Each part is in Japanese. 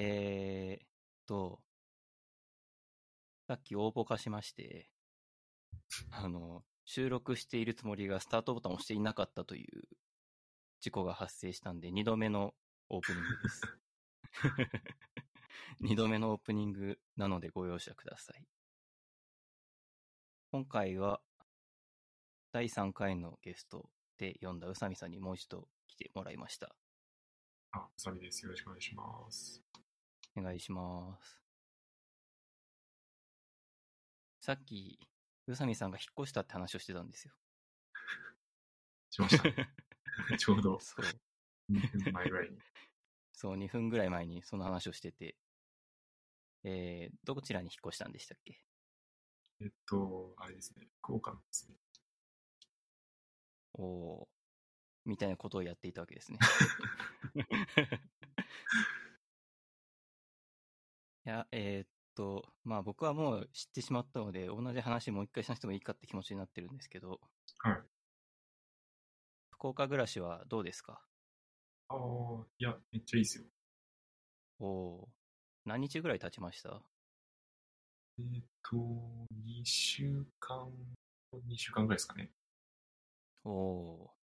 えーっと、さっき応募化しまして、あの、収録しているつもりがスタートボタンを押していなかったという事故が発生したんで、二度目のオープニングです。 二度目のオープニングなのでご容赦ください。今回は、第3回のゲストで呼んだ宇佐美さんにもう一度来てもらいました。あ、宇佐美です。よろしくお願いします。お願いします。さっき、宇佐美さんが引っ越したって話をしてたんですよ。しました、ね。ちょうど。そう。 2分前ぐらいに。そう、2分ぐらい前にその話をしてて。えー、どちらに引っ越したんでしたっけえっと、あれですね、福岡ですね。おおみたいなことをやっていたわけですね。いや、えー、っと、まあ僕はもう知ってしまったので、同じ話もう一回しなくてもいいかって気持ちになってるんですけど、はい。福岡暮らしはどうですかああ、いや、めっちゃいいですよ。おお何日ぐらい経ちましたえー、っと、2週間、2週間ぐらいですかね。おお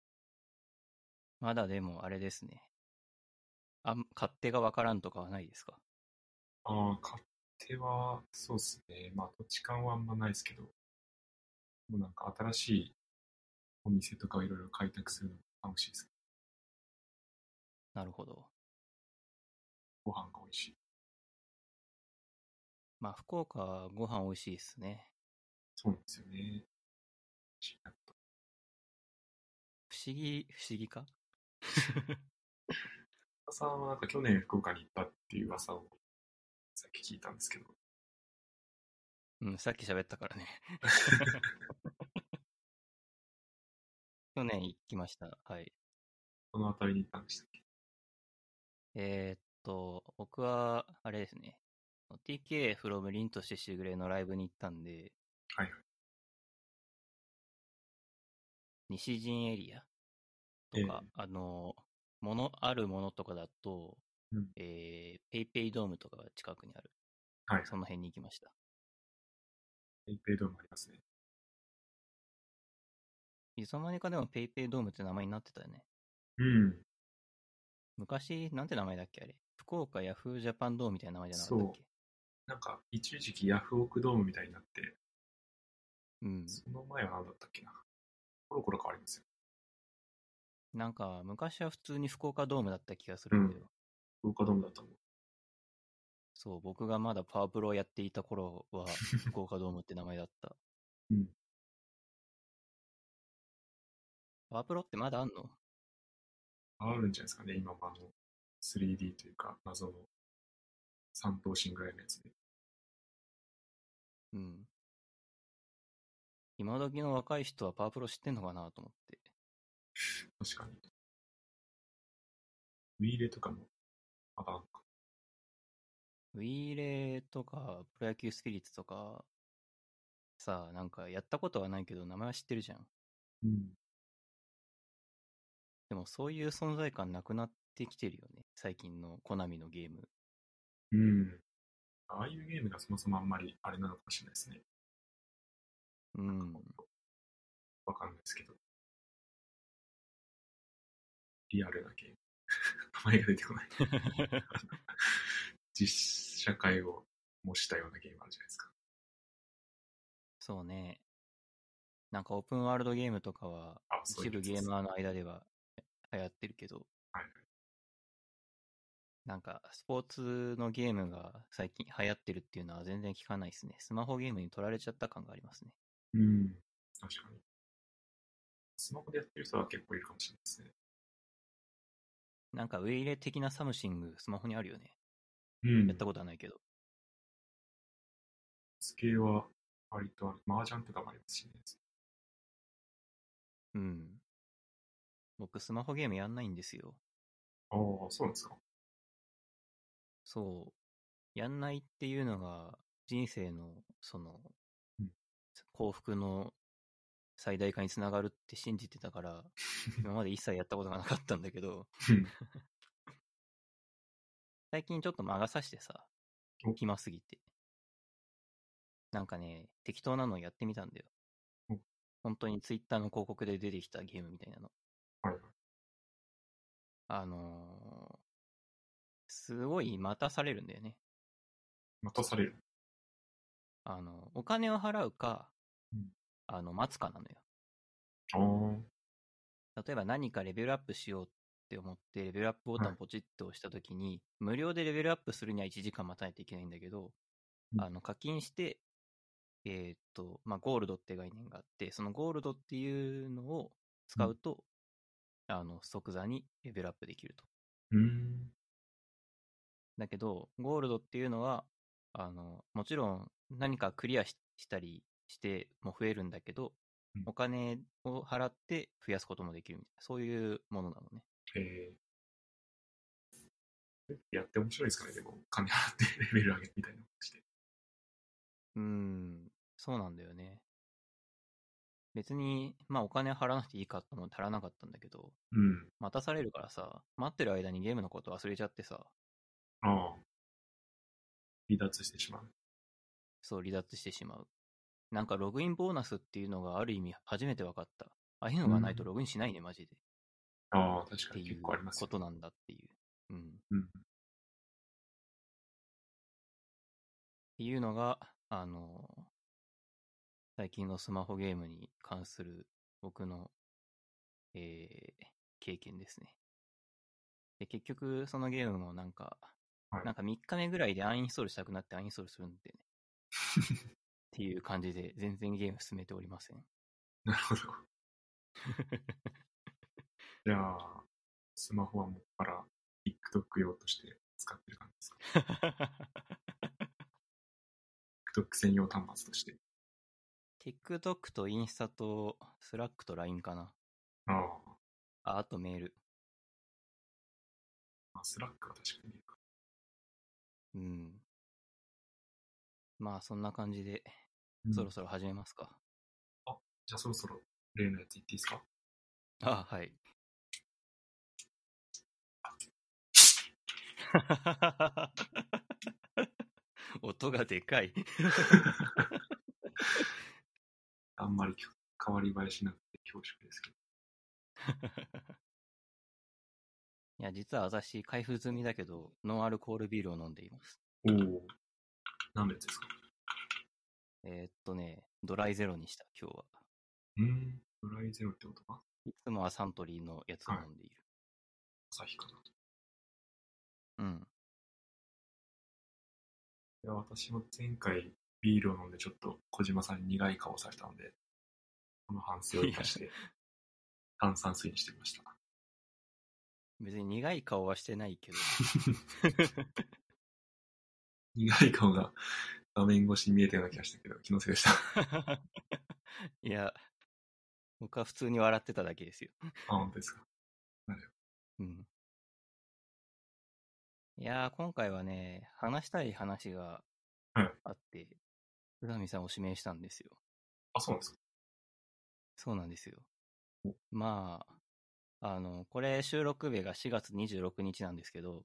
まだでもあれですね。あ勝手がわからんとかはないですかああ、勝手は、そうですね。まあ、土地勘はあんまないですけど、もうなんか新しいお店とかをいろいろ開拓するのも楽しいです。なるほど。ご飯が美味しい。まあ、福岡はご飯美味しいですね。そうなんですよね。不思議、不思議かさんはなんか去年福岡に行ったっていう噂をさっき聞いたんですけど。うん、さっき喋ったからね去年行きました。はい。どの辺りに行ったんでしたっけえー、っと、僕は、あれですね。TK from リンとしてしぐれのライブに行ったんで。はいはい。西陣エリアとか、えー、あの、もの、あるものとかだと、うん、えー、ペイペイドームとかが近くにある。はい。その辺に行きました。ペイペイドームありますね。いつの間にかでもペイペイドームって名前になってたよね。うん。昔、なんて名前だっけあれ。福岡ヤフージャパンドームみたいな名前じゃなかったっけそう。なんか、一時期ヤフオクドームみたいになって。うん。その前は何だったっけな。コロコロ変わりますよ。なんか、昔は普通に福岡ドームだった気がするんだよ。うん、福岡ドームだと思う。そう、僕がまだパワープロをやっていた頃は、福岡ドームって名前だった。 うん。パワープロってまだあんのあるんじゃないですかね、今もあの、3D というか、謎の三等身ぐらいのやつで。うん。今時の若い人はパワープロ知ってんのかなと思って。確かに。ウィーレとかも、まだあんか。ウィーレとか、プロ野球スピリッツとか、さあ、なんかやったことはないけど、名前は知ってるじゃん。うん。でもそういう存在感なくなってきてるよね。最近のコナミのゲーム。うん。ああいうゲームがそもそもあんまりあれなのかもしれないですね。うん。わかんないですけど。リアルなゲーム。 名前が出てこない 実社会を模したようなゲームあるじゃないですか。そうね。なんかオープンワールドゲームとかは、一部ゲーマーの間では流行ってるけど、はいはい、なんかスポーツのゲームが最近流行ってるっていうのは全然聞かないですね。スマホゲームに取られちゃった感がありますね。うん、確かに。スマホでやってる人は結構いるかもしれないですね。なんかウェイレ的なサムシング、スマホにあるよね。うん。やったことはないけど。スケは割とある。麻雀とかもありますしね。うん。僕、スマホゲームやんないんですよ。ああ、そうなんですか。そう。やんないっていうのが、人生の、その、うん、幸福の最大化につながるって信じてたから、 今まで一切やったことがなかったんだけど、 最近ちょっと魔が差してさお、暇すぎて。なんかね、適当なのやってみたんだよお。本当にツイッターの広告で出てきたゲームみたいなの。はいはい。あのーすごい待たされるんだよね。待たされる。あの、お金を払うかうん、あの、待つかなのよ。あー例えば何かレベルアップしようって思って、レベルアップボタンポチッと押したときに、無料でレベルアップするには1時間待たないといけないんだけど、うんあの、課金して、えーっと、まあ、ゴールドって概念があって、そのゴールドっていうのを使うと、あの、即座にレベルアップできると。うーん。だけど、ゴールドっていうのは、あの、もちろん何かクリアししたりしても増えるんだけどうん、お金を払って増やすこともできるみたいな、そういうものなのね。えーやって面白いですかね、でも、金払ってレベル上げみたいなことして。うーん、そうなんだよね。別に、まあお金払わなくていいかと思って足らなかったんだけど、うん。待たされるからさ、待ってる間にゲームのこと忘れちゃってさ、ああ。離脱してしまう。そう離脱してしまう。なんかログインボーナスっていうのがある意味初めて分かった。ああいうのがないとログインしないね、マジで。ああ、っ確かてにいう結構ありますこよ。となんだっていう。うん。っうん。ていうのが、あの、最近のスマホゲームに関する僕の、えー経験ですね。で、結局、そのゲームもなんか、はいなんか3日目ぐらいでアンインストールしたくなってアンインストールするんでね。 っていう感じで、全然ゲーム進めておりません。なるほ ど。じゃあ、スマホはもっぱら TikTok 用として使ってる感じですか ?TikTok 専用端末として。 TikTok とインスタと Slack と LINE かな。ああ、あ、あとメール。まあ、スラックは確かにいるか。うん。まあ、そんな感じで、うんそろそろ始めますか。じゃあそろそろ例のやつ言っていいですかあ、はい。 音がでかい。 あんまり変わり映えしなくて恐縮ですけど。いや、実は私、開封済みだけど、ノンアルコールビールを飲んでいます。おお。何のやつですかえーっとね、ドライゼロにした、今日は。うーん。ドライゼロってことかいつもはサントリーのやつを飲んでいる。朝日かな。いうん。や、私も前回ビールを飲んでちょっと小島さんに苦い顔されたんで、この反省を生かして、炭酸水にしてみました。別に苦い顔はしてないけど。苦い顔が画面越しに見えたような気がしたけど、気のせいでした。いや、僕は普通に笑ってただけですよ。あ、本当ですか。うん。いやー、今回はね、話したい話がはいあって、宇佐美さんを指名したんですよ。あ、そうなんですか。そうなんですよお。まあ、あの、これ収録日が4月26日なんですけど、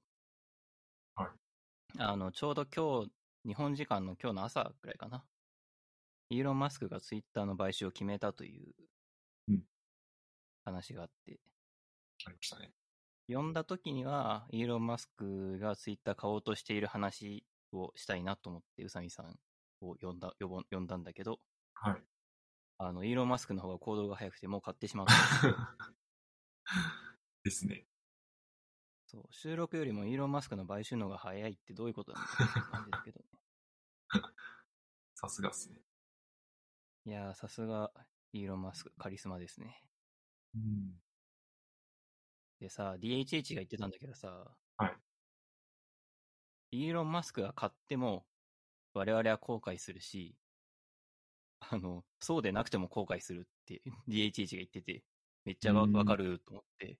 はいあの、ちょうど今日、日本時間の今日の朝くらいかな。イーロン・マスクがツイッターの買収を決めたといううん話があって、ありましたね。読んだ時には、イーロン・マスクがツイッター買おうとしている話をしたいなと思って、宇佐美さんを呼んだ、呼ぼ呼んだんだけど、はい。 あの、イーロン・マスクの方が行動が早くて、もう買ってしまった。ですね。そう、収録よりもイーロン・マスクの買収の方が早いってどういうことなのかって感じですけどね。さすがですね。いやー、さすが、イーロン・マスク、カリスマですね。うん。でさ、DHH が言ってたんだけどさ、はいイーロン・マスクが買っても、我々は後悔するし、あの、そうでなくても後悔するって DHH が言ってて、めっちゃわうんわかると思って、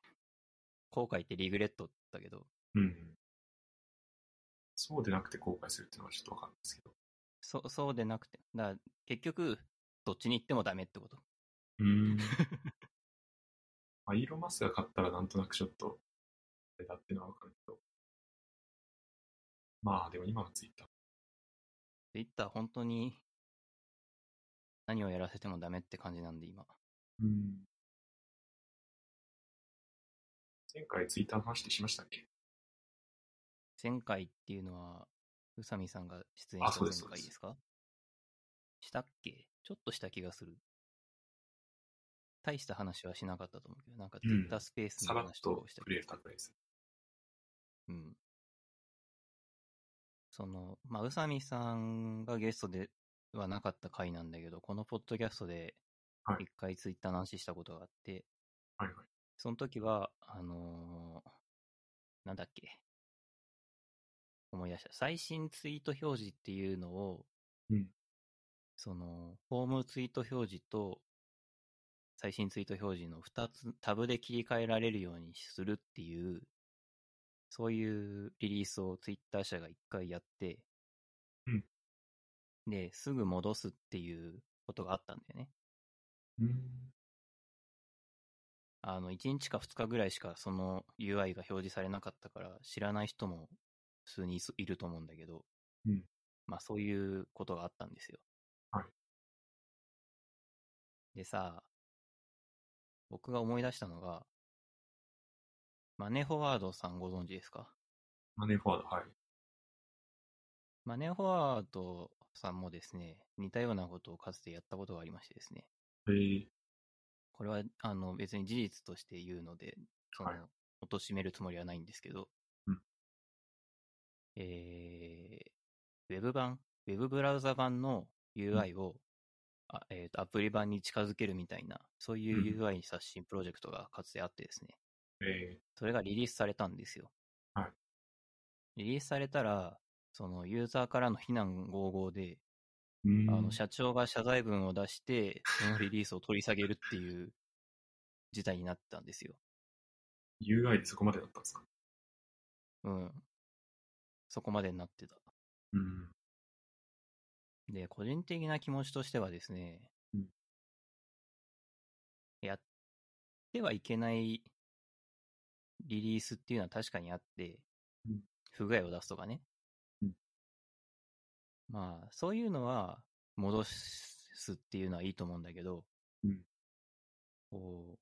後悔ってリグレットだけど、うん。そうでなくて後悔するっていうのはちょっとわかんないですけど。そ、そうでなくて、だから結局、どっちに行ってもダメってこと。 うん。まあ、イーロン・マスクが買ったらなんとなくちょっと、あれだっていうのはわかるけど、まあ、でも今はツイッター。 Twitter 本当に何をやらせてもダメって感じなんで今。うん。前回ツイッターの話ってしましたっけ前回っていうのは、宇佐美さんが出演あしたそう前ですそうで回すですかしたっけちょっとした気がする。大した話はしなかったと思うけど、なんかうん Twitter スペースさのらっ話とかとをした触れたくらいです。うん。その、まあ、宇佐美さんがゲストではなかった回なんだけど、このポッドキャストではい一回ツイッターの話したことがあって、はいはい。その時は、あのーなんだっけ。思い出した。最新ツイート表示っていうのを、うんその、ホームツイート表示と、最新ツイート表示の2つ、タブで切り替えられるようにするっていう、そういうリリースをツイッター社が1回やって、うんで、すぐ戻すっていうことがあったんだよね。うん。あの、1日か2日ぐらいしかその UI が表示されなかったから、知らない人も普通にいそいると思うんだけど、うんまあそういうことがあったんですよ。はいでさ、僕が思い出したのが、マネフォワードさんご存知ですかマネーフォワード、はい。マネフォワードさんもですね、似たようなことをかつてやったことがありましてですね、えー、これは、あの、別に事実として言うので、そのはい、貶としめるつもりはないんですけど、うんえー、ウェブ版、ウェブブラウザ版の UI を、あえーと、アプリ版に近づけるみたいな、そういう UI 刷新プロジェクトがかつてあってですね、えそれがリリースされたんですよ。はいリリースされたら、そのユーザーからの非難合々で、ー、うん。あの、社長が謝罪文を出して、そのリリースを取り下げるっていう事態になったんですよ。 UI でそこまでだったんですかうん。そこまでになってた。うん。で、個人的な気持ちとしてはですね、うんやってはいけないリリースっていうのは確かにあってうん、不具合を出すとかね。うんまあ、そういうのは戻すっていうのはいいと思うんだけど、うんこ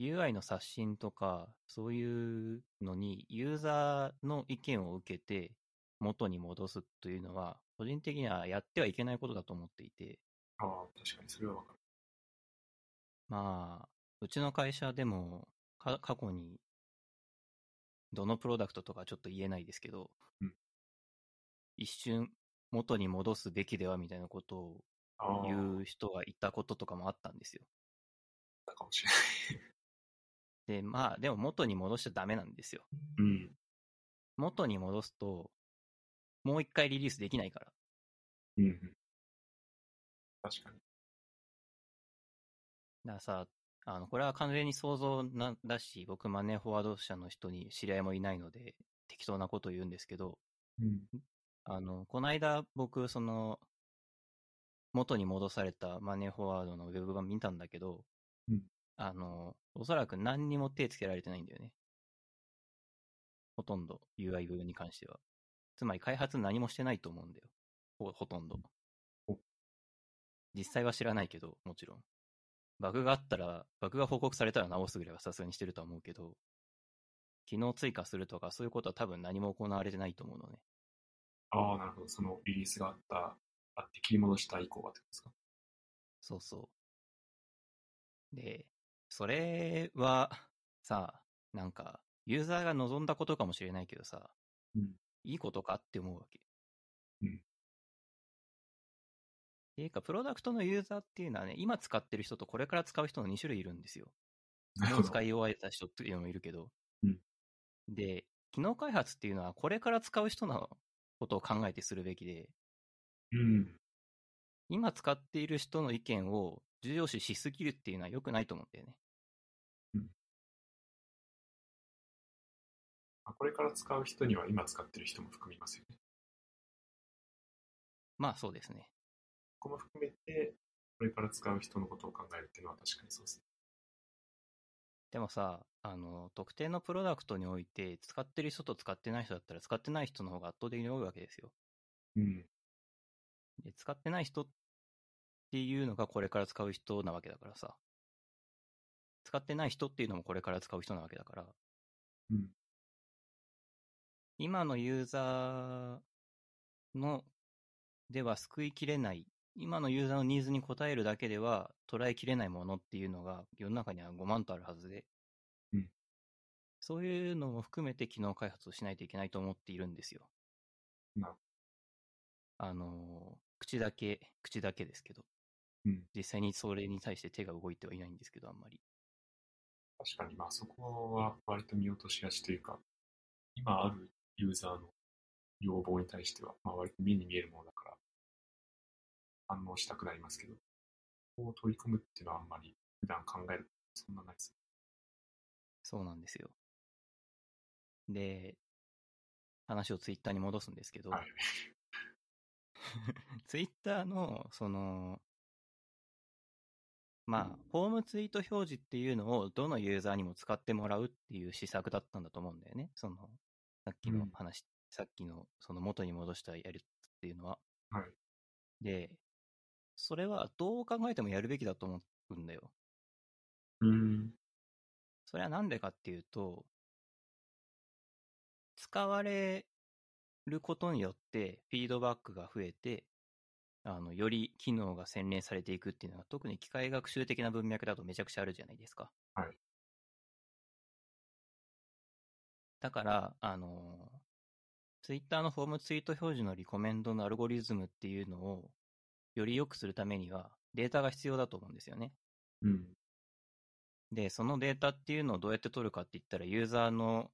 う、UI の刷新とか、そういうのにユーザーの意見を受けて、元に戻すというのは、個人的にはやってはいけないことだと思っていて、ああ、確かにそれはわかる。まあ、うちの会社でも、か過去に、どのプロダクトとかちょっと言えないですけど、うん一瞬元に戻すべきではみたいなことをああ、言う人がいたこととかもあったんですよ。だかもしれない。で、まあ、でも元に戻しちゃダメなんですよ。うん。元に戻すと、もう一回リリースできないから。うんうん。確かに。だからさ、あの、これは完全に想像なだし、僕マネーフォワード社の人に知り合いもいないので、適当なことを言うんですけど、うん。あの、この間僕、その、元に戻されたマネーフォワードのウェブ版見たんだけど、うんあの、おそらく何にも手つけられてないんだよね。ほとんど、UI 部分に関しては。つまり開発何もしてないと思うんだよ。ほほとんどお。実際は知らないけど、もちろん。バグがあったら、バグが報告されたら直すぐらいはさすがにしてるとは思うけど、機能追加するとかそういうことは多分何も行われてないと思うのね。ああ、なるほど。そのリリースがあった、あって切り戻した以降はってことですかそうそう。で、それは、さ、なんか、ユーザーが望んだことかもしれないけどさ、うんいいことかって思うわけ。うんっていうか、プロダクトのユーザーっていうのはね、今使ってる人とこれから使う人の2種類いるんですよ。なるもほうど。使い終えた人っていうのもいるけど。うんで、機能開発っていうのは、これから使う人のことを考えてするべきで、うん。今使っている人の意見を重要視しすぎるっていうのは良くないと思うんだよね。あこれから使う人には今使ってる人も含みますよね。まあそうですね。ここも含めて、これから使う人のことを考えるっていうのは確かにそうですね。でもさ、あの、特定のプロダクトにおいて、使ってる人と使ってない人だったら、使ってない人の方が圧倒的に多いわけですよ。うん。で、使ってない人っていうのがこれから使う人なわけだからさ。使ってない人っていうのもこれから使う人なわけだから、うん。今のユーザーの、では救いきれない、今のユーザーのニーズに応えるだけでは捉えきれないものっていうのが世の中には5万とあるはずで、うんそういうのも含めて機能開発をしないといけないと思っているんですよ。なるほあの、口だけ、口だけですけど、うん実際にそれに対して手が動いてはいないんですけど、あんまり。確かに、まあそこは割と見落としがちというか、今あるユーザーの要望に対しては、まあ割と目に見えるものだから、反応したくなりますけど、ここを取り組むっていうのはあんまり普段考えることそんなないです。そうなんですよ。で、話をツイッターに戻すんですけど、はい。 ツイッターの、その、まあ、ホームツイート表示っていうのをどのユーザーにも使ってもらうっていう施策だったんだと思うんだよね。その、さっきの話、さっきの、その元に戻したやるっていうのは。はいで、それはどう考えてもやるべきだと思うんだよ。うん。それはなんでかっていうと、使われることによってフィードバックが増えて、あの、より機能が洗練されていくっていうのは、特に機械学習的な文脈だとめちゃくちゃあるじゃないですか。はいだから、あの、ツイッターのホームツイート表示のリコメンドのアルゴリズムっていうのを、より良くするためには、データが必要だと思うんですよね。うん。で、そのデータっていうのをどうやって取るかって言ったら、ユーザーの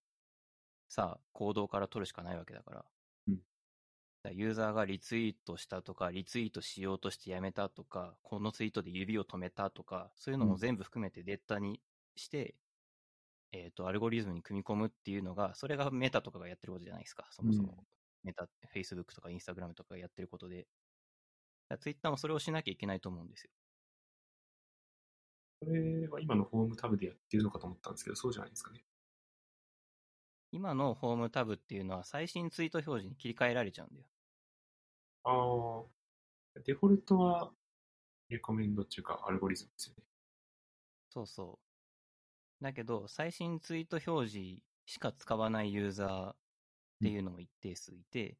さ、行動から取るしかないわけだから。うんだからユーザーがリツイートしたとか、リツイートしようとしてやめたとか、このツイートで指を止めたとか、そういうのも全部含めてデータにして、えっ、と、アルゴリズムに組み込むっていうのが、それがメタとかがやってることじゃないですか、そもそも。うんメタ、Facebook とか Instagram とかがやってることで。ツイッターもそれをしなきゃいけないと思うんですよ。それは今のホームタブでやってるのかと思ったんですけど、そうじゃないですかね。今のホームタブっていうのは最新ツイート表示に切り替えられちゃうんだよ。ああ、デフォルトはレコメンドっていうかアルゴリズムですよね。そうそう。だけど、最新ツイート表示しか使わないユーザーっていうのも一定数いて、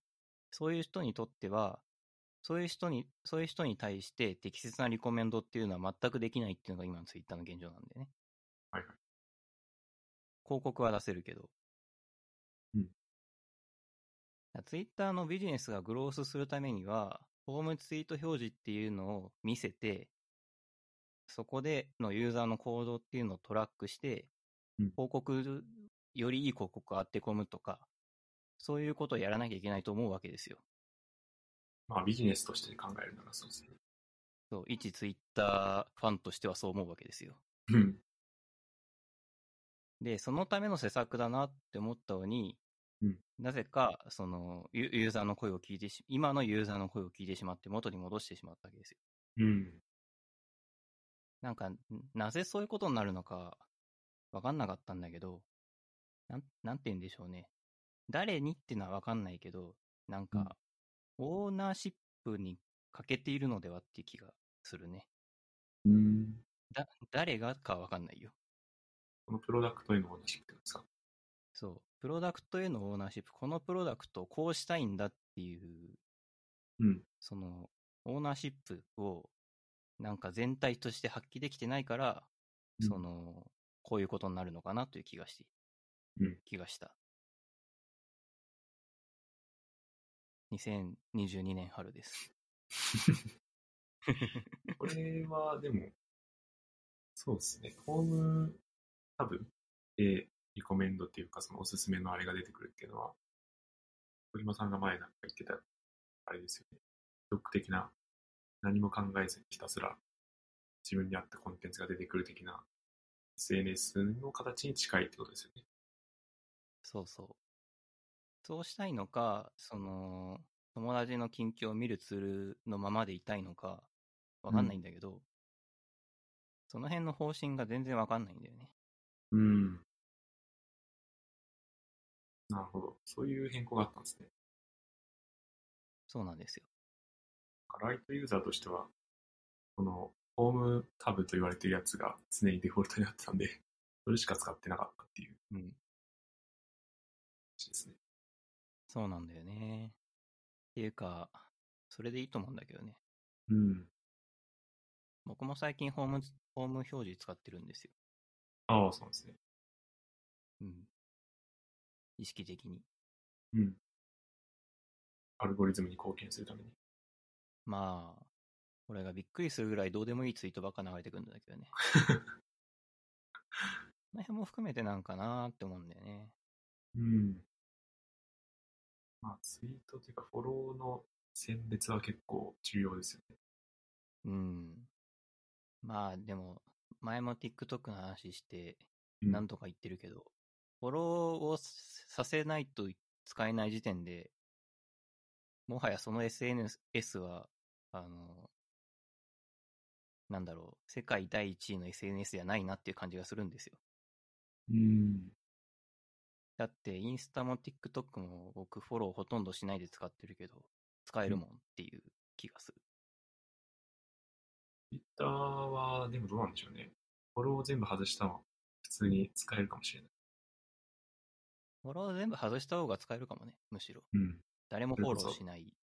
そういう人にとっては、そういう人に、そういう人に対して適切なリコメンドっていうのは全くできないっていうのが今のツイッターの現状なんでね。はいはい。広告は出せるけど。うんツイッターのビジネスがグロースするためには、ホームツイート表示っていうのを見せて、そこでのユーザーの行動っていうのをトラックしてうん、広告、よりいい広告を当て込むとか、そういうことをやらなきゃいけないと思うわけですよ。まあビジネスとして考えるならそうですね。そう、一ツイッターファンとしてはそう思うわけですよ。うん。で、そのための施策だなって思ったのに、うんなぜか、その、ユユーザーの声を聞いてし、今のユーザーの声を聞いてしまって元に戻してしまったわけですよ。うん。なんか、んなぜそういうことになるのか、わかんなかったんだけど、なん、なんて言うんでしょうね。誰にってのはわかんないけど、なんか、オーナーシップに欠けているのではって気がするね。うん。だ、誰がかわかんないよ。このプロダクトへの話ってことですか。そう。プロダクトへのオーナーシップ、このプロダクトをこうしたいんだっていううん。その、オーナーシップを、なんか全体として発揮できてないから、うんその、こういうことになるのかなという気がし、うん気がした。2022年春です。これはでも、そうですね。ホームタブでリコメンドっていうか、そのおすすめのあれが出てくるっていうのは、小島さんが前なんか言ってた、あれですよね。独的な、何も考えずにひたすら自分に合ったコンテンツが出てくる的な SNS の形に近いってことですよね。そうそう。そうしたいのか、その、友達の近況を見るツールのままでいたいのか、わかんないんだけど、その辺の方針が全然わかんないんだよね。うん。なるほど。そういう変更があったんですね。そうなんですよ。ライトユーザーとしては、この、ホームタブと言われてるやつが常にデフォルトになってたんで、 それしか使ってなかったっていううん。話ですね。そうなんだよね。っていうか、それでいいと思うんだけどね。うん。僕も最近ホーム、ホーム表示使ってるんですよ。ああ、そうなんですね。うん。意識的に。うん。アルゴリズムに貢献するために。まあ、俺がびっくりするぐらいどうでもいいツイートばっか流れてくるんだけどね。この辺も含めてなんかなーって思うんだよね。うん。まあ、ツイートというか、フォローの選別は結構重要ですよね。うん。まあでも、前も TikTok の話して、うん何とか言ってるけど、フォローをさせないと使えない時点で、もはやその SNS は、あの、なんだろう、世界第一位の SNS じゃないなっていう感じがするんですよ。うん。だって、インスタも TikTok も僕フォローほとんどしないで使ってるけど、使えるもんっていう気がする。ツイッターは、でもどうなんでしょうね。フォローを全部外したのは、普通に使えるかもしれない。フォロー全部外した方が使えるかもね、むしろ。うん。誰もフォロそーれこそしない。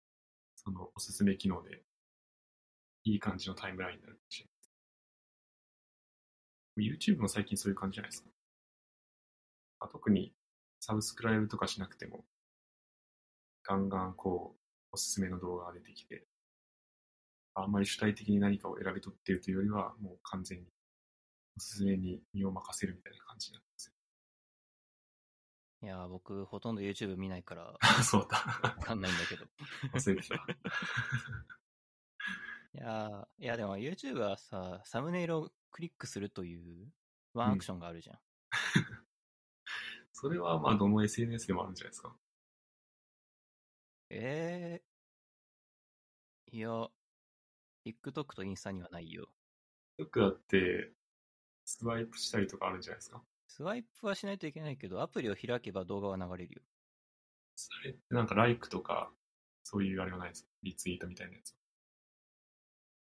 その、おすすめ機能で、いい感じのタイムラインになるかもしれない。YouTube も最近そういう感じじゃないですか。あ特に、サブスクライブとかしなくても、ガンガンこう、おすすめの動画が出てきて、あんまり主体的に何かを選び取っているというよりは、もう完全に、おすすめに身を任せるみたいな感じになってますよ。いやー、僕、ほとんど YouTube 見ないから、あ そうだわ。かんないんだけど。忘れてた。いやー、いやでも YouTube はさ、サムネイルをクリックするという、ワンアクションがあるじゃん。それはまあ、どの SNS でもあるんじゃないですか。えー、いや、TikTok とインスタにはないよ。よくだって、スワイプしたりとかあるんじゃないですか。スワイプはしないといけないけど、アプリを開けば動画は流れるよ。それってなんか、ライクとか、そういうあれはないですか。リツイートみたいなやつ。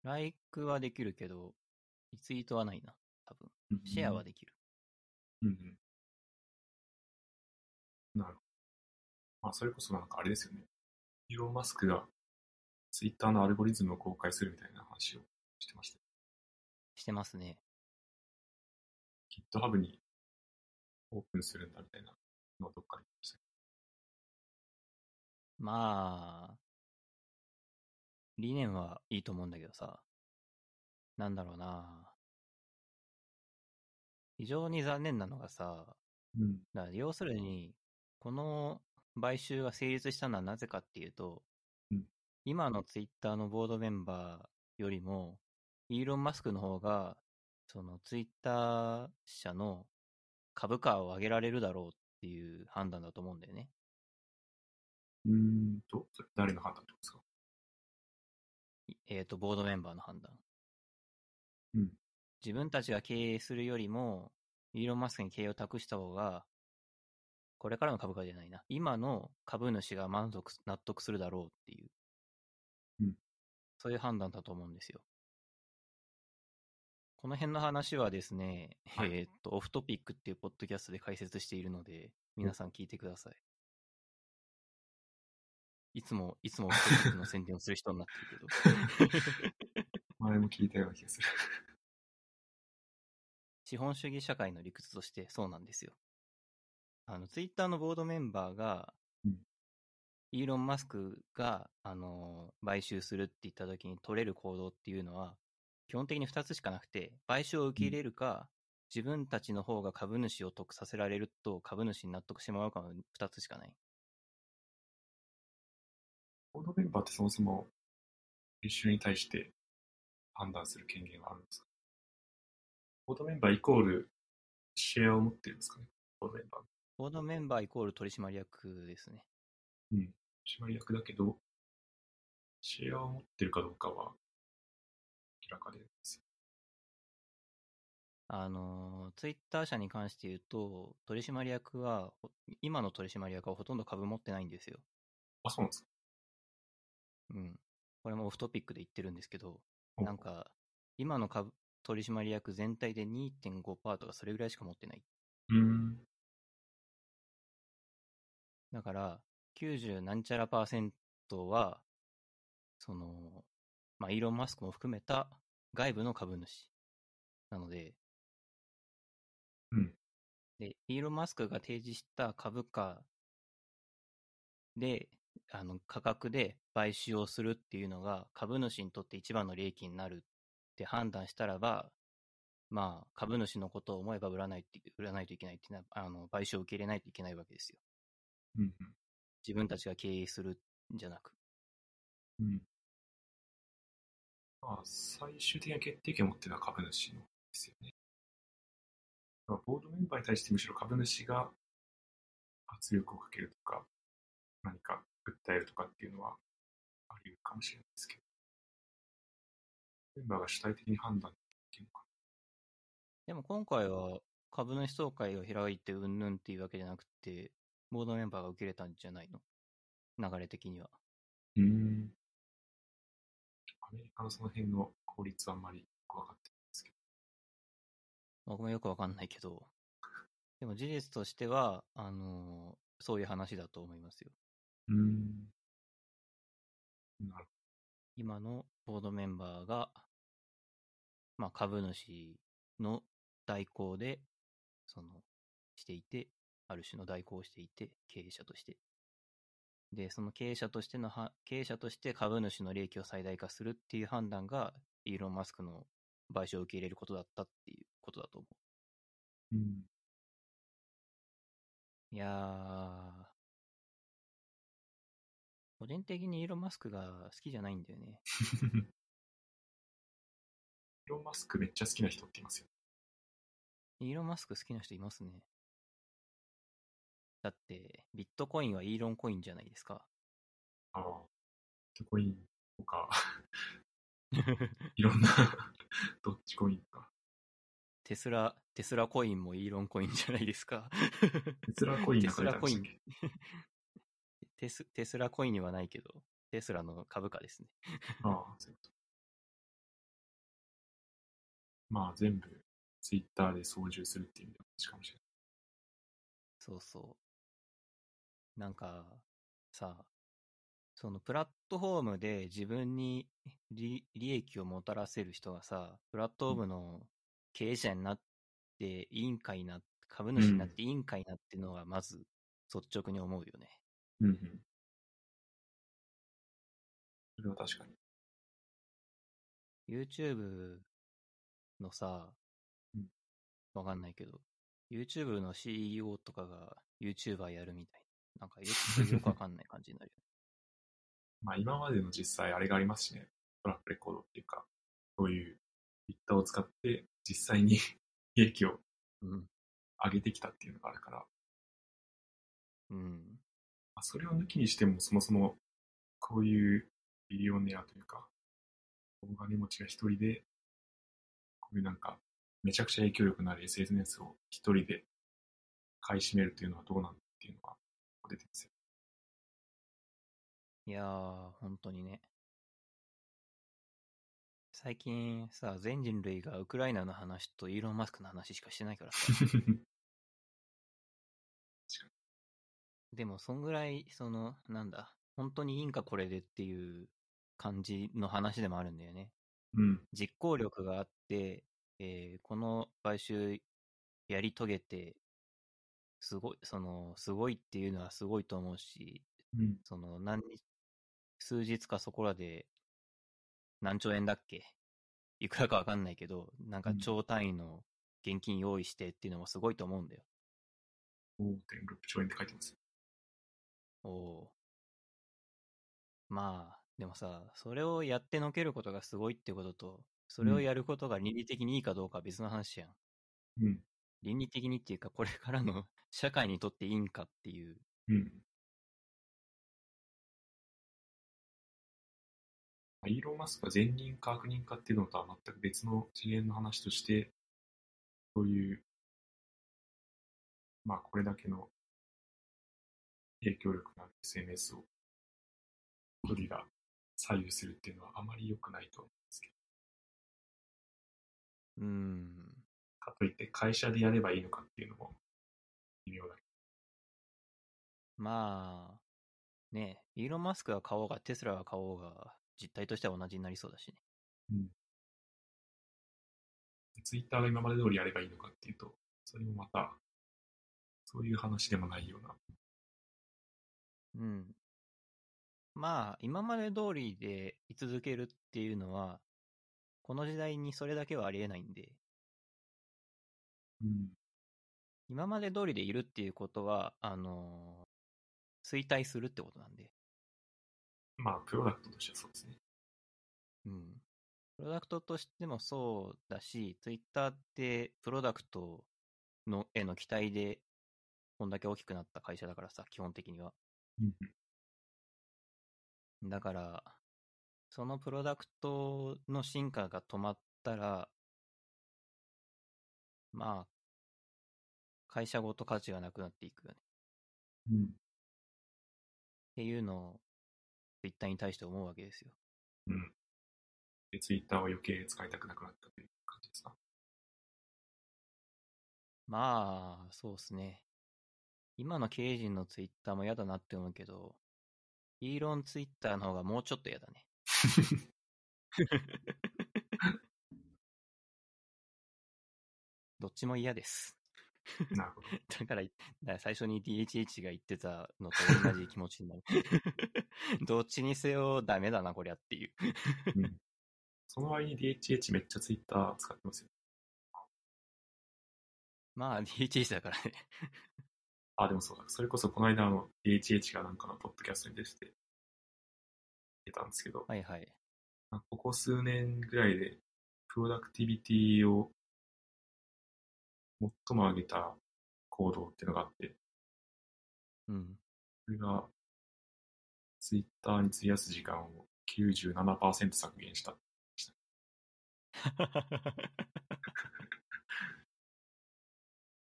ライクはできるけど、リツイートはないな、多分。シェアはできる。うんうん。なるほど。まあ、それこそなんかあれですよね。イーロン・マスクが、ツイッターのアルゴリズムを公開するみたいな話をしてました。してますね。 GitHub にオープンするんだみたいなのをどっかで言ってましたけまあ、理念はいいと思うんだけどさ、なんだろうな。非常に残念なのがさ、ど。うん。だから要するに、この買収が成立したのはなぜかっていうと、うん今のツイッターのボードメンバーよりも、イーロン・マスクの方が、そのツイッター社の株価を上げられるだろうっていう判断だと思うんだよね。うーんと、それ誰の判断ってことですかいえっ、と、ボードメンバーの判断。うん自分たちが経営するよりも、イーロン・マスクに経営を託した方が、これからの株価じゃないな。今の株主が満足す、納得するだろうっていう。うんそういう判断だと思うんですよ。この辺の話はですね、はいえっと、オフトピックっていうポッドキャストで解説しているので、皆さん聞いてください。いつも、いつもオフトピックの宣伝をする人になってるけど。前も聞いたような気がする。資本主義社会の理屈としてそうなんですよ。あの、ツイッターのボードメンバーがうん、イーロン・マスクが、あのー買収するって言った時に取れる行動っていうのは、基本的に2つしかなくて、買収を受け入れるか、自分たちの方が株主を得させられると株主に納得してもらうかの2つしかない。ボードメンバーってそもそも一緒に対して判断する権限はあるんですかボードメンバーイコールシェアを持ってるんですかねボードメンバー。ボードメンバーイコール取締役ですね。締まり役だけど、シェアを持ってるかどうかは明らかでですよ。あの、ツイッター社に関して言うと、取締役は、ほ今の取締役はほとんど株持ってないんですよ。あ、そうなんですか。うん。これもオフトピックで言ってるんですけど、おなんか、今の株、取締役全体で2.5%とかそれぐらいしか持ってない。うん。だから、90なんちゃらパーセントは、その、まあ、イーロン・マスクも含めた外部の株主。なので、うん。で、イーロン・マスクが提示した株価で、あの、価格で買収をするっていうのが株主にとって一番の利益になるって判断したらば、まあ、株主のことを思えば売らないって、売らないといけないってな、あの、買収を受け入れないといけないわけですよ。うん。自分たちが経営するんじゃなく。うん。まあ、最終的な決定権を持ってるのは株主のですよね。だからボードメンバーに対してむしろ株主が圧力をかけるとか、何か訴えるとかっていうのはあり得るかもしれないですけど。メンバーが主体的に判断できるのかでも今回は株主総会を開いてうんぬんっていうわけじゃなくて、ボードメンバーが受け入れたんじゃないの流れ的には。な。うん。アメリカのその辺の法律はあんまりよく分かってないんですけど。僕もよくわかんないけど。でも事実としては、あのーそういう話だと思いますよ。うん。なる今のボードメンバーが、まあ株主の代行で、その、していて、ある種の代行をしていて、経営者として。で、その経営者としてのは、経営者として株主の利益を最大化するっていう判断が、イーロン・マスクの賠償を受け入れることだったっていうことだと思ほど。うん。う。いやー、個人的にイーロン・マスクが好きじゃないんだよね。 イーロン・マスクめっちゃ好きな人っていますよ。イーロン・マスク好きな人いますね。だって、ビットコインはイーロンコインじゃないですか。ああ。ビットコインと か、いろんな、どっちコインか。テスラ、テスラコインもイーロンコインじゃないですか。 テスラコインなんか出たんでしたっけテス、テスラコインにはないけど、テスラの株価ですね。ああ、そういうこと。まあ全部、ツイッターで操縦するっていう意味では同じかもしれそうそう。なんか、さ、そのプラットフォームで自分に利利益をもたらせる人がさ、プラットフォームの経営者になって、委員会になって、株主になって委員会になってのがまず率直に思うよね。ない。うんうん。それは確かに。 YouTube のさうん、わかんないけど、YouTube の CEO とかが YouTuber やるみたいな。なんかよくよくわかんない感じになるよね。まあ今までの実際あれがありますしね。トラップレコードっていうか、そういうツイッターを使って実際に 利益をうん。上げてきたっていうのがあるから、うん。まあ、それを抜きにしてもそもそもこういうビリオネアというか、大金持ちが一人で、こういうなんか、めちゃくちゃ影響力のある SNS を一人で買い占めるというのはどうなんだっていうのが出てますよ。 いやー、本当にね。最近さ、全人類がウクライナの話とイーロン・マスクの話しかしてないからさ。でも、そんぐらい、その、なんだ、本当にいいんかこれでっていう感じの話でもあるんだよね。うん。実行力があって、えーこの買収やり遂げて、すごい、その、すごいっていうのはすごいと思うし、うん。その、何日、数日かそこらで、何兆円だっけいくらかわかんないけど、なんかうん兆単位の現金用意してっていうのもすごいと思うんだよ。 5.6兆円って書いてます。おおー。まあ、でもさ、それをやってのけることがすごいってことと、それをやることが倫理的にいいかどうかは別の話やん。うん。倫理的にっていうか、これからの 社会にとっていいんかっていう。うん。イーロン・マスクは善人か悪人かっていうのとは全く別の次元の話として、そういう、まあ、これだけの影響力のある SNS を、一人が左右するっていうのはあまり良くないと思うんですけうど、ん。かといって会社でやればいいのかっていうのも微妙だけまあ、ねえ、イーロン・マスクが買おうが、テスラが買おうが、実態としては同じになりそうだしね。ど、ツイッターが今まで通りやればいいのかっていうと、それもまた、そういう話でもないような、うん。まあ、今まで通りで居続けるっていうのは、この時代にそれだけはありえないんで、うん、今まで通りでいるっていうことは、あの衰退するってことなんで、まあ、プロダクトとしてはそうですね。うん。プロダクトとしてもそうだし、ツイッターってプロダクトのへの期待で、こんだけ大きくなった会社だからさ、基本的には。うんだから、そのプロダクトの進化が止まったら、まあ、会社ごと価値がなくなっていくよね。うんっていうのを、ツイッターに対して思うわけですよ。うん。で、ツイッターは余計使いたくなくなったという感じですか。まあ、そうっすね。今の経営陣のツイッターも嫌だなって思うけど、イーロンツイッターの方がもうちょっと嫌だね。どっちも嫌です。 なるほど。だから、だから最初に DHH が言ってたのと同じ気持ちになる。 どっちにせよダメだな、こりゃっていう。 その割に DHH めっちゃツイッター使ってますよ。まあ、DHH だからね。あ、でもそうだ。それこそこの間あの DHH がなんかのポッドキャストに出てて、出たんですけど、はいはい。まあここ数年ぐらいで、プロダクティビティを最も上げた行動っていうのがあって、うん。それが、ツイッターに費やす時間を97%削減した。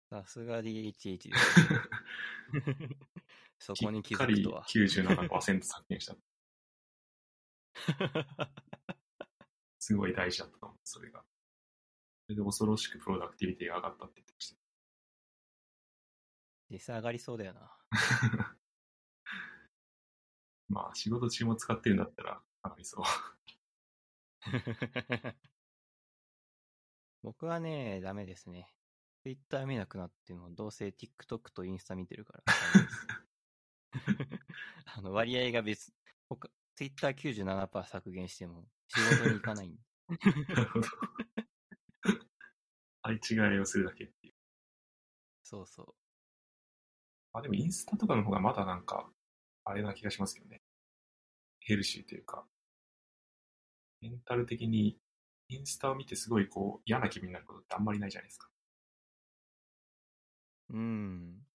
さすが DHH ですね。そこに気づくとは。しっかり97%削減した。すごい大事だったと思う、それが。それで恐ろしくプロダクティビティが上がったって言ってました。実際上がりそうだよな。まあ、仕事中も使ってるんだったら、上が りそう。 僕はね、ダメですね。Twitter 見なくなっても、どうせ TikTok とインスタ見てるからダメです。あの割合が別、他 Twitter97% 削減しても、仕事に行かないんで。なるほど。相違いをするだけっていう。そうそう。まあ、でもインスタとかの方がまだなんか、あれな気がしますよね。ヘルシーというか、メンタル的にインスタを見てすごいこう嫌な気分になることってあんまりないじゃないですか。うん。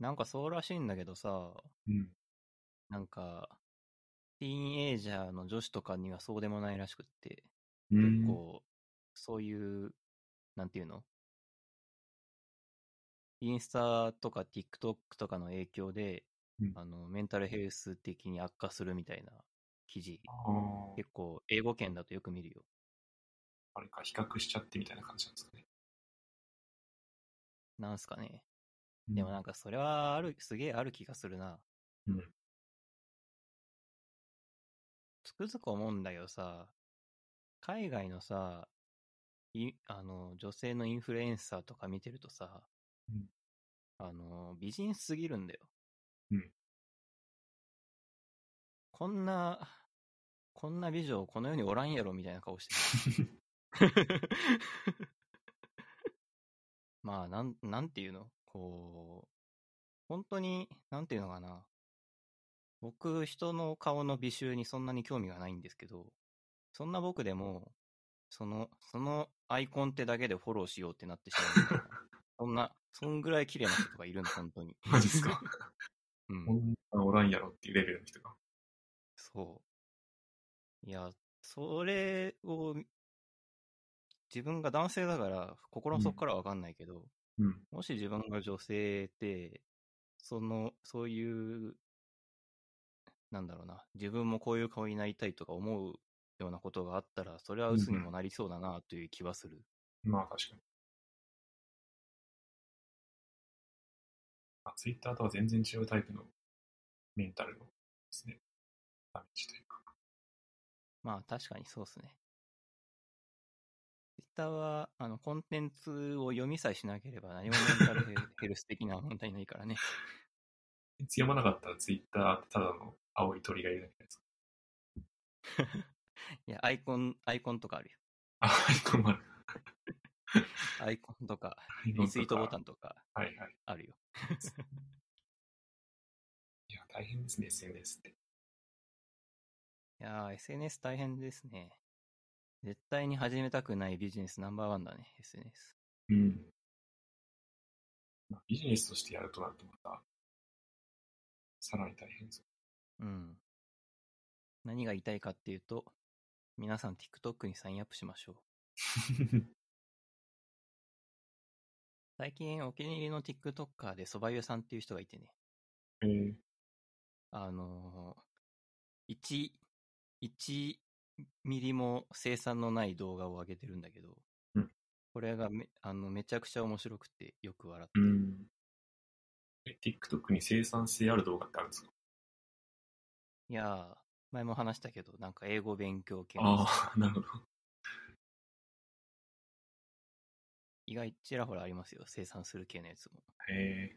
なんかそうらしいんだけどさ、うん。なんか、ティーンエイジャーの女子とかにはそうでもないらしくって、うん結構、そういう、なんていうのインスタとか TikTok とかの影響で、うんあの、メンタルヘルス的に悪化するみたいな記事、あー結構、英語圏だとよく見るよ。あれか、比較しちゃってみたいな感じなんですかね。なんすかね。うんでもなんか、それはある、すげえある気がするな。うんつくづく思うんだけどさ、海外のさ、いあの、女性のインフルエンサーとか見てるとさ、うんあの、美人すぎるんだよ。うんこんな、こんな美女この世におらんやろみたいな顔して る。まあ、なん、なんていうのこう、本当に、なんていうのかな。僕、人の顔の美醜にそんなに興味がないんですけど、そんな僕でも、その、そのアイコンってだけでフォローしようってなってしまうみたいな。そんな、そんぐらい綺麗な人とかいるの、本当に。 マジっすか。うんこ。んなんおらんやろっていうレベルの人が。そう。いや、それを、自分が男性だから心の底からはわかんないけど、うん。もし自分が女性で、その、そういう、なんだろうな、自分もこういう顔になりたいとか思うようなことがあったら、それは鬱にもなりそうだなという気はする。まあ確かに。あ、ツイッターとは全然違うタイプのメンタルのですね、ダメージというか。まあ確かにそうですね。Twitter は、あの、コンテンツを読みさえしなければ何もメンタルヘル ヘルス的な問題ないからね。読まなかったらツイッターってただの青い鳥がいるだけですか。いや、アイコン、アイコンとかあるよ。あ、アイコンもある。アイコンとか、アイコンとかリツイートボタンとかはいはい。あるよ。いや、大変ですね、SNS って。いやー、SNS 大変ですね。絶対に始めたくないビジネスナンバーワンだね、SNS。うん。まあ、ビジネスとしてやるとなるとまた、さらに 大変そう。うん。何が言いたいかっていうと、皆さん TikTok にサインアップしましょう。最近お気に入りの TikToker で蕎麦湯さんっていう人がいてね。えー、あのー、1、1ミリも生産のない動画を上げてるんだけど、うんこれがめ、あの、めちゃくちゃ面白くてよく笑ってうん。え、TikTok に生産性ある動画ってあるんですかいやー、前も話したけど、なんか英語勉強系のああ、なるほど。意外ちらほらありますよ、生産する系のやつも。え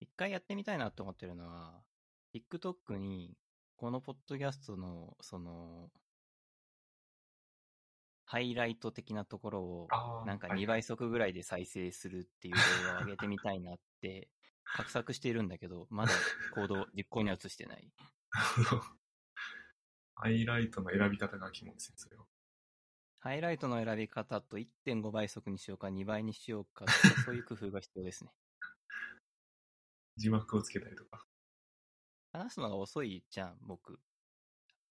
一回やってみたいなと思ってるのは、TikTok に、このポッドキャストの、その、ハイライト的なところをー、、ああ、なんかはい2倍速ぐらいで再生するっていう動画を上げてみたいな って、画策しているんだけど、まだ行動、実行には移してない。ハイライトの選び方が疑問ですね、それは。ハイライトの選び方と1.5倍速にしようか2倍にしようかとか、そういう工夫が必要ですね。 字幕をつけたりとか。話すのが遅いじゃん、僕。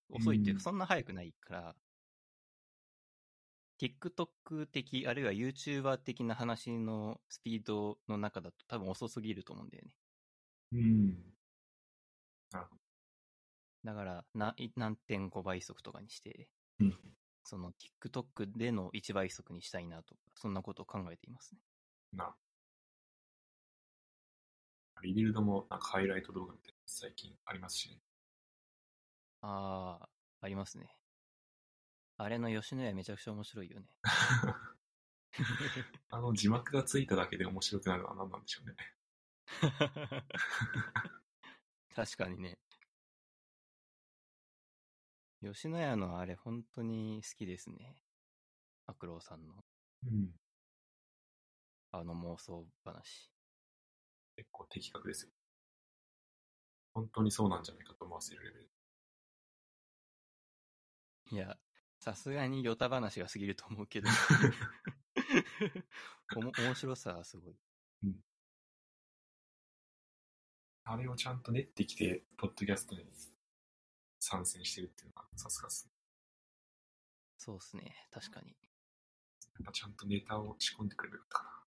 遅いっていううんか、そんな早くないから、TikTok 的、あるいは YouTuber 的な話のスピードの中だと多分遅すぎると思うんだよね。うん。だから、な、い何点5倍速とかにしてうん、その TikTok での1倍速にしたいなとか、そんなことを考えていますね。な。リビルドもなんかハイライト動画みたいなやつ最近ありますしね。あー、ありますね。あれの吉野家めちゃくちゃ面白いよ ね。あの字幕がついただけで面白くなるのは何なんでしょうね。確かにね。吉野家のあれ、本当に好きですね。悪郎さんの、うん。あの妄想話。結構的確ですよ。本当にそうなんじゃないかと思わせるレベル。いや、さすがにヨタ話が過ぎると思うけど。おも、面白さはすごい。あれをちゃんと練ってきて、ポッドキャストに参戦してるっていうのはさすがですね。そうっすね。確かに。 やっぱちゃんとネタを仕込んでくれるかな。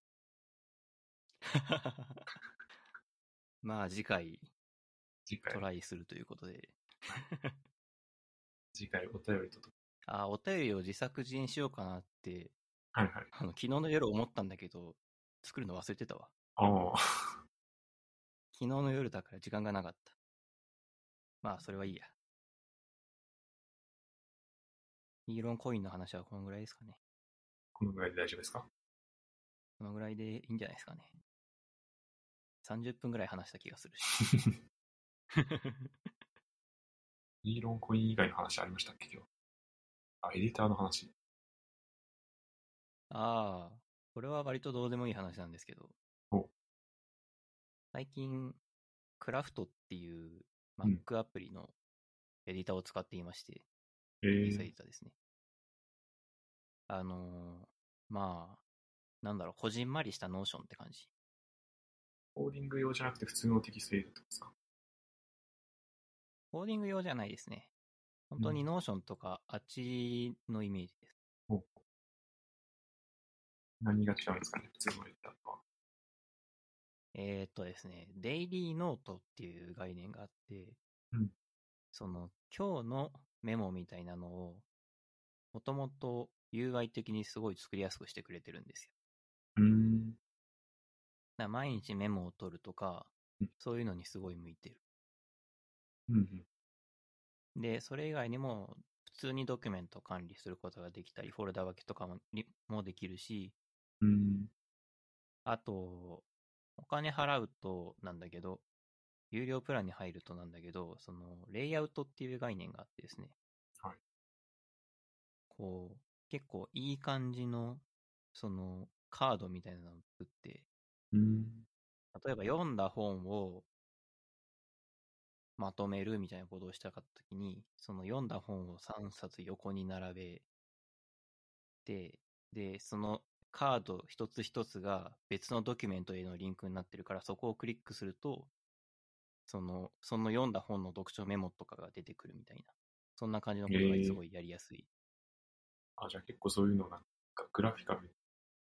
まあ、次回、次回ト、ライするということで。次回お便りとと。あ、お便りを自作自演しようかなって、はいはい。あの、昨日の夜思ったんだけど、作るの忘れてたわ。ああ。昨日の夜だから時間がなかった。まあ、それはいいや。イーロンコインの話はこのぐらいですかね。このぐらいで大丈夫です かこのぐらいでいいんじゃないですかね。30分ぐらい話した気がするし。 イーロンコイン以外の話ありましたっけ今日。あ、エディターの話。ああ、これは割とどうでもいい話なんですけどお。最近、クラフトっていううん Mac アプリのエディターを使っていまして、えイーサーイ、タですね。あのーまあ、なんだろう、こじんまりしたノーションって感じ。コーディング用じゃなくて普通のテキストエディターですかコーディング用じゃないですね。本当にうんノーションとか、あっちのイメージです。お何が違うんですかね、普通のレターとは。えーっとですね、デイリーノートっていう概念があって、うんその今日のメモみたいなのを、もともと UI 的にすごい作りやすくしてくれてるんですよ。うーん。だから毎日メモを取るとかうん、そういうのにすごい向いてる。うんうん。で、それ以外にも、普通にドキュメントを管理することができたり、フォルダ分けとかもりもできるし、うーん。あと、お金払うとなんだけど、有料プランに入るとなんだけど、その、レイアウトっていう概念があってですね。はいこう、結構いい感じの、その、カードみたいなのを作って、うーん。例えば読んだ本をまとめるみたいなことをしたかったときに、その読んだ本を3冊横に並べて、で、そのカード一つ一つが別のドキュメントへのリンクになってるから、そこをクリックすると、その、その読んだ本の読書メモとかが出てくるみたいな。そんな感じのことがすごいやりやすい。あ、じゃあ結構そういうのなんかグラフィカルに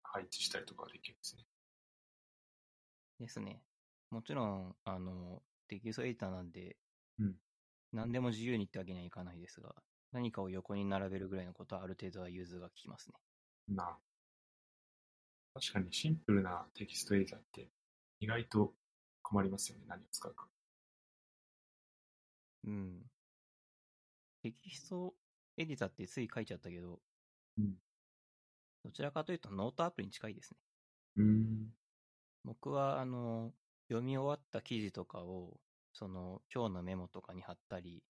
配置したりとかできるんですね。ですね。もちろん、あの、デキューソエディターなんで、うん何でも自由にってわけにはいかないですが、何かを横に並べるぐらいのことはある程度は融通が効きますね。なあ確かにシンプルなテキストエディターって意外と困りますよね、何を使うか。うん。テキストエディターってつい書いちゃったけど、うんどちらかというとノートアプリに近いですね。うーん。僕は、あの、読み終わった記事とかを、その、今日のメモとかに貼ったり、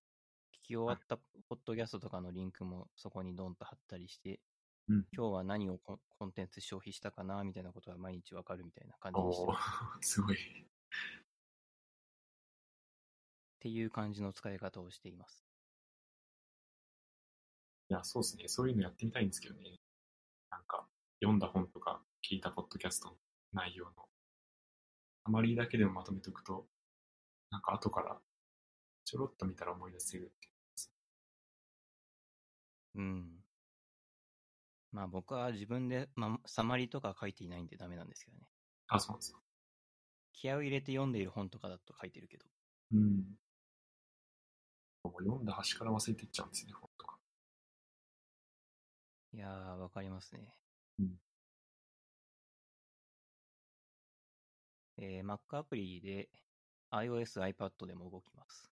聞き終わったポッドキャストとかのリンクもそこにドンと貼ったりして、うん。今日は何をコンコンテンツ消費したかなみたいなことが毎日わかるみたいな感じにしておるーっすごい。ていう感じの使い方をしています。いや、そうですね。そういうのやってみたいんですけどね。なんか、読んだ本とか、聞いたポッドキャストの内容の、あまりだけでもまとめておくと、なんか後から、ちょろっと見たら思い出せるっていう。うん。まあ僕は自分で、まあ、サマリーとか書いていないんでダメなんですけどね。あ、そうなんですか。気合を入れて読んでいる本とかだと書いてるけど。うん。もう読んだ端から忘れていっちゃうんですね、本とか。いやー、わかりますね。うんえー Mac アプリで iOS、iPad でも動きます。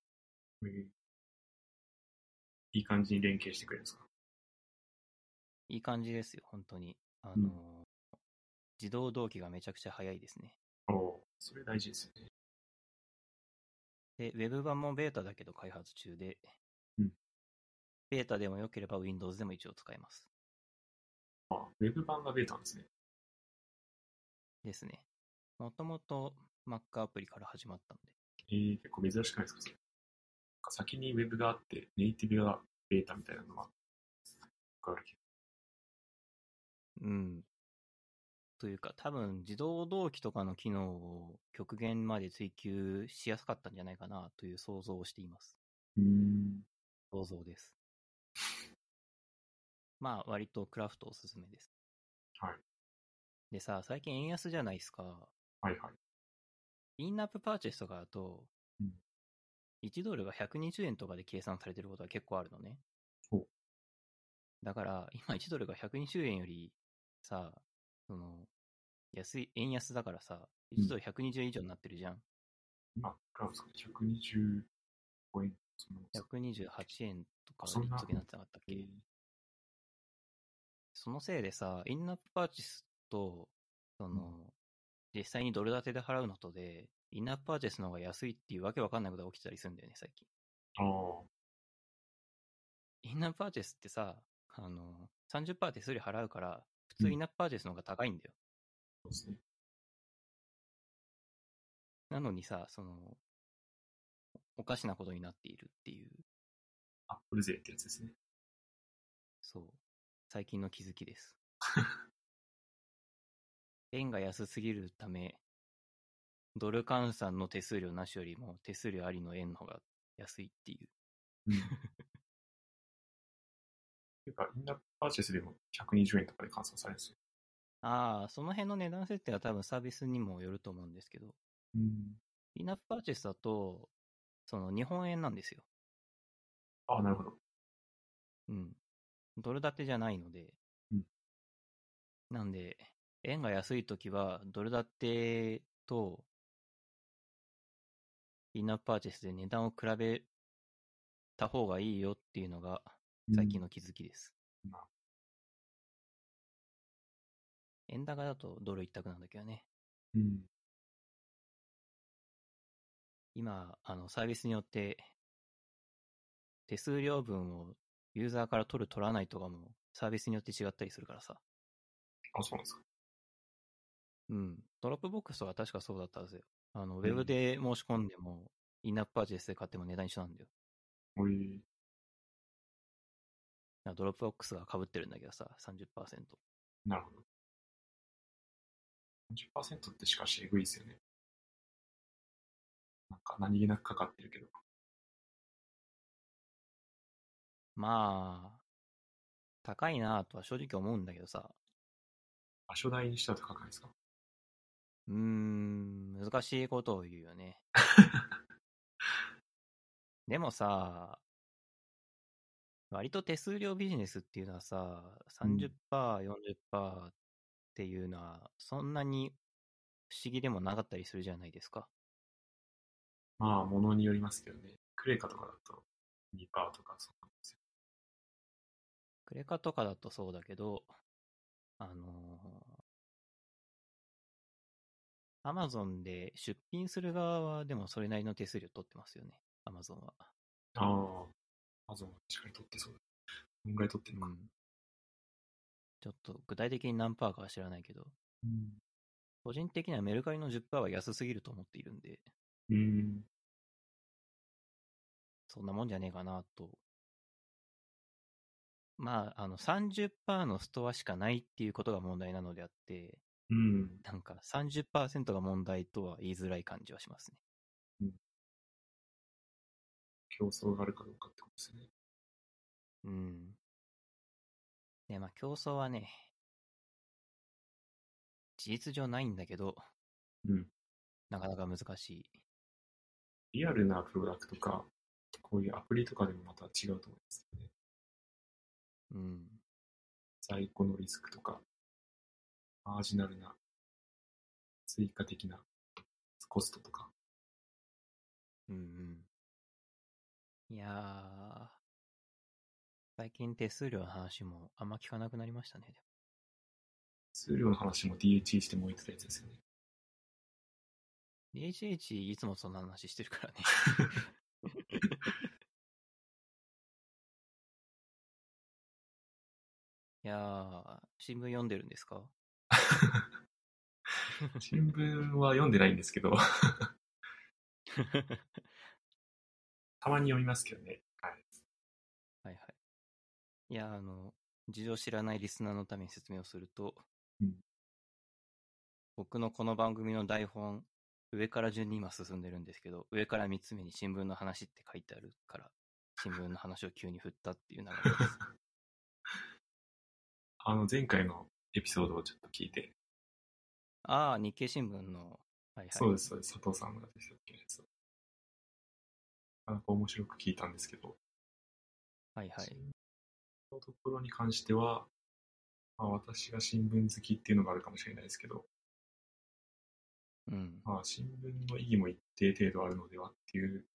いい感じに連携してくれるんですか。いい感じですよ、本当に。あのーうん自動同期がめちゃくちゃ早いですね。おお、それ大事ですよね。で、Web 版もベータだけど開発中で、うんベータでも良ければ Windows でも一応使えます。あ、ウェブ版がベータなんですね。ですね。もともと Mac アプリから始まったんで。えー、結構珍しくないですか、それ。なんか先にウェブがあって、ネイティブがベータみたいなのが、あるけどうん。というか、多分自動同期とかの機能を極限まで追求しやすかったんじゃないかなという想像をしています。うーん。想像です。 まあ、割とクラフトおすすめです。はい。でさ、最近円安じゃないですか。はいはい。インナップパーチェスとかだとうん、 1ドルが120円とかで計算されてることは結構あるのねほう。だから、今1ドルが120円よりさ、その、安い、円安だからさ、ん1ドル120円以上になってるじゃん。今、いくらですかね ?125 円。その128円とか、そんな一時なってなかったっえけーそのせいでさ、インナップパーチェスと、その、実際にドル建てで払うのとで、インナップパーチェスの方が安いっていうわけわかんないことが起きてたりするんだよね、最近。ああ、インナーパーチェスってさ、あの、30%手数料払うから、普通インナーパーチェスの方が高いんだよ。そうですね。なのにさ、その、おかしなことになっているっていう、アップル税ってやつですね。そう、最近の気づきです。円が安すぎるため、ドル換算の手数料なしよりも手数料ありの円の方が安いっていう。うん。ていうか、インナーパーチェスでも120円とかで換算されるんですよ。ああ、その辺の値段設定は多分サービスにもよると思うんですけど、うん。イナフパーチェスだと、その日本円なんですよ。あ、なるほど。うん。ドル建てじゃないので。うんなんで、円が安いときは、ドル建てと、インナーパーチェスで値段を比べた方がいいよっていうのが、最近の気づきです。うんまあ円高だとドル一択なんだけどね。うん。今、あの、サービスによって、手数料分をユーザーから取る取らないとかも、サービスによって違ったりするからさ。あ、そうなんですか。うん。ドロップボックスとか確かそうだったはずよ。あの、ウんェブで申し込んでも、インナップパーチェスで買っても値段一緒なんだよ。おい。だからドロップボックスが被ってるんだけどさ、30%。なるほど。30%ってしかし、えぐいですよね。なんか、何気なくかかってるけど。まあ、高いなぁとは正直思うんだけどさ、場所代にしたら高いですかうーん、難しいことを言うよね。でもさ、割と手数料ビジネスっていうのはさ、30%、40%っていうのは、そんなに不思議でもなかったりするじゃないですか。まあ、ものによりますけどね。クレカとかだと2%とかそうなんですよ。クレカとかだとそうだけど、あのー、アマゾンで出品する側はでもそれなりの手数料取ってますよね。アマゾンは。ああ、アゾンは確かに取ってそうだ。どんぐらい取ってるうのか。ん。ちょっと具体的に何パーかは知らないけど、うん。個人的にはメルカリの10%は安すぎると思っているんで、うん。そんなもんじゃねえかなと。まあ、あの30%のストアしかないっていうことが問題なのであって、うん。なんか30%が問題とは言いづらい感じはしますね。競争があるかどうかってことですよね。うん。ね、まあ競争はね、事実上ないんだけど、うん。なかなか難しい。リアルなプロダクトか、こういうアプリとかでもまた違うと思いますよね。うん。在庫のリスクとか、マージナルな、追加的なコストとか。うんうん。いやー、最近手数料の話もあんま聞かなくなりましたね。数量の話も DHE しても言ってたやつですよね。 DHH いつもそんな話してる からね。いやー、新聞読んでるんですか新聞は読んでないんですけど、 たまに読みますけどね。はい。はいはい。いや、あの、事情を知らないリスナーのために説明をすると、うん僕のこの番組の台本、上から順に今進んでるんですけど、上から3つ目に新聞の話って書いてあるから、新聞の話を急に振ったっていう流 れです。あの、前回のエピソードをちょっと聞いて、ああ、日経新聞の、はいはい。そうです、そうです、佐藤さんが出てたやつ。なかなか面白く聞いたんですけど、はいはい。新聞のところに関しては、まあ、私が新聞好きっていうのがあるかもしれないですけど、うん。まあ、新聞の意義も一定程度あるのではっていう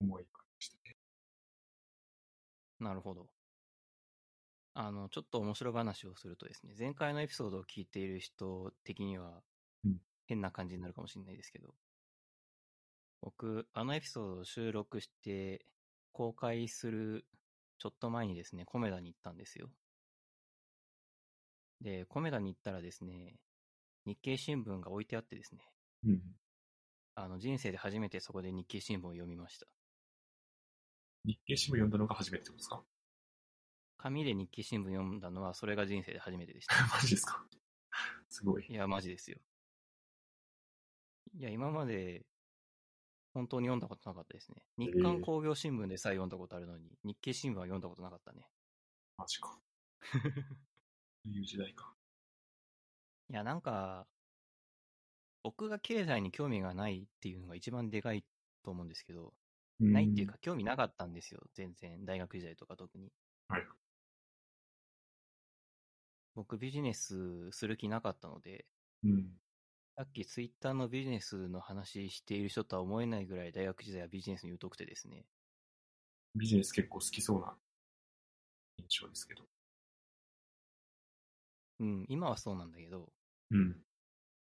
思いがありましたね。なるほど。あの、ちょっと面白話をするとですね、前回のエピソードを聞いている人的にはうん、変な感じになるかもしれないですけど、僕、あのエピソードを収録して、公開するちょっと前にですね、コメダに行ったんですよ。で、コメダに行ったらですね、日経新聞が置いてあってですね、うん。あの、人生で初めてそこで日経新聞を読みました。日経新聞読んだのが初めてってことですか 紙で日経新聞読んだのは、それが人生で初めてでした。マジですかすごい。いや、マジですよ。いや、今まで本当に読んだことなかったですね。日刊工業新聞でさえ読んだことあるのに、日経新聞は読んだことなかったね。 マジか。そういう時代か。いや、なんか、僕が経済に興味がないっていうのが一番でかいと思うんですけど、うんないっていうか興味なかったんですよ。全然。大学時代とか特に。はい。僕ビジネスする気なかったので、うん。さっきツイッターのビジネスの話している人とは思えないぐらい大学時代はビジネスに疎くてですね。ビジネス結構好きそうな印象ですけど。うん、今はそうなんだけど、 うん。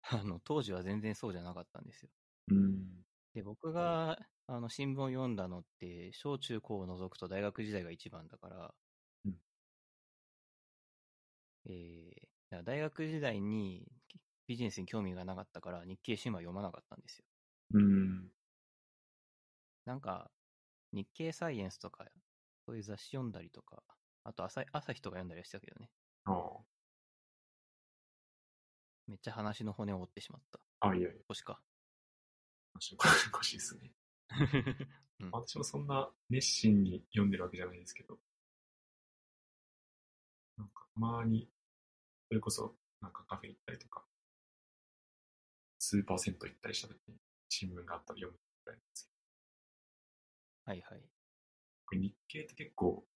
あの、当時は全然そうじゃなかったんですよ。うん。で、僕が、あの、新聞を読んだのって、小中高を除くと大学時代が一番だから、うんえーだから大学時代にビジネスに興味がなかったから、日経新聞は読まなかったんですよ。うん。なんか、日経サイエンスとか、そういう雑誌読んだりとか、あと朝、朝日とか読んだりはしてたけどね。あめっちゃ話の骨を折ってしまった。あ。あ、いやいや、腰 か。話 おかしいですね。うん私もそんな熱心に読んでるわけじゃないですけど、なんかたまに、それこそなんかカフェ行ったりとか、スーパー銭湯行ったりした時に新聞があったら読むぐらいなんですけどはいはい。、僕日経って結構、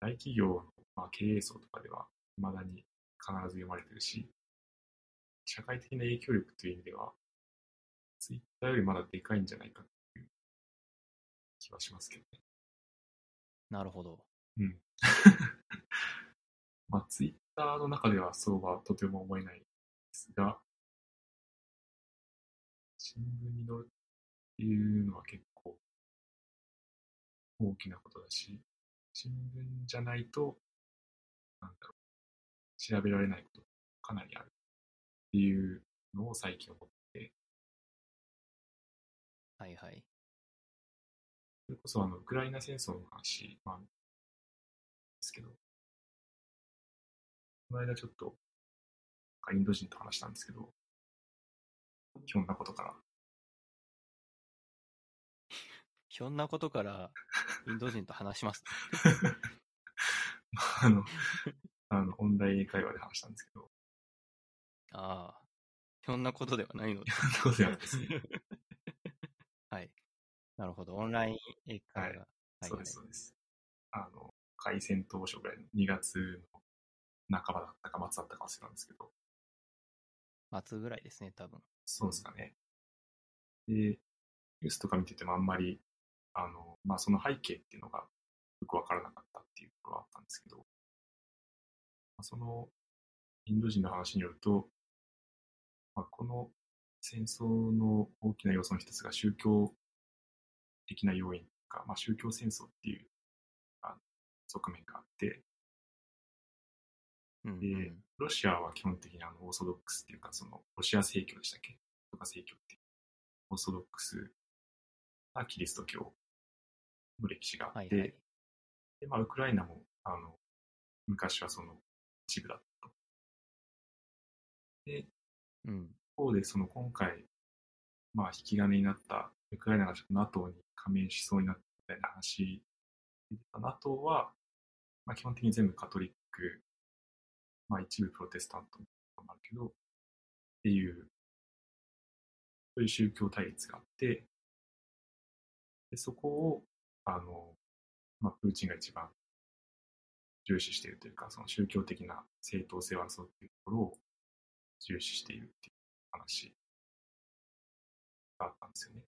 大企業のまあ経営層とかでは未だに必ず読まれてるし、社会的な影響力という意味では、ツイッターよりまだでかいんじゃないかっていう気はしますけどね。なるほど。まあ、ツイッターの中ではそうはとても思えないですが、新聞に載るっていうのは結構大きなことだし、新聞じゃないと、なんだろう、調べられないことがかなりあるっていうのを最近思って、はいはい。それこそあの、ウクライナ戦争の話、まあ、ですけど、この間ちょっと、インド人と話したんですけど、ひょんなことから、ひょんなことから、インド人と話します。 あ の、あの、オンライン会話で話したんですけど、ああ。ひょんなことではない ので。そんなことではないですね。はい。なるほど。オンライン英会話。はいはいそうです、そうです。あの、開戦当初ぐらいの2月の半ばだったか末だったか忘れたんですけど、末ぐらいですね、多分。そうですかね。で、ニュースとか見ててもあんまり、あの、まあ、その背景っていうのがよくわからなかったっていうところはあったんですけど、まあ、その、インド人の話によると、まあ、この戦争の大きな要素の一つが宗教的な要因か、まあ、宗教戦争っていうあの側面があって、うん、うん。えーロシアは基本的にあのオーソドックスっていうか、そのロシア正教でしたっけとか正教っていう、オーソドックスなキリスト教の歴史があはっいて、はい。でまあ、ウクライナもあの昔はその一部だったと。で、うん。一方でその今回、まあ、引き金になったウクライナが NATO に加盟しそうになったみたいな話で NATO は、まあ、基本的に全部カトリック、まあ、一部プロテスタントもあるけどっていうそういう宗教対立があってでそこをあの、まあ、プーチンが一番重視しているというかその宗教的な正当性を争うっていうところを重視しているっていう話があったんですよね。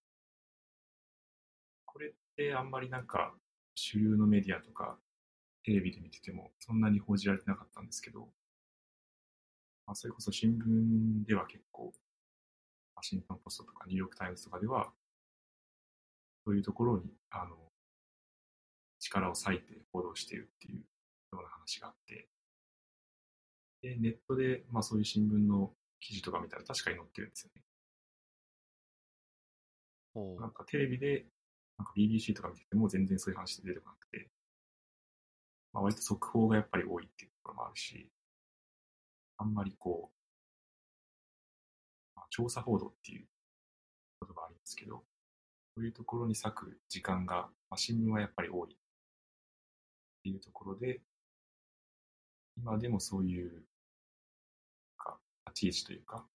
これってあんまりなんか主流のメディアとかテレビで見ててもそんなに報じられてなかったんですけど、まあ、それこそ新聞では結構ワシントン・ポストとかニューヨーク・タイムズとかではそういうところにあの力を割いて報道しているっていうような話があってでネットで、まあ、そういう新聞の記事とか見たら確かに載ってるんですよね。ほなんう。かテレビで、なんか BBC とか見てても全然そういう話出てこなくて、まあ、割と速報がやっぱり多いっていうところもあるし、あんまりこう、まあ、調査報道っていう言葉ありますけど、そういうところに割く時間が、まあ、新聞はやっぱり多いっていうところで、今でもそういう地位置というか、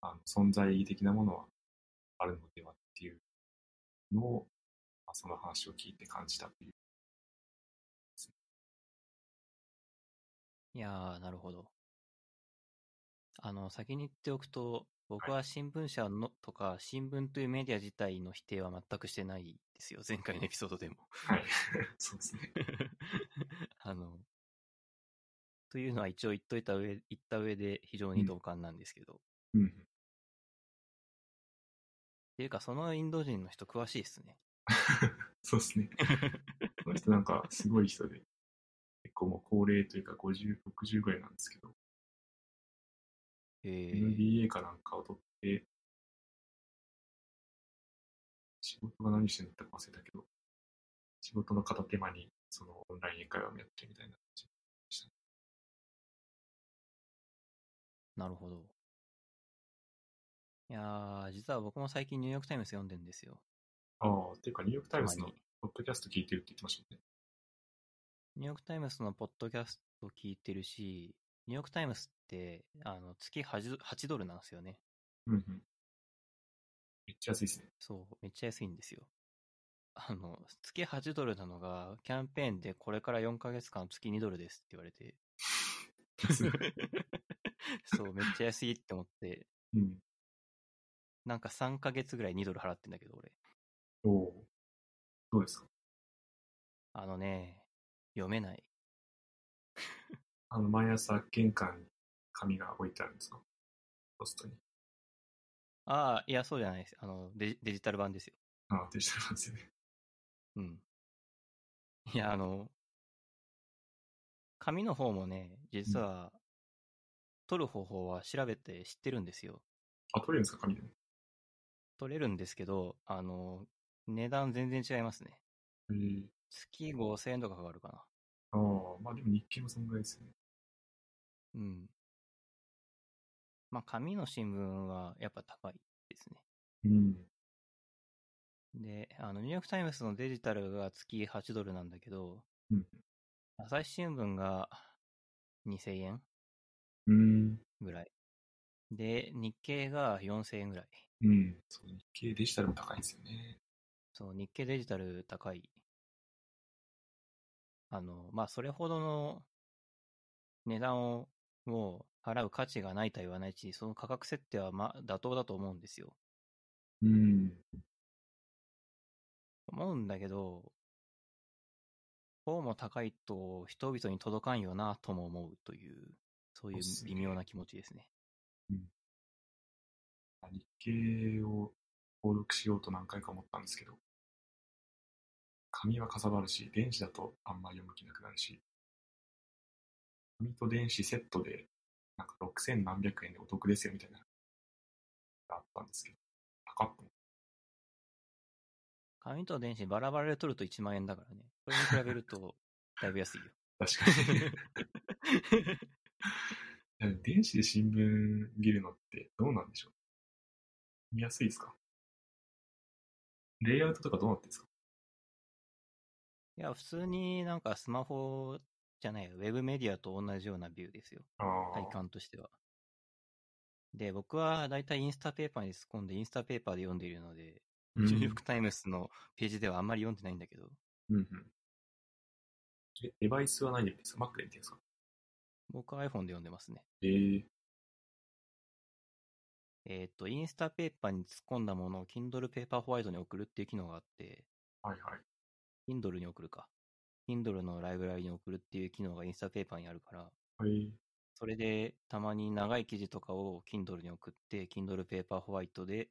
あの存在意義的なものはあるのではっていうのを、まあ、その話を聞いて感じた という。いやー、なるほど。あの、先に言っておくと、僕は新聞社のとか、新聞というメディア自体の否定は全くしてないですよ。前回のエピソードでも。はい。 そうですね。 あの、というのは一応言っといた上、言った上で非常に同感なんですけど。っうん。ていうか、そのインド人の人詳しいですね。そうです ね。この人なんかすごい人で、結構もう高齢というか50、60ぐらいなんですけど、えー、 MBA かなんかを取って、仕事が何してるのか忘れたけど、仕事の片手間にそのオンライン英会話もやってるみたいな感じ。なるほど。いやー、実は僕も最近ニューヨークタイムズ読んでんですよ。ああ、っていうかニューヨークタイムズたまのにポッドキャスト聞いてるって言ってましたもんね。ニューヨークタイムズのポッドキャスト聞いてるし、ニューヨークタイムズって、あの、月 8, 8ドルなんですよね。うんうん。めっちゃ安いですね。そう、めっちゃ安いんですよ。あの、月8ドルなのが、キャンペーンでこれから4ヶ月間月2ドルですって言われて、 そう、めっちゃ安いって思って、 うん。なんか3ヶ月ぐらい2ドル払ってんだけど、俺。おお。どうですかあのね、読めない。あの、毎朝玄関に紙が置いてあるんですかポストに。ああ、いや、そうじゃないです。あの、デジデジタル版ですよ。ああ、デジタルなんですよね。うん。いや、あの、紙の方もね、実は、取る方法は調べて知ってるんですよ。あ、取れるんですか紙でも。取れるんですけど、あの、値段全然違いますね。ええ月5000円とかかかるかな。ああ、まあでも日経もそんぐらいですよね。うん。まあ、紙の新聞はやっぱ高いですね。うん。で、あの、ニューヨークタイムズのデジタルが月8ドルなんだけど、うん朝日新聞が2000円うん。ぐらい。で、日経が4000円ぐらい。うん。そう、日経デジタルも高いですよね。そう、日経デジタル高い。あの、まあ、それほどの値段を、を払う価値がないとは言わないし、その価格設定は、まあ、妥当だと思うんですよ。うん。思うんだけど、こうも高いと人々に届かんよなとも思うという、そういうそうっすね微妙な気持ちですね。日経を登録しようと何回か思ったんですけど、紙はかさばるし、電子だとあんま読む気なくなるし、紙と電子セットで、なんか6000何百円でお得ですよみたいな、があったんですけど、高っと思って紙と電子バラバラで取ると1万円だからね。これに比べる と、だいぶ安いよ。確かに。 いや電子で新聞見るのってどうなんでしょう見やすいですかレイアウトとかどうなってるんですかいや、普通になんかスマホじゃない、ウェブメディアと同じようなビューですよ。ああ体感としては。で、僕はだいたいインスタペーパーに突っ込んで、インスタペーパーで読んでいるので、うんニューヨークタイムズのページではあんまり読んでないんだけど、うんうん。え、デバイスは何で見てるんですか ?Mac で見てるんですか僕は iPhone で読んでますね。えー、えっ、と、インスタペーパーに突っ込んだものを Kindle Paperwhite に送るっていう機能があって、はいはい。 Kindle に送るか。Kindle のライブラリに送るっていう機能がインスタペーパーにあるから、はい。それでたまに長い記事とかを Kindle に送って、Kindle Paperwhite で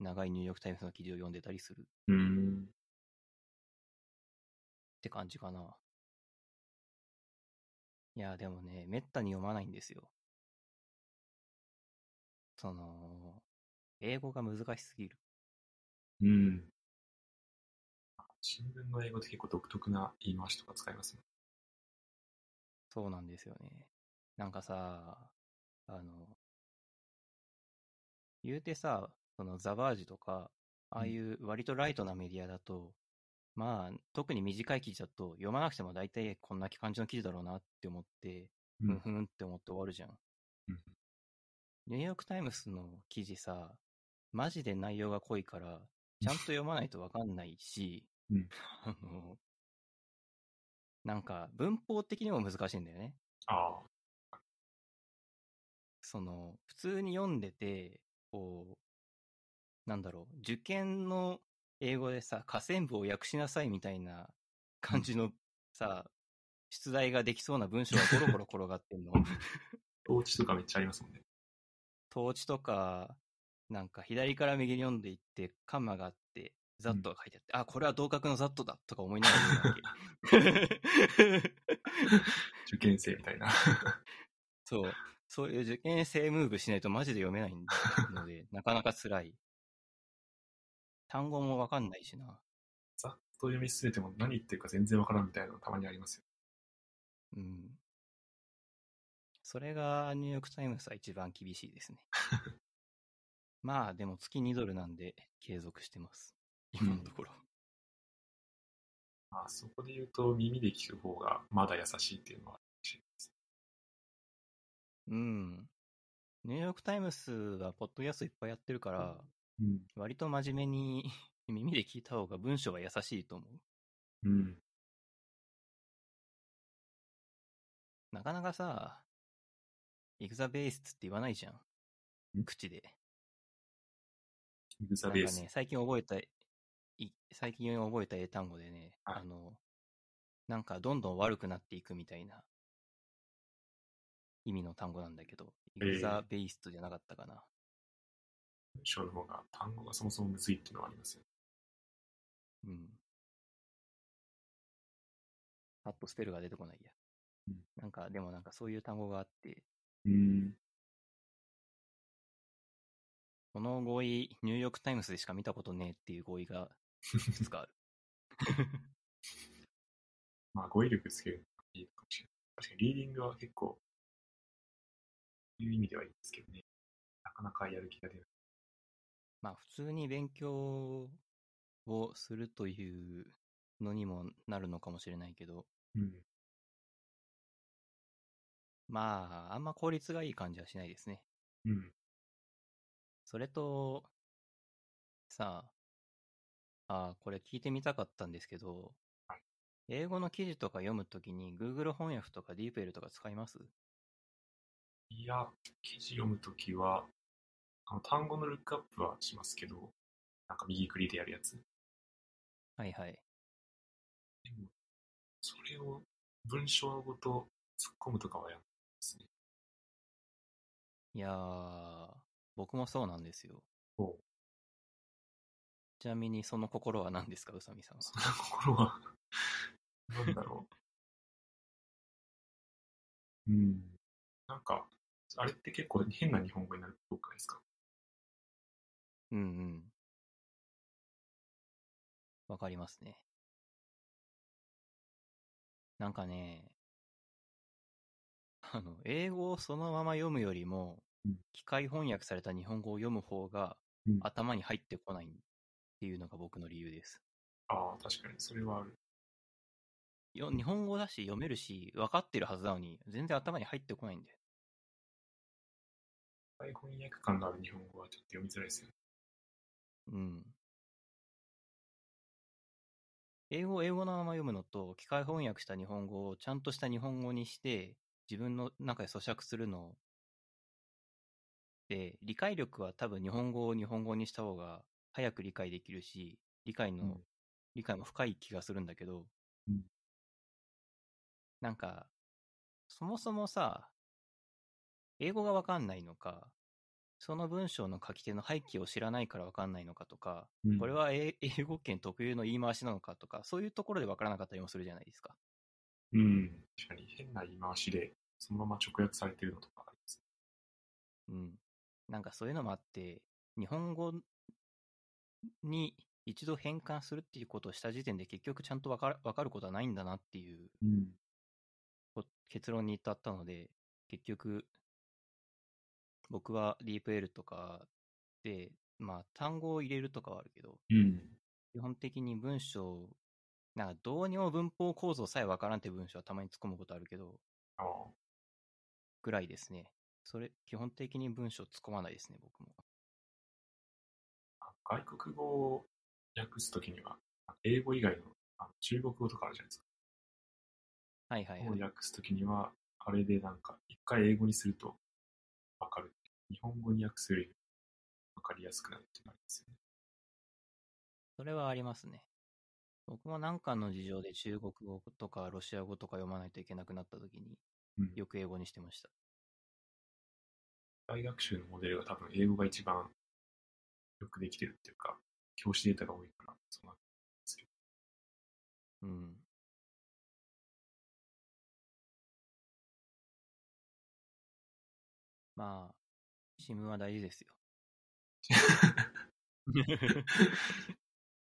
長いニューヨークタイムズの記事を読んでたりするっうーん。て感じかな。いや、でもね、めったに読まないんですよ。その、英語が難しすぎる。うん。新聞の英語って結構独特な言い回しとか使いますね。そうなんですよね。なんかさ、あの、言うてさ、そのザバージとか、ああいう割とライトなメディアだと、まあ、特に短い記事だと、読まなくても大体こんな感じの記事だろうなって思って、ううんんふんって思って終わるじゃん。うんニューヨークタイムスの記事さ、マジで内容が濃いから、ちゃんと読まないとわかんないし、うん あの、なんか文法的にも難しいんだよね。ああ、その、普通に読んでて、こう、なんだろう、受験の英語でさ、下線部を訳しなさいみたいな感じのさ、出題ができそうな文章がゴロゴロ転がってんの。お家とかめっちゃありますもんね。統治とか、なんか左から右に読んでいって、カンマがあって、ザットが書いてあって、あ、これは同格のザットだとか思いながら読むわけ。受験生みたい な。そう。そういう受験生ムーブしないとマジで読めないので、なかなか辛い。単語もわかんないしな。ざっと読み進めても何言ってるか全然わからんみたいなのたまにありますよ。うん。それがニューヨークタイムズは一番厳しいですね。まあでも月2ドルなんで継続してます。今のところ。まあ、そこで言うと耳で聞く方がまだ優しいっていうのはあるかもしれないです。うん。ニューヨークタイムスはポッドキャストいっぱいやってるから、うん。割と真面目に 耳で聞いた方が文章は優しいと思う。うん。なかなかさ、エグザベースって言わないじゃん。ん口で。イグザなんベーかス。ね、最近覚えた、い最近覚えた英単語でね、はいあの、なんかどんどん悪くなっていくみたいな意味の単語なんだけど、エえーグザベーストじゃなかったかな。文章の方が単語がそもそもむずいっていうのはありますよ。うん。パッとスペルが出てこないや。うんなんか、でもなんかそういう単語があって、うん。この語彙、ニューヨークタイムスでしか見たことねえっていう語彙がいくつ かある。まあ、語彙力つけるのがいいかもしれない。確かにリーディングは結構、そういう意味ではいいんですけどね。なかなかやる気が出ない。まあ、普通に勉強をするというのにもなるのかもしれないけど、うん。まあ、あんま効率がいい感じはしないですね。うん。それと、さあ、あーこれ聞いてみたかったんですけどは、英語の記事とか読むときに Google 翻訳とか DeepL とか使いますいや、記事読むときは、あの、単語のルックアップはしますけど、なんか右クリでやるやつ。ではいはい。も、それを文章ごと突っ込むとかはやんないですね。いやー、僕もそうなんですよ。おうちなみにその心は何ですか、うさみさんは。そんな心は、 なんだろう。うん。なんか、あれって結構変な日本語になるっぽくないですかうんうん。わかりますね。なんかね、 あの、英語をそのまま読むよりもうん、機械翻訳された日本語を読む方がうん頭に入ってこないっていうのが僕の理由です。ああ、確かに、それはある。よ日本語だし読めるし、分かってるはずなのに、全然頭に入ってこないんで。大翻訳感のある日本語はちょっと読みづらいですよね。うん。英語を英語のまま読むのと、機械翻訳した日本語をちゃんとした日本語にして、自分の中で咀嚼するので、理解力は多分日本語を日本語にした方が早く理解できるし、理解の、うん理解も深い気がするんだけど、うんなんか、そもそもさ、英語がわかんないのか、その文章の書き手の背景を知らないからわかんないのかとか、これは英 英語圏特有の言い回しなのかとか、そういうところで分からなかったりもするじゃないですか。うん、確かに変な言い回しで、そのまま直訳されてるのとかあります。うん。なんかそういうのもあって、日本語に一度変換するっていうことをした時点で結局ちゃんと分かる分かることはないんだなっていううん。こ結論に至ったので、結局、僕は DeepL とかで、まあ単語を入れるとかはあるけど、うん。基本的に文章、なんかどうにも文法構造さえ分からんって文章はたまに突っ込むことあるけど、ああ、ぐらいですね。それ、基本的に文章突っ込まないですね、僕も。あ外国語を訳すときには、あ英語以外のあの中国語とかあるじゃないですか。はいはいはい。を訳すときには、あれでなんか、一回英語にするとわかる。日本語に訳すよりわかりやすくなるってなりますよね。それはありますね。僕も何かの事情で中国語とかロシア語とか読まないといけなくなった時にうん、よく英語にしてました。大学習のモデルが多分英語が一番よくできてるっていうか、教師データが多いから、そのうん。まあ、新聞は大事ですよ。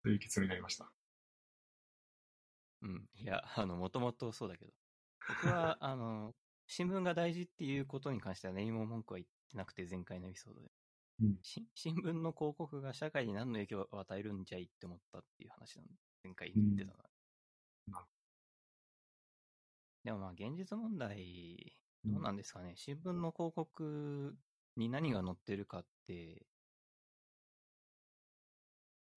という結論になりました。うん。いや、あの、もともとそうだけど。僕 は、あの、新聞が大事っていうことに関しては何も文句は言ってなくて、前回のエピソードで。うんし新聞の広告が社会に何の影響を与えるんじゃいって思ったっていう話なんで、前回言ってたのは。うんなるでもまあ、現実問題、どうなんですかね。新聞の広告に何が載ってるかって、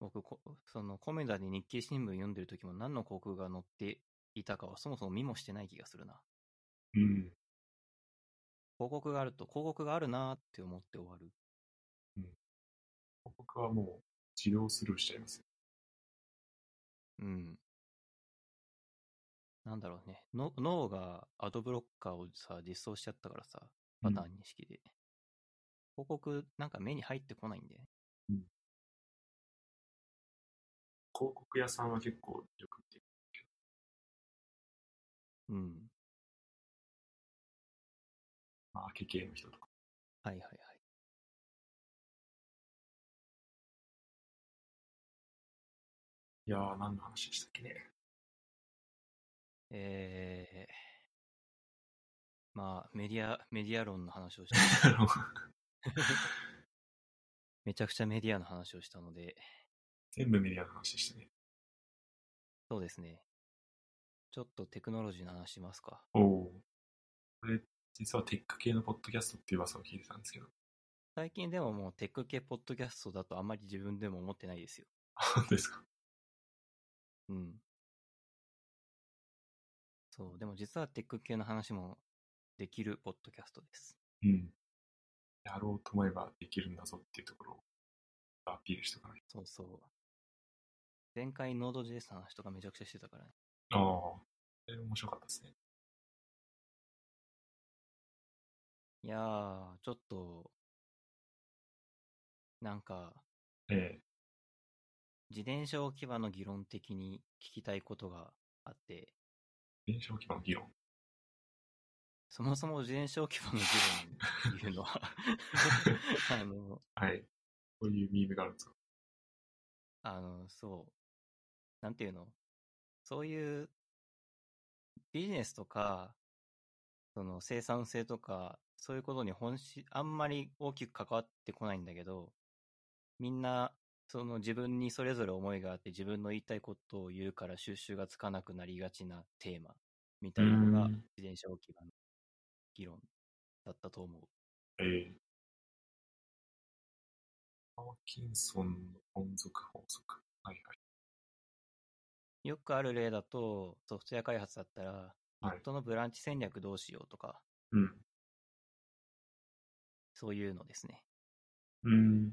僕こ、そのコメダで日経新聞読んでる時も何の広告が載っていたかはそもそも見もしてない気がするな。うん。広告があると、広告があるなーって思って終わる。僕はもう自動スルーしちゃいますよ。うん。なんだろうね。の脳がアドブロッカーをさ、実装しちゃったからさ、パターン認識で。広告なんか目に入ってこないんだよね。広告屋さんは結構よく見てる。うん。まあ、明け系の人とか。はいはいはい。いやー、何の話でしたっけね。 えー、まあ、メディア、メディア論の話をしあた。のめちゃくちゃメディアの話をしたので、全部メディアの話でしたね。そうですね。ちょっとテクノロジーの話しますか。おお。これ、実はテック系のポッドキャストっていう噂を聞いてたんですけど。 最近でももうテック系ポッドキャストだとあんまり自分でも思ってないですよ。本当ですかうん。そう、でも実はテック系の話もできるポッドキャストです。うん。やろうと思えばできるんだぞっていうところをアピールしておかないそうそう。前回 Node.js の話とかめちゃくちゃしてたからね。と。ああ。それ面白かったですね。いやー、ちょっと、なんか、え自転車置き場の議論的に聞きたいことがあって、え電車置き場の議論。そもそも自転車置き場の議論っていうのは あの、はい。こういうミームがあるんですかあの、そう。なんていうのそういう、ビジネスとか、その生産性とか、そういうことに本質、あんまり大きく関わってこないんだけど、みんな、その自分にそれぞれ思いがあって自分の言いたいことを言うから収集がつかなくなりがちなテーマみたいなのうがん自転車置き場の議論だったと思う。ええパーキンソンの音速法則。はいはい。よくある例だとソフトウェア開発だったら、はいネットのブランチ戦略どうしようとか、うん。そういうのですね。うん。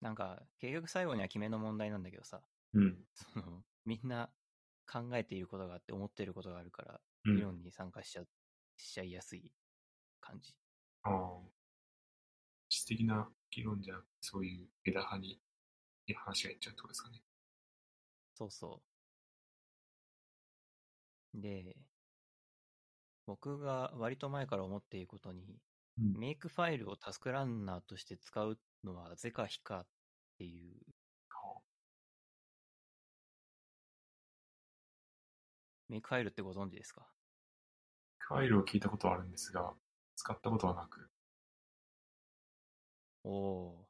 なんか、結局最後には決めの問題なんだけどさ、 うん。その、みんな考えていることがあって思っていることがあるから、う議ん。論に参加しちゃ、しちゃいやすい感じ。ああ。質的な議論じゃなくて、そういう枝葉に話がいっちゃうってことですかね。そうそう。で、僕が割と前から思っていることに、うん。メイクファイルをタスクランナーとして使うのは是か非かっていう、メイクファイルってご存知ですかファイルを聞いたことはあるんですが、使ったことはなく。おおー。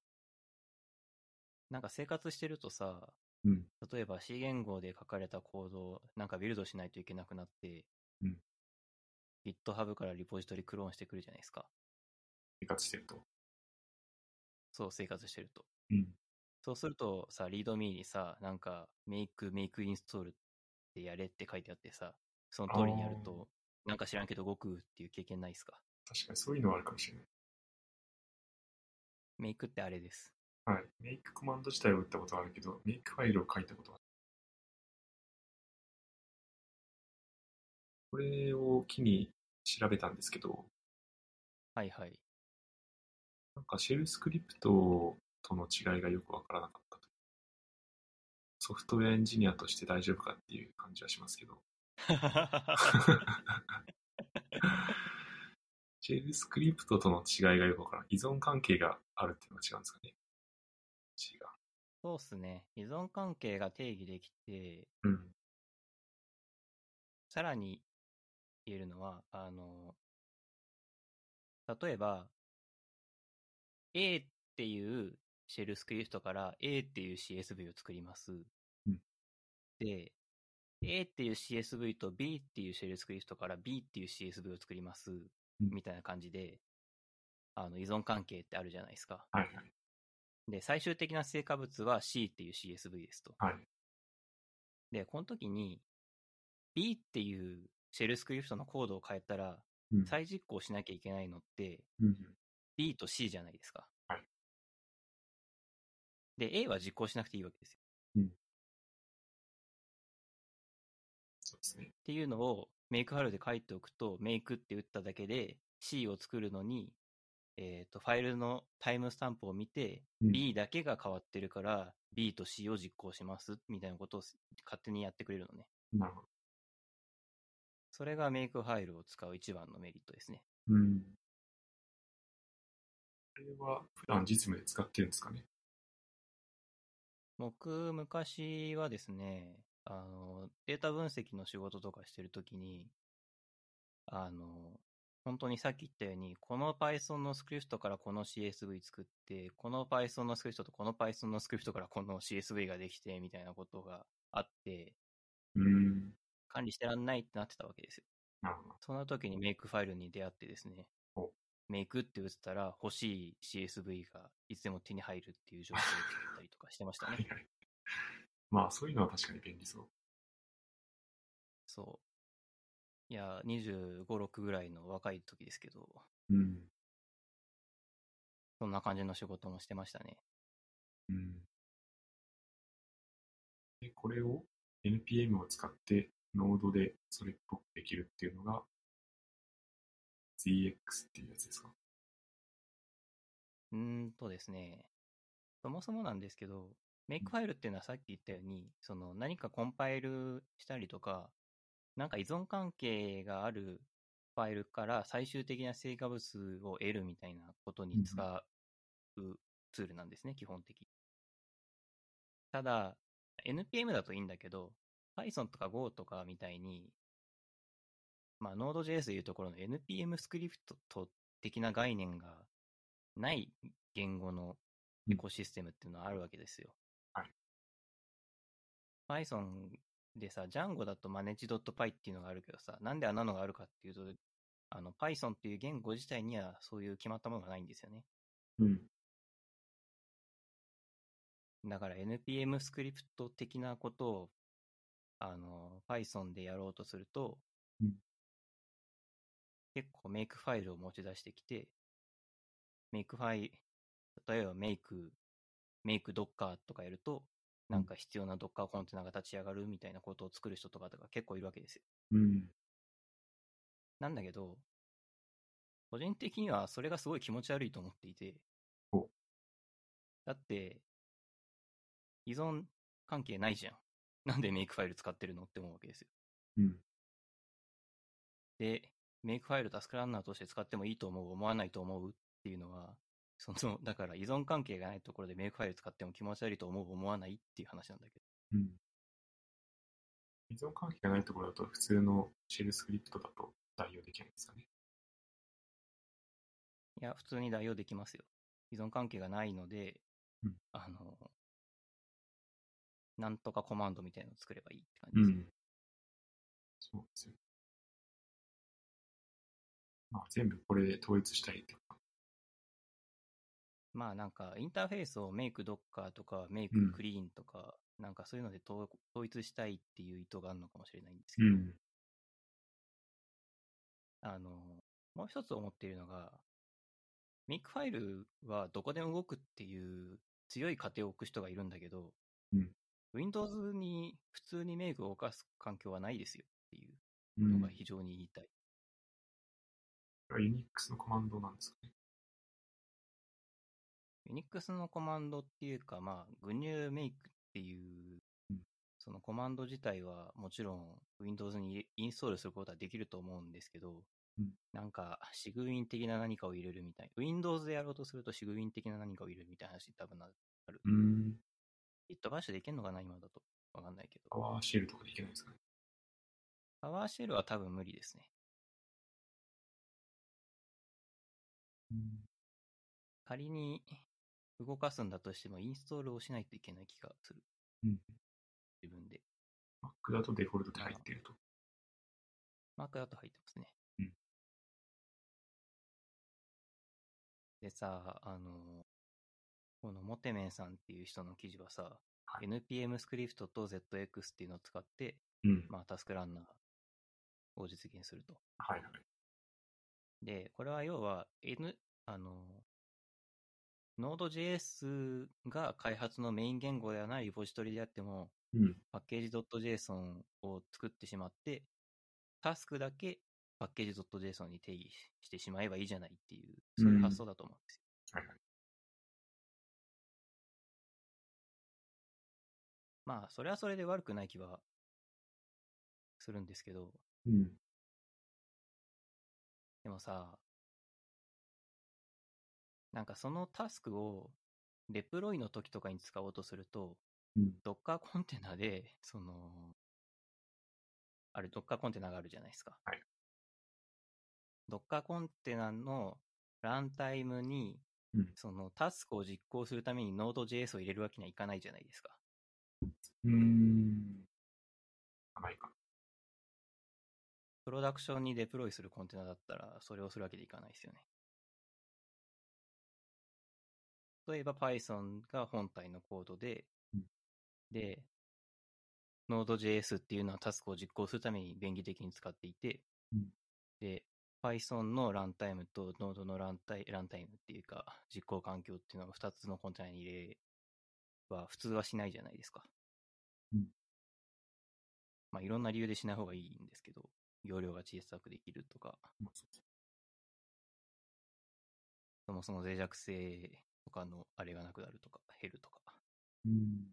なんか生活してるとさ、うん。例えば C 言語で書かれたコードをなんかビルドしないといけなくなって、うん GitHub からリポジトリクローンしてくるじゃないですか。生活してると。そう、生活してると。うん。そうするとさ、リードミーにさ、なんか、メイク、メイクインストールってやれって書いてあってさ、その通りにやると、なんか知らんけど動くっていう経験ないですか確かにそういうのはあるかもしれない。メイクってあれです。はい。メイクコマンド自体を打ったことはあるけど、メイクファイルを書いたことはないこれを機に調べたんですけど、はいはい。なんかシェルスクリプトとの違いがよくわからなかったと。ソフトウェアエンジニアとして大丈夫かっていう感じはしますけど。シェルスクリプトとの違いがよくわからん。依存関係があるっていうのが違うんですかね。違そうっすね。依存関係が定義できて、う。うん。さらに言えるのは、あの、例えば、A っていうシェルスクリプトから A っていう CSV を作ります。うんで、A っていう CSV と B っていうシェルスクリプトから B っていう CSV を作ります。みたいな感じで、あの、依存関係ってあるじゃないですか。はいはい。で、最終的な成果物は C っていう CSV ですと。はい。で、この時に B っていうシェルスクリプトのコードを変えたら、うん再実行しなきゃいけないのってうん B と C じゃないですか。はいで、A は実行しなくていいわけですよ。そうですね。っていうのをメイクファイルで書いておくと、メイクって打っただけで C を作るのに、えっ、と、ファイルのタイムスタンプを見て、うん B だけが変わってるから、B と C を実行します、みたいなことを勝手にやってくれるのね。なるほど。それがメイクファイルを使う一番のメリットですね。うん。これは普段実務で使ってるんですかね。僕、昔はですね、あの、データ分析の仕事とかしてるときに、あの、本当にさっき言ったように、この Python のスクリプトからこの CSV 作って、この Python のスクリプトとこの Python のスクリプトからこの CSV ができて、みたいなことがあって、うん。管理してらんないってなってたわけですよ。なるほど。そんな時にメイクファイルに出会ってですねお、メイクって打ったら欲しい CSV がいつでも手に入るっていう状況を作ったりとかしてましたはねい。はい。まあ、そういうのは確かに便利そう。そう。いや、25、6ぐらいの若い時ですけど、うん。そんな感じの仕事もしてましたね。うん。で、これを NPM を使って、ノードでそれっぽくできるっていうのが、ZX っていうやつですか。うーんとですね、そもそもなんですけど、メイクファイルっていうのはさっき言ったように、その何かコンパイルしたりとか、なんか依存関係があるファイルから最終的な成果物を得るみたいなことに使うツールなんですね、基本的に。ただ、NPM だといいんだけど、Python とか Go とかみたいに、まあ、Node.js でいうところの NPM スクリプト的な概念がない言語のエコシステムっていうのはあるわけですよ。はい Python でさ、Django だと manage.py っていうのがあるけどさ、なんであんなのがあるかっていうと、あの Python っていう言語自体にはそういう決まったものがないんですよね。うん。だから NPM スクリプト的なことを、あの、Python でやろうとすると、うん結構メイクファイルを持ち出してきて、メイクファイ、例えばメイク、メイク Docker とかやると、なんか必要な Docker コンテナが立ち上がるみたいなことを作る人とかが結構いるわけですよ。うん。なんだけど、個人的にはそれがすごい気持ち悪いと思っていてお。だって、依存関係ないじゃん。 なんでメイクファイル使ってるのって思うわけですよ。うん。で、メイクファイルタスクランナーとして使ってもいいと思う、思わないと思うっていうのは、その、だから依存関係がないところでメイクファイル使っても気持ち悪いと思う、思わないっていう話なんだけど。うん。依存関係がないところだと、普通のシェルスクリプトだと代用できないんですかね。いや、普通に代用できますよ。依存関係がないので、うんあの、なんとかコマンドみたいなのを作ればいいって感じうです。ん。そうですよ。まあ、全部これで統一したいってことか。まあなんか、インターフェースをメイクドッカーとか、メイうんククリーンとか、なんかそういうので統統一したいっていう意図があるのかもしれないんですけうど、ん。あの、もう一つ思っているのが、ミックファイルはどこでも動くっていう強い過程を置く人がいるんだけど、うん Windows に普通にメイクを動かす環境はないですよっていううのん、がこ非常に言いたい。れはユニックスのコマンドなんですかね。 Unix のコマンドっていうか、まあ、GNU メイクっていううん、そのコマンド自体はもちろん Windows にインストールすることはできると思うんですけどうん、なんか、シグウィン的な何かを入れるみたい。Windows でやろうとするとシグウィン的な何かを入れるみたいな話に多分なる。うん。ビットバッシュできるのかな、今だと。わかんないけパど。ワーシェルとかできないんですかね。パワーシェルは多分無理ですね。うん仮に動かすんだとしても、インストールをしないといけない気がする。うん自分で。 Mac だとデフォルトで入ってると。マークだと入ってますね。うんでさ、あの、このモテメンさんっていう人の記事はさ、はい NPM スクリプトと ZX っていうのを使って、うん。まあ、タスクランナーを実現すると。はいはい。で、これは要は、N、あの、Node.js が開発のメイン言語ではないリポジトリであっても、うん。パッケージ .json を作ってしまって、タスクだけパッケージ .json に定義してしまえばいいじゃないっていう、そういう発想だと思うんですよ。はいはい。まあ、それはそれで悪くない気はするんですけど、うん。でもさ、なんかそのタスクをデプロイの時とかに使おうとすると、うん。 Docker コンテナで、その、あれ Docker コンテナがあるじゃないですか。はい Docker コンテナのランタイムに、うんそのタスクを実行するために Node.js を入れるわけにはいかないじゃないですか。うーん。甘いか。プロダクションにデプロイするコンテナだったら、それをするわけでいかないですよね。例えば Python が本体のコードでうん、で、Node.js っていうのはタスクを実行するために便宜的に使っていてうん、で、Python のランタイムと Node のランタイランタイムっていうか、実行環境っていうのを2つのコンテナに入れれば、普通はしないじゃないですか。うんまあ、いろんな理由でしない方がいいんですけど。容量が小さくできるとか、まあそうそうそもそも脆弱性とかのあれがなくなるとか、減るとか。うん。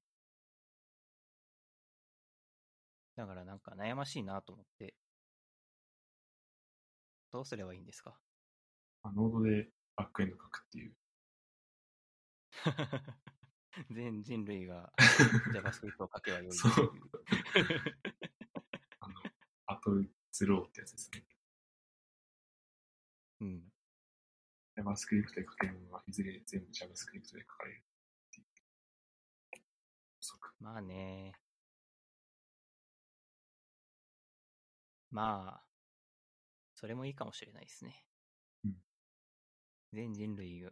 だからなんか悩ましいなと思って、どうすればいいんですか まあ、ノードでバックエンド書くっていう。全人類 が JavaScript を書けばよいそうっていう。あの、アトゼローってやつですね。うん。 JavaScript で書けるものはいずれ全部 JavaScript で書かれるっていう。そうか。まあね。まあ、それもいいかもしれないですね。うん全人類、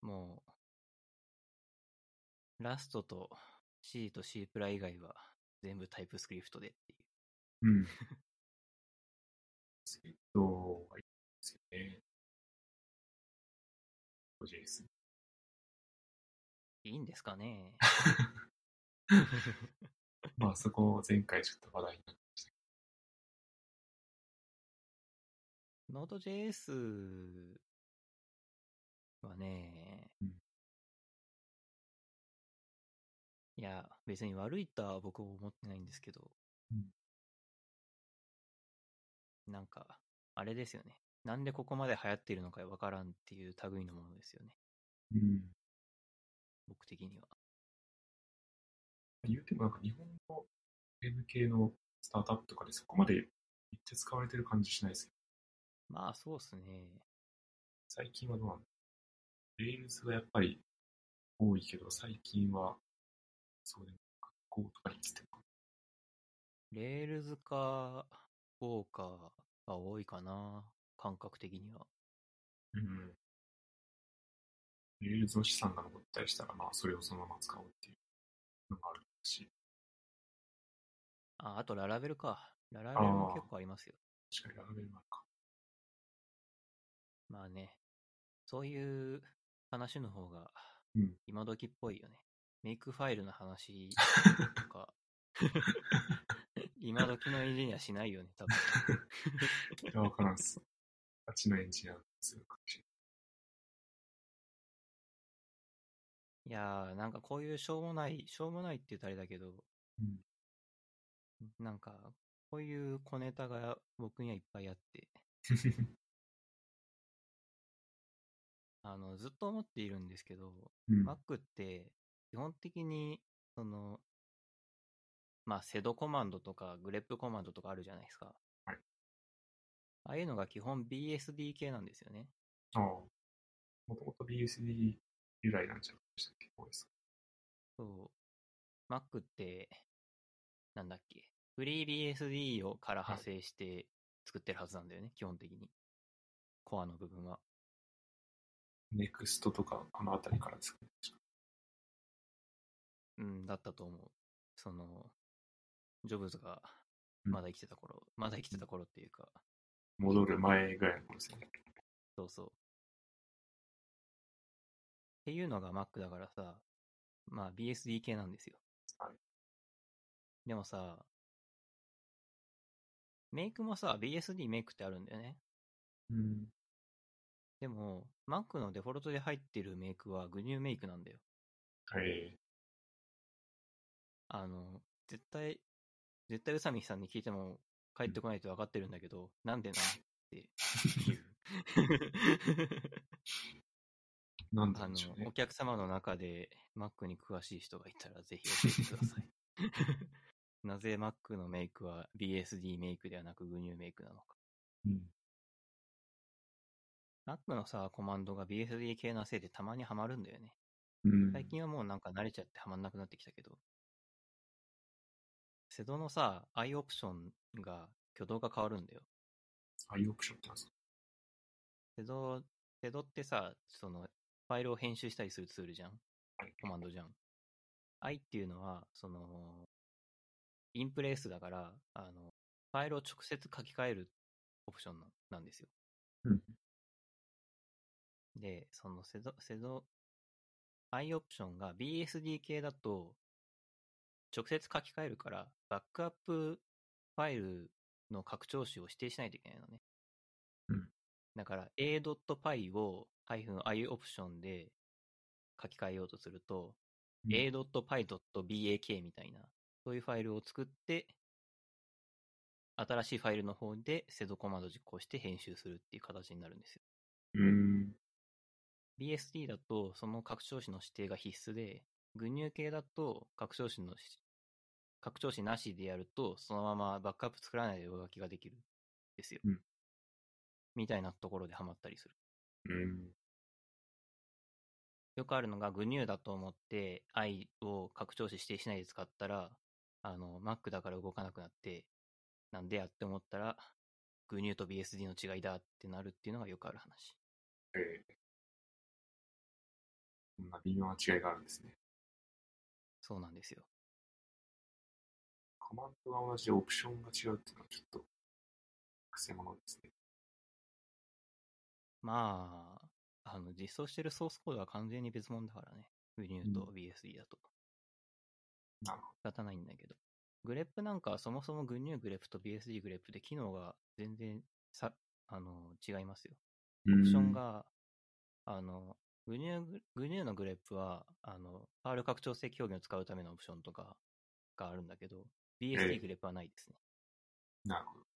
もう、ラストと C と C プラ以外は全部タイプスクリプトでっていう。うん。スクリプトはいいですよね。JS。いいんですかねまあそこ前回ちょっと話題になってましたけ ?Node.js はね、うんいや、別に悪いとは僕も思ってないんですけど、なんか、あれですよね。なんでここまで流行っているのかわからんっていう類のものですよね。ど。うん。僕的には。言うてもなんか日本の M 系のスタートアップとかでそこまでめっちゃ使われてる感じしないですよ。まあ、そうっすね。最近はどうなんだろうレイルズがやっぱり多いけど、最近は、そうでもなく、Go とかにつってもレールズか、ウォーカーが多いかな。感覚的には。うん。レールズの資産が残ったりしたら、まあ、それをそのまま使おうっていうのがあるし、あ、あとララベルか。ララベルも結構ありますよ。確かにラベルもあるか。まあね、そういう話の方がうん今時っぽいよね。メイクファイルの話と か、 今時のエンジニアしないよね、多分。いや、わからんっ す。あっちのエンジニアのするかもしれいやー、なんかこういうしょうもない、しょうもないって言うとあれだけど、うんなんかこういう小ネタが僕にはいっぱいあ って、ない。あの、ずっと思っているんですけど、うん。 Mac って基本的に、その、まあ、セドコマンドとかグレップコマンドとかあるじゃないですか。はいああいうのが基本 BSD 系なんですよね。ああ。もともと BSD 由来なんじゃないでしたっけ多いですそう。Mac って、なんだっけ。フリー BSD をから派生して作ってるはずなんだよね、基本的に。コアの部分は。ネクストとか、あのあたりからですかね。うん、だったと思う。その、ジョブズが、うんまだ生きてた頃、まだ生きてた頃っていうか、戻る前ぐらいの頃ですね。そうそう。っていうのが Mac だからさ、まあ BSD 系なんですよ。はいでもさ、メイクもさ、BSD メイクってあるんだよね。うん。でも、Mac のデフォルトで入ってるメイクは GNU メイクなんだよ。はい。あの、絶対、絶対宇佐美さんに聞いても帰ってこないと分かってるんだけど、なんでなんっていう。 なんあなんのでしょ、うねお。客様の中で Mac に詳しい人がいたらぜひ教えてください。 なぜ Mac のメイクは BSD メイクではなく GNU メイクなのか。うん。 Mac のさ、コマンドが BSD 系なせいでたまにはまるんだよね。うん。最近はもうなんか慣れちゃってはまんなくなってきたけど。セドのさ、i オプションが挙動が変わるんだよ。アイオプションってなんですかセド、セドってさ、その、ファイルを編集したりするツールじゃんはいコマンドじゃん。i っていうのは、その、インプレースだから、あの、ファイルを直接書き換えるオプションななんですよ。うんで、その、セド、セド、i オプションが BSD 系だと、直接書き換えるから、バックアップファイルの拡張子を指定しないといけないのね。うんだから、a.py を -i オプションで書き換えようとすると、うん a.py.bak みたいな、そういうファイルを作って、新しいファイルの方でセドコマンド実行して編集するっていう形になるんですよ。うん。 BSD だと、その拡張子の指定が必須で、GNU 系だと、拡張子のし、拡張子なしでやると、そのままバックアップ作らないで上書きができるんですよ。うんみたいなところでハマったりする。うん。よくあるのが GNU だと思って i を拡張子指定しないで使ったら、あの、Mac だから動かなくなって、なんでやって思ったら、GNU と BSD の違いだってなるっていうのがよくある話。ええこんな微妙な違いがあるんですね。そうなんですよ。コマンドが同じでオプションが違うっていうのはちょっと、くせ者ですね。まあ、あの、実装してるソースコードは完全に別物だからね。GNU と BSD だと。なるほ仕方ないんだけど。グレップなんかはそもそも GNU グレップと BSD グレップで機能が全然さ、あの、違いますよ。ど。オプションが、あの、GNU グ、GNU のグレップは、あの、パール拡張性表現を使うためのオプションとかがあるんだけど、ええ BSD グレップはないですね。なるほど。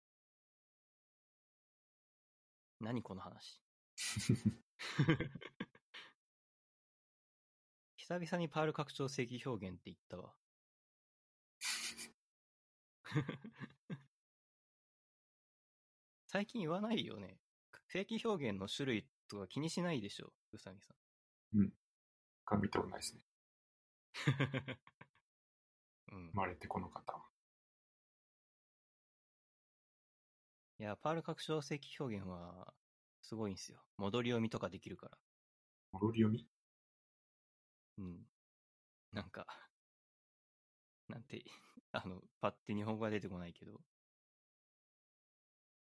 何この話。 久々にパール拡張正規表現って言った わ。最近言わないよね。正規表現の種類とか気にしないでしょ、うさぎさん。が見たことないですうね。ん 生まれてこの方は。いや、パール拡張正規表現は、すごいんですよ。戻り読みとかできるから。戻り読みうん。なんか、 なんて、 あの、パッて日本語が出てこないけど、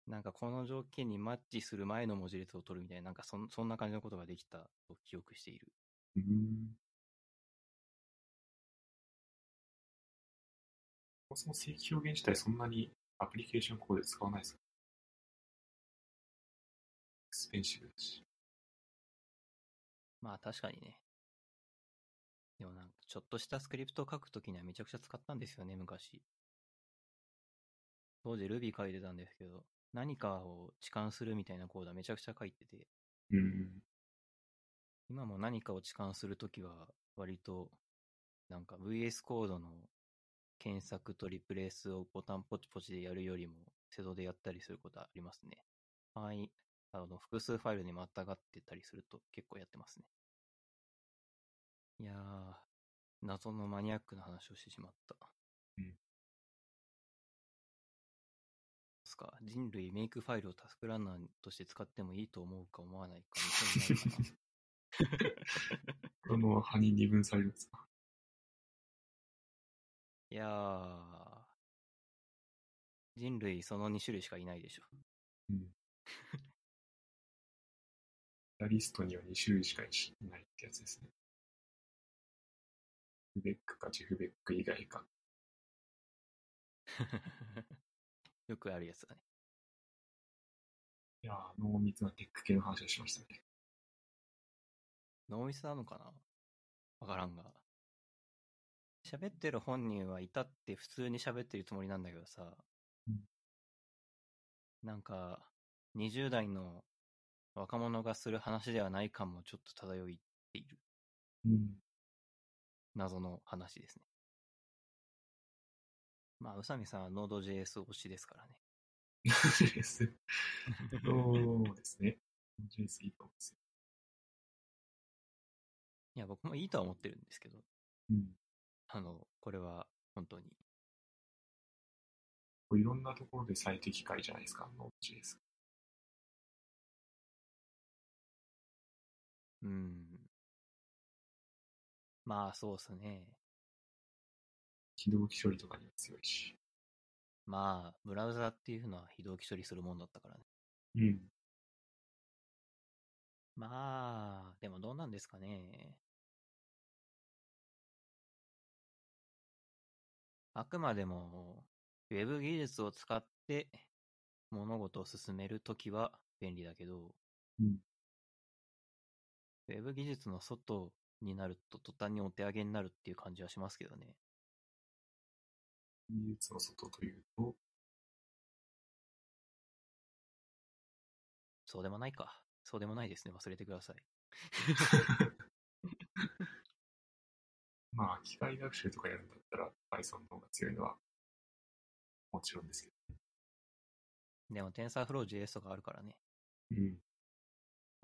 なんかこの条件にマッチする前の文字列を取るみたいな、なんかそんそんな感じのことができたと記憶している。うーん。そもそも正規表現自体そんなにアプリケーションここで使わないですかエクスペンシブだし。まあ確かにね。でもなんか、ちょっとしたスクリプトを書くときにはめちゃくちゃ使ったんですよね、昔。当時 Ruby 書いてたんですけど、何かを置換するみたいなコードはめちゃくちゃ書いてて、うーん。今も何かを置換するときは、割と、なんか VS コードの検索とリプレイスをボタンポチポチでやるよりも、セドでやったりすることはありますね。はい。あの、複数ファイルにまたがってたりすると結構やってますね。いやー、謎のマニアックな話をしてしまった。うんですか、人類メイクファイルをタスクランナーとして使ってもいいと思うか思わないか、店になるかな。この派に二分されるんですかいやー、人類その2種類しかいないでしょ。 うん。 ダリストには2種類しかいないってやつですね。フベックかジフベック以外か。よくあるやつだね。いやー、濃密なテック系の話をしましたね。脳密なのかなわからんが。喋ってる本人はいたって普通に喋ってるつもりなんだけどさうん。なんか、20代の若者がする話ではない感もちょっと漂っているうん。謎の話ですね。まあ、宇佐美さんは Node.js 推しですからね。です。そうですね。ジェイスいいと思うんですよ。いや、僕もいいとは思ってるんですけど、うん。あの、これは本当に。こういろんなところで最適解じゃないですか、ノージェイス。うん。まあ、そうっすね。非同期処理とかにも強いし。まあ、ブラウザっていうのは非同期処理するもんだったからね。うん。まあ、でもどうなんですかね。あくまでも、ウェブ技術を使って物事を進めるときは便利だけど、うんウェブ技術の外になると途端にお手上げになるっていう感じはしますけどね。技術の外というと、そうでもないか。そうでもないですね。忘れてください。まあ、機械学習とかやるんだったら Python の方が強いのは、もちろんですけでも TensorFlow.js とかあるからね。ど。うん。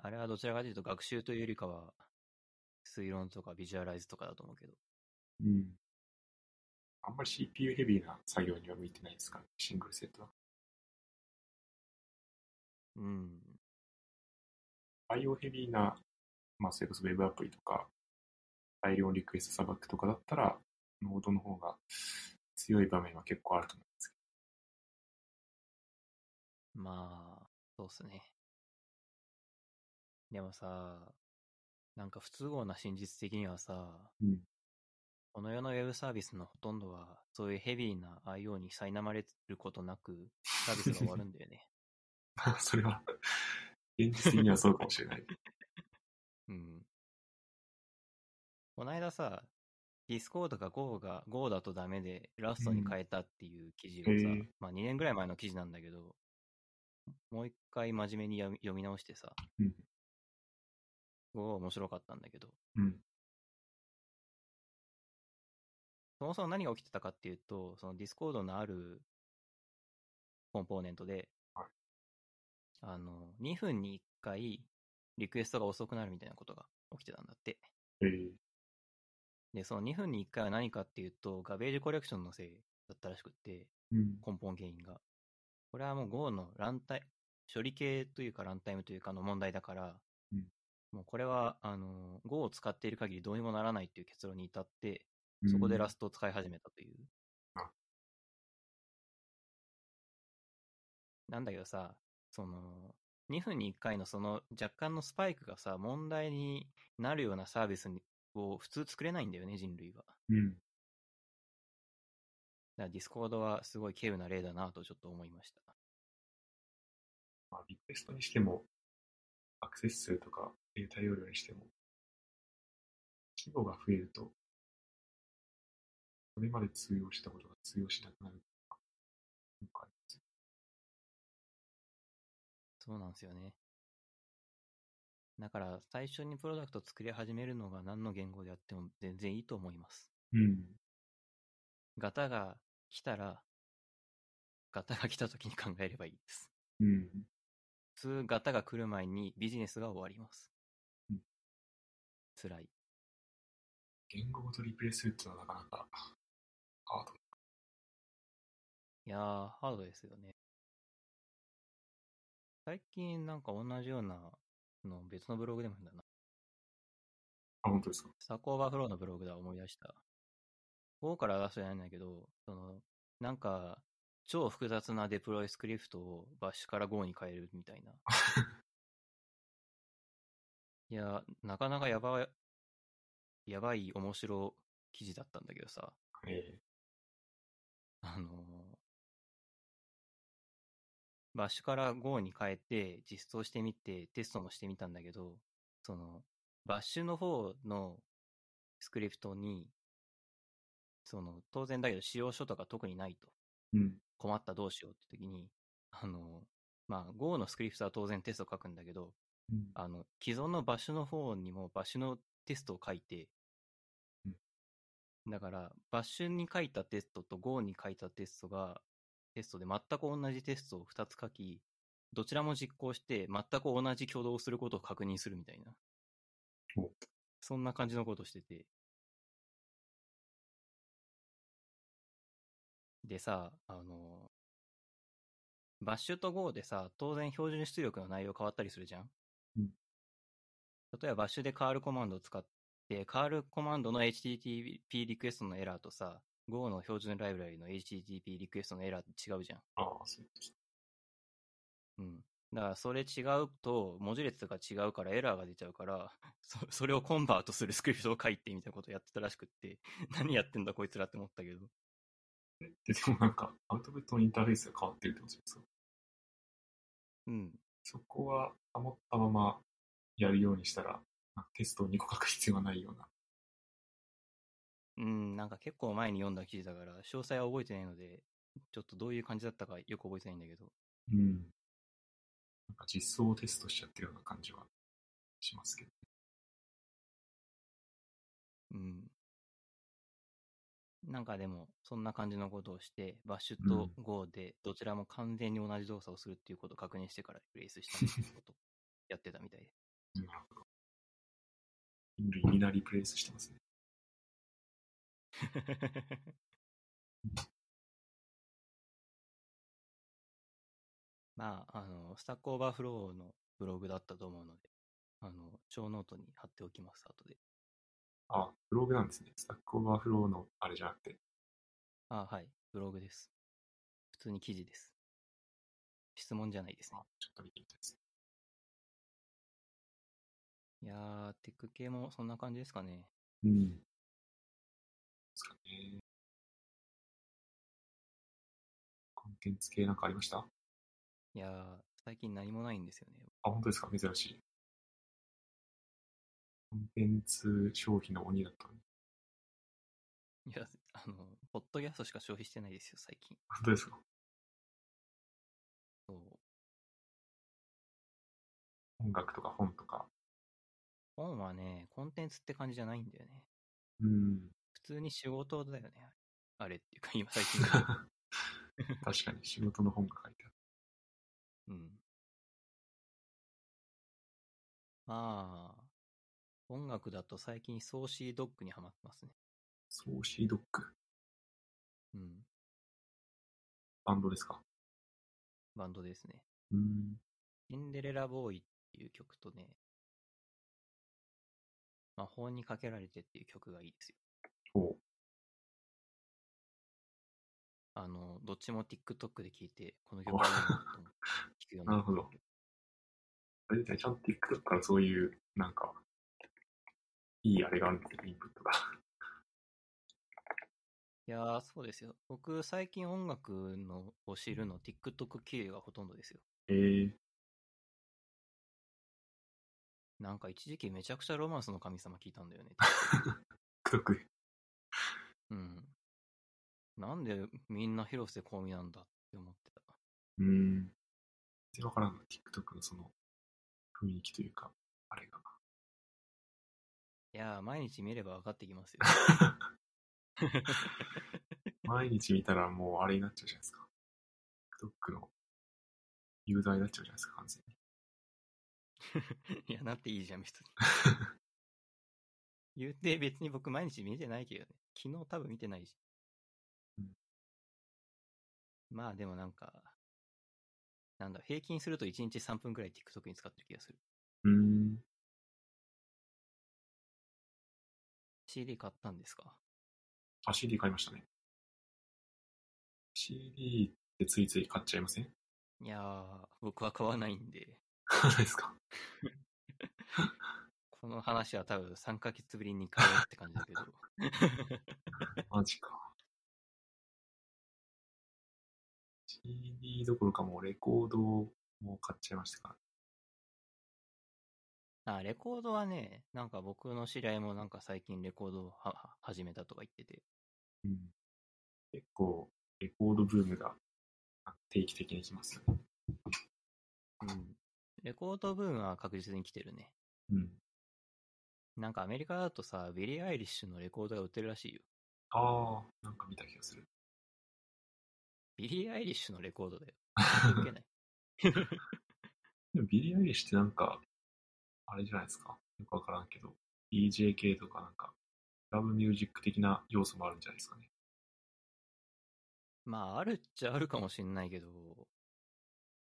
あれはどちらかというと学習というよりかは、推論とかビジュアライズとかだと思うけど。うん。あんまり CPU ヘビーな作業には向いてないですから、シングルセットは。うん。 IO ヘビーな、まあ、それこそ Web アプリとか、大量リクエストさばくとかだったら、ノードの方が強い場面は結構あると思うんですけまあ、そうっすね。でもさ、なんか不都合な真実的にはさ、うんこの世のウェブサービスのほとんどは、そういうヘビーな IO に苛まれることなく、サービスが終わるんだよね。ど。まあ、 それは、現実的にはそうかもしれ ない。うん。こないださ、ディスコードが Go が、Go だとダメで、ラストに変えたっていう記事をさ、へーまあ2年ぐらい前の記事なんだけど、もう一回真面目に読み読み直してさ、うん。 Go 面白かったんだけど、うん。そもそも何が起きてたかっていうと、そのディスコードのあるコンポーネントではい、あの、2分に1回リクエストが遅くなるみたいなことが起きてたんだって。えーで、その2分に1回は何かっていうと、ガベージコレクションのせいだったらしくって、うん。根本原因が。これはもう Go のランタイ、処理系というかランタイムというかの問題だから、うんもうこれは、あの、Go を使っている限りどうにもならないっていう結論に至って、そこでラスストを使い始めたという。あなんだけどさ、その、2分に1回のその若干のスパイクがさ、問題になるようなサービスにを普通作れないんだよね、人類は。ト。うん。だからディスコードはすごい稀有な例だなとちょっと思いました。まあ、リクエストにしても、アクセス数とかデータ容量にしても、規模が増えると、それまで通用したことが通用しなくなるとか。よくありますそうなんですよね。だから最初にプロダクト作り始めるのが何の言語であっても全然いいと思います。うん。ガタが来たら、ガタが来た時に考えればいいです。うん。普通ガタが来る前にビジネスが終わりますうん。辛い。言語ごとリプレイするってのはなかなかハード。いやー、ハードですよね。最近なんか同じようなの別のブログでも読んだな。あ、本当ですかスタックオーバーフローのブログだ、思い出した。5から出すじゃないんだけど、その、なんか、超複雑なデプロイスクリプトをバッシュから Go に変えるみたいな。いや、なかなかやばい、やばい面白記事だったんだけどさ、えあのバッシュから Go に変えて実装してみてテストもしてみたんだけど、その、バッシュの方のスクリプトに、その、当然だけど使用書とか特にないと。えうん。困ったどうしようって時に、あの、まあ、Go のスクリプトは当然テスト書くんだけど、うん。あの、既存のバッシュの方にもバッシュのテストを書いてう、だから、バッシュに書いたテストと Go に書いたテストが、テストで全く同じテストを2つ書き、どちらも実行して全く同じ挙動をすることを確認するみたいなお。そんな感じのことしてて。でさ、あの、バッシュと Go でさ、当然標準出力の内容変わったりするじゃん例えばバッシュでカールコマンドを使って、カールコマンドの HTTP リクエストのエラーとさ、Go の標準ライブラリの HTTP リクエストのエラーって違うじゃん。ああ、そうです。うん。だからそれ違うと、文字列が違うからエラーが出ちゃうから、 そそれをコンバートするスクリプトを書いてみたいなことをやってたらしくって、 何やってんだこいつらって思ったけど。で、でもなんか、アウトプットのインターフェースが変わってるってことですかうん。そこは保ったままやるようにしたら、なんかテストを2個書く必要がないような。うん、なんか結構前に読んだ記事だから、詳細は覚えてないので、ちょっとどういう感じだったかよく覚えてないんだけど。うん。なんか実装をテストしちゃってるような感じはしますけど。うん。なんかでも、そんな感じのことをして、バッシュと Go でどちらも完全に同じ動作をするっていうことを確認してからリリースしたみたいなことをやってたみたいで。 なるほど。人類みんなリプレイスしてますね。まあ、あの、スタックオーバーフローのブログだったと思うので、あの、小ノートに貼っておきます、後で。あ、ブログなんですね。スタックオーバーフローのあれじゃなくて。あ、はい、ブログです。普通に記事です。質問じゃないですねあ。ちょっと見てみたいですいね。やー、テック系もそんな感じですかね。うん。ですかね。コンテンツ系なんかありましたあ、いやー、最近何もないんですよね。 本当ですか珍しい。コンテンツ消費の鬼だったのに。いや、あの、ポッドキャストしか消費してないですよ、最近。本当ですかそう。音楽とか本とか。本はね、コンテンツって感じじゃないんだよね。うん。普通に仕事だよね。あれっていうか、今最近の。確かに仕事の本が書いてある。うん。まあ、音楽だと最近ソーシードッグにハマってますね。ソーシードッグ。うん。バンドですかバンドですね。うん。シンデレラボーイっていう曲とね、魔法にかけられてっていう曲がいいですよ。ほあの、どっちも TikTok で聴いて、この曲がいいなと思って聴くようう。にななっるほど。あれですね、ちゃんと TikTok からそういう、なんか、いいあれがあるんですね、インプットが。いやー、そうですよ。僕、最近音楽のを知るの、TikTok 経由がほとんどですよ。えー、なんか一時期めちゃくちゃロマンスの神様聞いたんだよね。 TikTok で。うん。なんでみんな広瀬香美なんだって思ってた。うん。全然わからんの、TikTok のその、雰囲気というか、あれが。いやー、毎日見れば分かってきますよ。毎日見たらもうあれになっちゃうじゃないですか。TikTok のユーザーになっちゃうじゃないですか、完全いに。や、なっていいじゃん、別に。言うて別に僕毎日見てないけどね。昨日多分見てないし。うんまあでもなんか、なんだ、平均すると1日3分くらい TikTok に使ってる気がする。うーん。 CD 買ったんですかあ、CD 買いましたね。CD ってついつい買っちゃいません いやー、僕は買わないんで、そうですか。この話は多分3ヶ月ぶりに買うって感じだけど。マジか。CD どころかもうレコードも買っちゃいましたから。あ、レコードはね、なんか僕の知り合いもなんか最近レコードをはは始めたとか言ってて。うん、結構、レコードブームが定期的に来ますよね。うん。レコードブームは確実に来てるね。うん。なんかアメリカだとさ、ビリー・アイリッシュのレコードが売ってるらしいよ。 ああ、なんか見た気がする。ビリー・アイリッシュのレコードだよ。受 けない。でもビリー・アイリッシュってなんか、あれじゃないですか。よくわからんけど、DJ 系とかなんか、ラブミュージック的な要素もあるんじゃないですかね。まあ、あるっちゃあるかもしんないけど、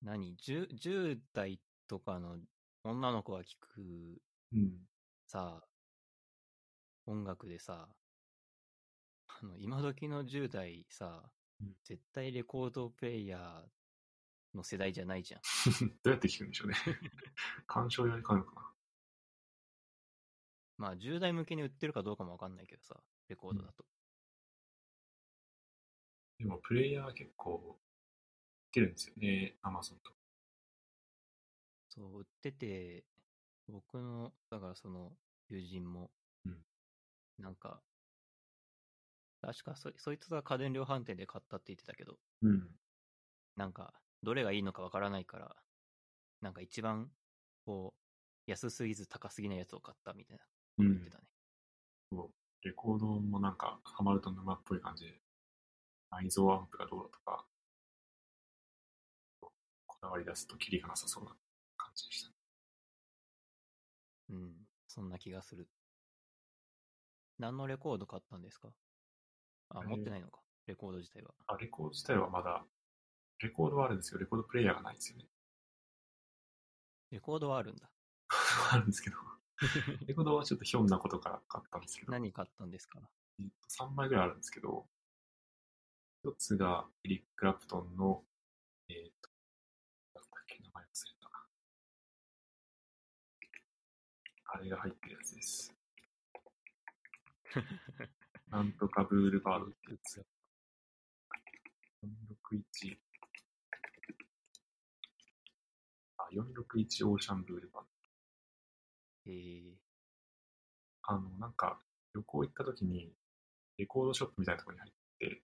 何 10, ?10 代とかの女の子が聞くうん。 さ、音楽でさ、あの、今時の10代さうん、絶対レコードプレイヤーの世代じゃないじゃん。どうやって聞くんでしょうね。 鑑賞用に買うのかな。まあ、10代向けに売ってるかどうかもわかんないけどさ、レコードだと。でも、プレイヤー結構、売ってるんですよね。アマゾンとか。そう、売ってて、僕の、だからその友人も、うんなんか、確かそ、そいつが家電量販店で買ったって言ってたけど、うん。なんか、どれがいいのかわからないから、なんか一番、こう、安すぎず高すぎないやつを買ったみたいなこと言ってたね。レコードもなんか、ハマると沼っぽい感じで、内蔵アンプがどうだとか、こだわり出すとキリがなさそうな感じでした。うん、そんな気がする。何のレコード買ったんですかあ、えー持ってないのか。レコード自体は。あ、レコード自体はまだ、レコードはあるんですよ。レコードプレイヤーがないんですよね。 レコードはあるんだ。あるんです けど。レコードはちょっとひょんなことから買ったんですけど、何買ったんですかえっと3枚ぐらいあるんですけど、一つがエリック・クラプトンの、えっ、と、なんだっけ、名前忘れた。あれが入ってるやつです。なんとかブールバードってやつ。461。あ、461オーシャンブールバード。えー、あの、なんか、旅行行った時に、レコードショップみたいなところに入って、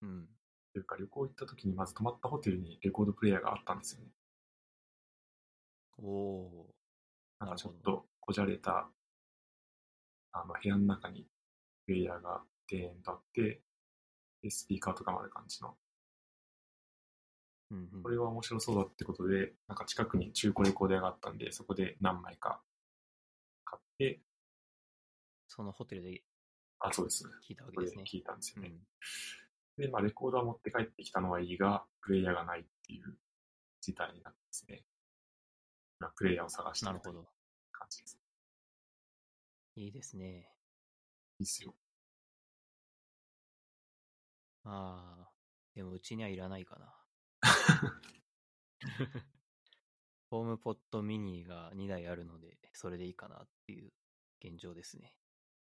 うん。というか旅行行った時にまず泊まったホテルにレコードプレイヤーがあったんですよね。おおなんかちょっとこじゃれた、あの、部屋の中にプレイヤーがデーンとあって、で、スピーカーとかもある感じの。ー。うんうん、これは面白そうだってことで、なんか近くに中古レコード屋があったんで、そこで何枚か買って、そのホテルであ、そうです。聞いたわけこれでですね。聞いたんですよね。うんで、まあ、レコーダーを持って帰ってきたのはいいが、プレイヤーがないっていう事態になってですね。まあ、プレイヤーを探してなるるとほいうど。感じです。いいですね。いいっすよ。ああ、でもうちにはいらないかな。ホームポットミニが2台あるので、それでいいかなっていう現状ですね。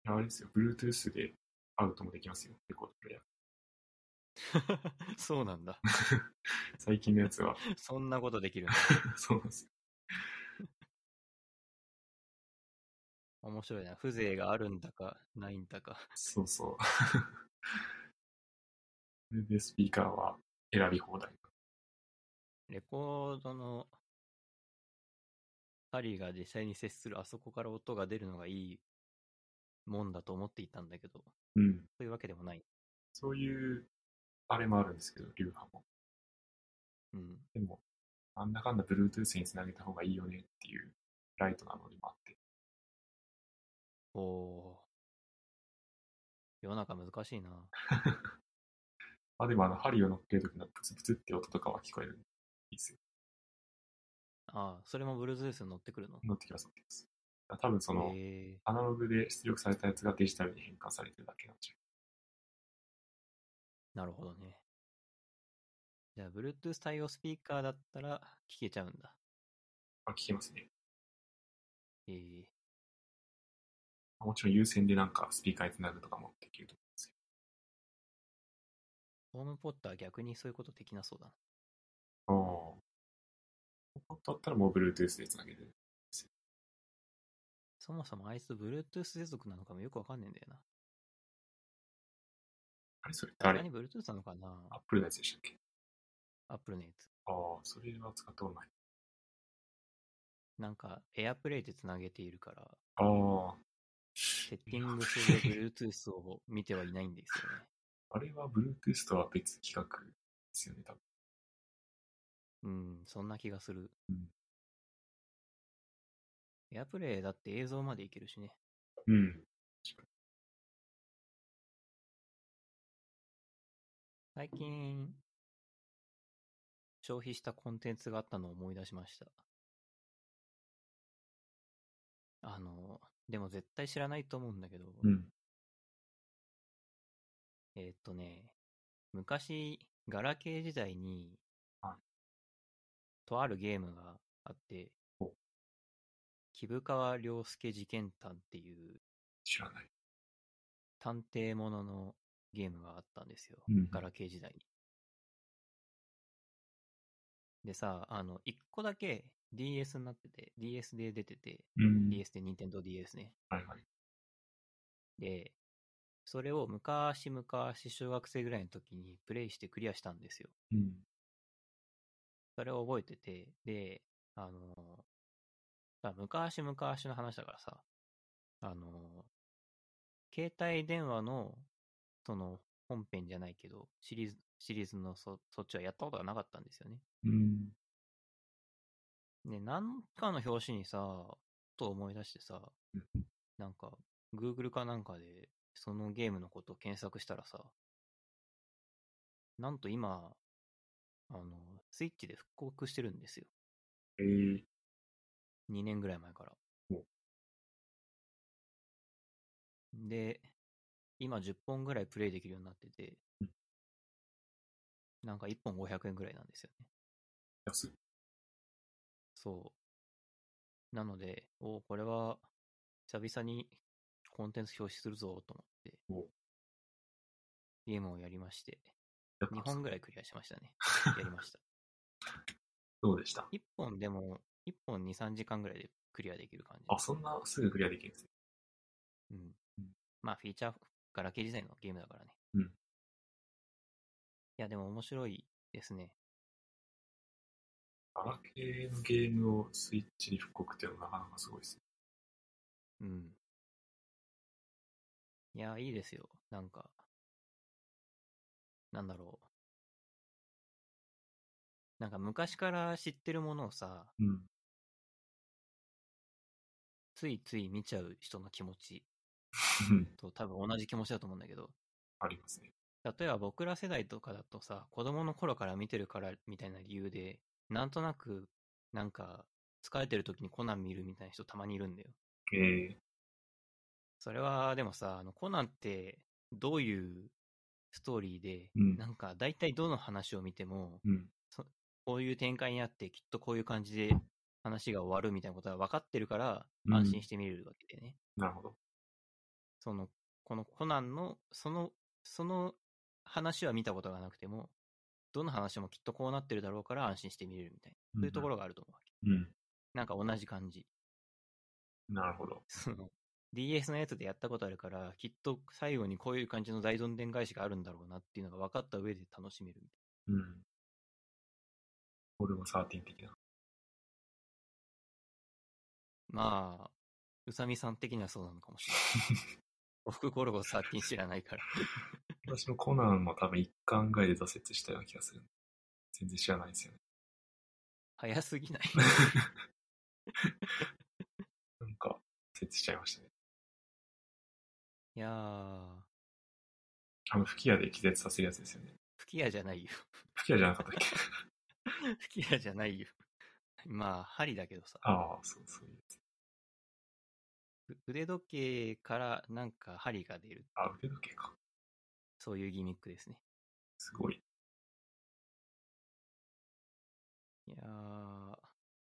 いやあれですよ、Bluetooth でアウトもできますよ、レコードプレイヤー。そうなんだ。最近のやつは、 そんなことできるんだ。そうなんですよ。面白いな。風情があるんだか、ないんだか。そうそう。 それで、スピーカーは選び放題。レコードの針が実際に接するあそこから音が出るのがいいもんだと思っていたんだけど、うん。そういうわけでもない。そういう、あれもあるんですけど、流派も。うん。でも、なんだかんだ Bluetooth につなげた方がいいよねっていう、ライトなのにもあって。おおー。世の中難しいな。あ、でもあの、針を乗っけるときのプツプツって音とかは聞こえるんで。いいですよ。ああ、それも Bluetooth に乗ってくるの乗ってきます、乗ってきます。多分その、へえアナログで出力されたやつがデジタルに変換されてるだけなんじなるほどね。じゃあ、Bluetooth 対応スピーカーだったら聞けちゃうんだ。ゃん。あ、聞けますね。ええもちろん優先でなんかスピーカーにつなぐとかもできると思うんですよ。ホームポットは逆にそういうことできなそうだな。おー本当だったらもう Bluetooth でつなげる。そもそもあいつ Bluetooth 接続なのかもよくわかんねえんだよな。あれそれ誰何 Bluetooth なのかな ?Apple のやつでしたっけ ?Apple のやつ。ああ、それは使ったことない。なんか AirPlay でつなげているから、ああ、セッティングする Bluetooth を見てはいないんですよね。あれは Bluetooth とは別企画ですよね、多分。うん、そんな気がする。うん AirPlay だって映像までいけるしね。うん。最近、消費したコンテンツがあったのを思い出しました。あの、でも絶対知らないと思うんだけど、うん。えーっとね、昔、ガラケー時代にはい、とあるゲームがあってほう、木深川良介事件探っていう知らない。探偵もののゲームがあったんですよ。うんガラケー時代に。でさ、あの、1個だけ DS になってて、DS で出てて、うん。 DS で NintendoDS ね。はいはい。で、それを昔々小学生ぐらいの時にプレイしてクリアしたんですよ。うん。それを覚えてて、で、あの、まあ昔々の話だからさ、あの、携帯電話の、その、本編じゃないけど、シリーズ、シリーズのそ、そっちはやったことがなかったんですよね。うん。で、なんかの表紙にさ、と思い出してさうん、なんか、Google かなんかで、そのゲームのことを検索したらさ、なんと今、あの、スイッチで復刻してるんですよ。えー、 2年ぐらい前からお。で、今10本ぐらいプレイできるようになっててうん、なんか1本500円ぐらいなんですよね。安っ。そう。なので、おこれは久々にコンテンツ表示するぞと思ってお、ゲームをやりま して、やっ2ぱ本ぐらいクリアしましたね。やりました。どうでした1本でも、1本2、3時間ぐらいでクリアできる感じ。あ、そんなすぐクリアできるんですね。うんうん。まあ、フィーチャー、ガラケー時代のゲームだからね。うんいや、でも面白いですね。ガラケーのゲームをスイッチに復刻っていうのはなかなかすごいですね。うん。いや、いいですよ。なんか、なんだろう。なんか昔から知ってるものをさ、うん。ついつい見ちゃう人の気持ちうんと多分同じ気持ちだと思うんだけど、ありますね。例えば僕ら世代とかだとさ、子供の頃から見てるからみたいな理由で、なんとなく、なんか、疲れてる時にコナン見るみたいな人たまにいるんだよ。えそれは、でもさ、あの、コナンって、どういうストーリーで、うんなんか、大体どの話を見ても、ー、うん。こういう展開になって、きっとこういう感じで話が終わるみたいなことは分かってるから、うん安心して見れるわけでね。なるほど。その、このコナンの、その、その話は見たことがなくても、どの話もきっとこうなってるだろうから安心して見れるみたいな、そういうところがあると思うわけ。うん。なんか同じ感じ。 なるほど。その DS のやつでやったことあるから、きっと最後にこういう感じの大どんでん返しがあるんだろうなっていうのが分かった上で楽しめるみたいうん。俺も13的な。な。まあ、うさみさん的にはそうなのかもしれない。僕ゴルゴ13知らないから。私もコナンも多分一巻ぐらいで挫折したような気がする。全然知らないですよね。早すぎないなんか、挫折しちゃいましたね。いやー、あの、吹き矢で気絶させるやつですよね。吹き矢じゃないよ。吹き矢じゃなかったっけ 吹き矢じゃないよ。まあ、針だけどさ。ああ、そう、そういうやつ。う腕時計からなんか針が出る。あ、腕時計か。そういうギミックですね。すごい。いやー、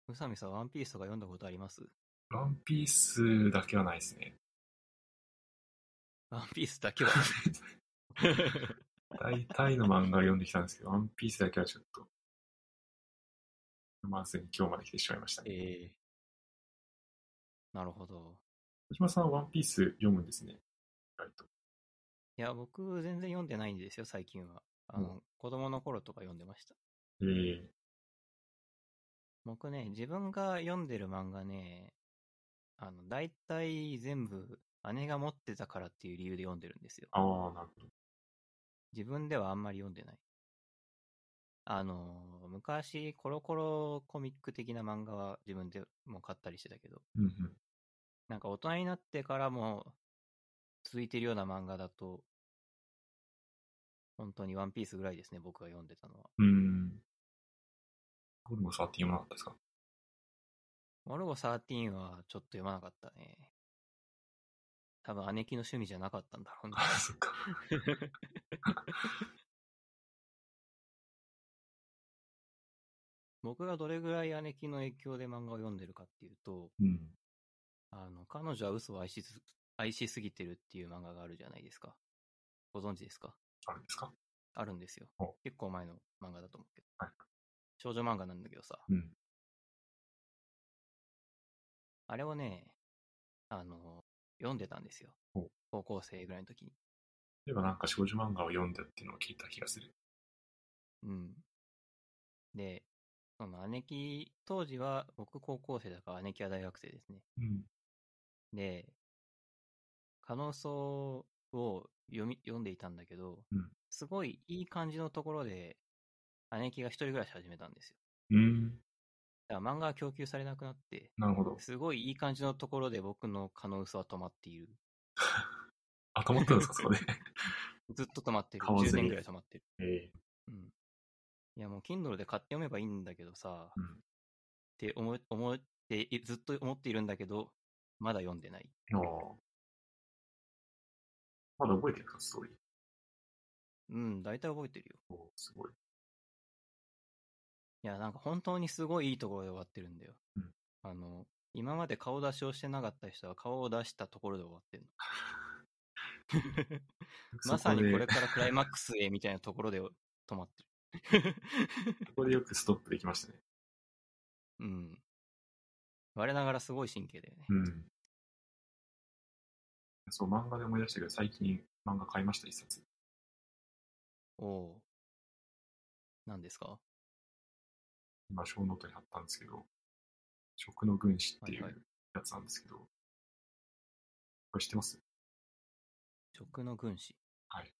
宇佐美さん、ワンピースとか読んだことあります ワンピースだけはないですね。 ワンピースだけは。 大体の漫画を読んできたんですけど、ワンピースだけはちょっと、読まずに今日まで来てしまいましたね。ええなるほど。小島さんはワンピース読むんですね。意外と。いや、僕、全然読んでないんですよ、最近は。あの、子供の頃とか読んでました。ええ僕ね、自分が読んでる漫画ね、あの、大体全部、姉が持ってたからっていう理由で読んでるんですよ。ああ、なるほど。自分ではあんまり読んでない。あの、昔、コロコロコミック的な漫画は自分でも買ったりしてたけど、うんうん。なんか大人になってからも続いてるような漫画だと、本当にワンピースぐらいですね、僕が読んでたのは。うーん。ゴルゴ13読まなかった ですかモルゴ13はちょっと読まなかったね。多分姉貴の趣味じゃなかったんだろ うな。あそっか。僕がどれぐらい姉貴の影響で漫画を読んでるかっていうと、うん。あの、彼女は嘘を愛しす、愛しすぎてるっていう漫画があるじゃないですか。ご存知ですかあるんですかあるんですよお。結構前の漫画だと思うけど。はい少女漫画なんだけどさ、うん。あれをね、あの、読んでたんですよお。高校生ぐらいの時に。例えばなんか少女漫画を読んだっていうのを聞いた気がする。うん。で、その姉貴、当時は僕高校生だから姉貴は大学生ですね。うん。で、可能層を読み、読んでいたんだけど、うんすごいいい感じのところで、姉貴が一人暮らし始めたんですよ。うーん。だから漫画が供給されなくなって、なるほど。すごいいい感じのところで僕の可能性は止まっている。あ、止まったん ですか、そこで。ずっと止まってる。買わずに10年ぐらい止まってる。ええうん。いやもう Kindle で買って読めばいいんだけどさ、うんって思い思ってい、ずっと思っているんだけど、まだ読んでない。ああ。まだ覚えてるんですか、ストーリー。うん、大体覚えてるよ。おーすごい。いや、なんか本当にすごいいいところで終わってるんだよ。うんあの、今まで顔出しをしてなかった人は顔を出したところで終わって るの。まさにこれそこからクライマックスへみたいなところで止まってる。 で、ここでよくストップできましたね。うん。我ながらすごい神経だよね。うん。そう、漫画で思い出したけど、最近漫画買いました、一冊。おおう。何ですか今、小ノートに貼ったんですけど、食の軍師っていはいうやつなんですけど、これ知ってます食の軍師。はい。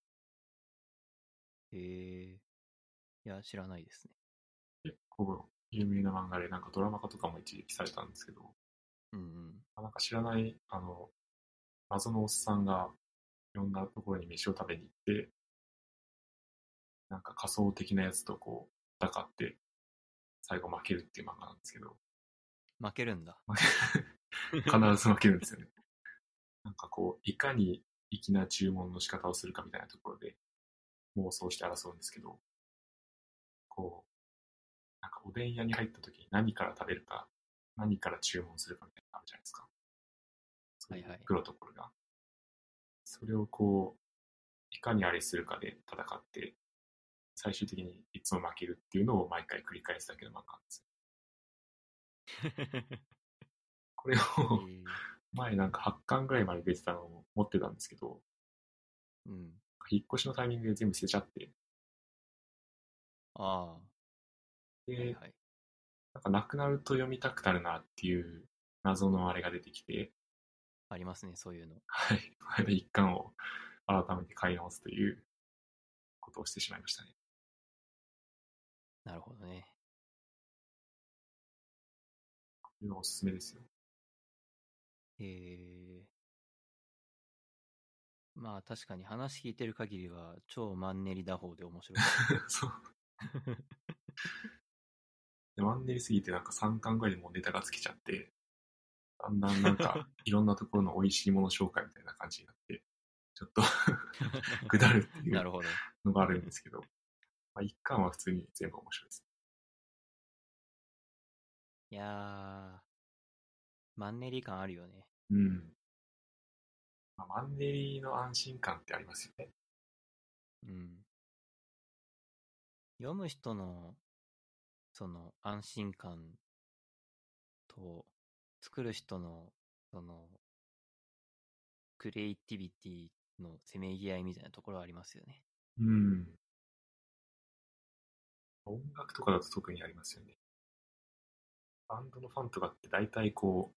へえ。いや、知らないですね。結構有名な漫画で、なんかドラマ化とかも一時期されたんですけど、うんうん。なんか知らない、あの、謎のおっさんが、いろんなところに飯を食べに行って、なんか仮想的なやつとこう、戦って、最後負けるっていう漫画なんですけど、負ける んだ。必ず負けるんですよね。なんかこう、いかに粋な注文の仕方をするかみたいなところで妄想して争うんですけど、こう、なんかおでん屋に入った時に何から食べるか、何から注文するかみたいなのあるじゃないですか。そういうはいはい黒ところが。それをこう、いかにあれするかで戦って、最終的にいつも負けるっていうのを毎回繰り返すだけの漫画なんですよ。これを、えー前なんか8巻ぐらいまで出てたのを持ってたんですけど、うん。引っ越しのタイミングで全部捨てちゃって、ああ。はいで、はい。なんかなくなると読みたくなるなっていう謎のあれが出てきて、ありますね、そういうの。はい、 これで1巻を改めて買い直すということをしてしまいましたね。なるほどね。これはおすすめですよ。 えー、まあ確かに話聞いてる限りは超マンネリ打法で面白い。そう。でマンネリすぎてなんか3巻ぐらいでもうネタが尽きちゃって、だんだんなんかいろんなところの美味しいもの紹介みたいな感じになって、ちょっと 下るってい うなるほど。のがあるんですけど、まあ、1巻は普通に全部面白いです。いやー、マンネリ感あるよね。うん。まあ、マンネリの安心感ってありますよね。うん。読む人の、その安心感と、作る人の、その、クリエイティビティのせめぎ合いみたいなところはありますよね。うん。音楽とかだと特にありますよね。バンドのファンとかって大体こう、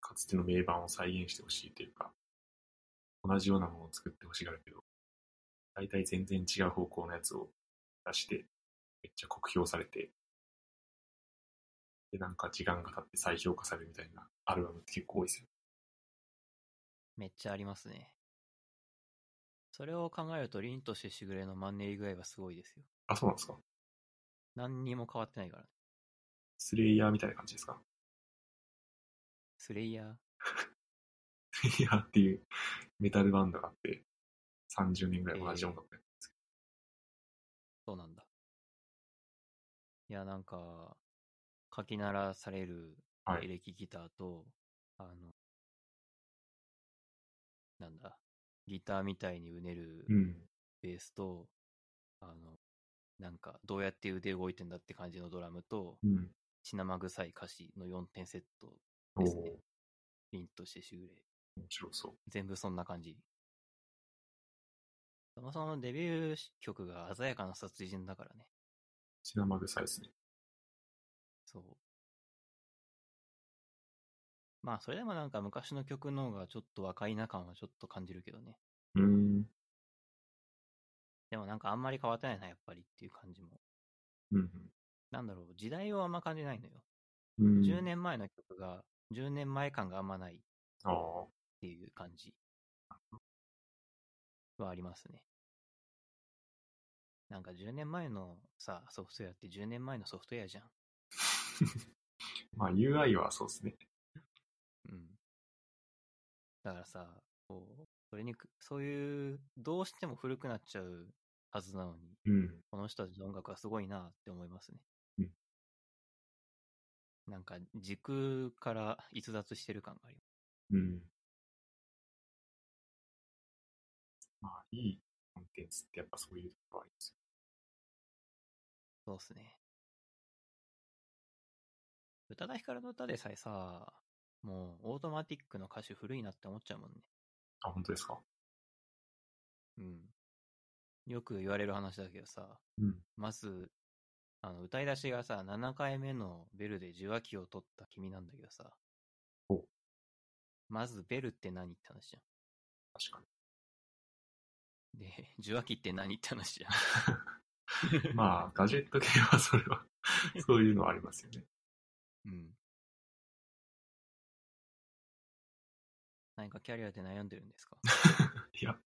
かつての名盤を再現してほしいというか、同じようなものを作ってほしがるけど、大体全然違う方向のやつを出して、めっちゃ酷評されて、で、なんか時間が経って再評価されるみたいなアルバムって結構多いですよ。めっちゃありますね。それを考えると、凛としてしぐれのマンネリ具合はすごいですよ。あ、そうなんですか何にも変わってないからね。スレイヤーみたいな感じですかスレイヤー。フィギュアっていうメタルバンドがあって、30年ぐらい同じ音楽やってるんですけそうなんだ。いや、なんか、書き鳴らされるはいエレキギターと、あの、なんだ、ギターみたいにうねるど、うん。ベースと、あの、なんか、どうやって腕動いてんだって感じのドラムと、うん。血生臭い歌詞の4点セットおでおすね。凛としてしぐれ。面白そ全部そんな感じ。そもそもデビュー曲が鮮やかな殺人だからね。う。血生臭いですね。そう。まあ、それでもなんか昔の曲の方がちょっと若いな感はちょっと感じるけどね。うーん。でもなんかあんまり変わってないな、やっぱりっていう感じも。うん。なんだろう、時代をあんま感じないのよ。うん。 10年前の曲が、10年前感があんまないっああ。ていう感じはありますね。なんか10年前のさ、ソフトウェアって10年前のソフトウェアじゃん。まあ UI はそうですね。うん。だからさ、こう、それにく、そういう、どうしても古くなっちゃうはずなのに、うん。この人たちの音楽はすごいなって思いますね。うんなんか、時空から逸脱してる感がありまうん。まあいいコンテンツってやっぱそういうところありますす。よ。そうっすね。宇多田ヒカルの歌でさえさ、もう、オートマティックの歌手古いなって思っちゃうもんね。あ、本当ですか うん。よく言われる話だけどさ、うん。まず、あの、歌い出しがさ、7回目のベルで受話器を取った君なんだけどさお。まずベルって何って話じゃ確かん。で、受話器って何って話じゃん。に。まあ、ガジェット系はそれは、 そういうのはありますよね。うん。何かキャリアで悩んでるんですかいや、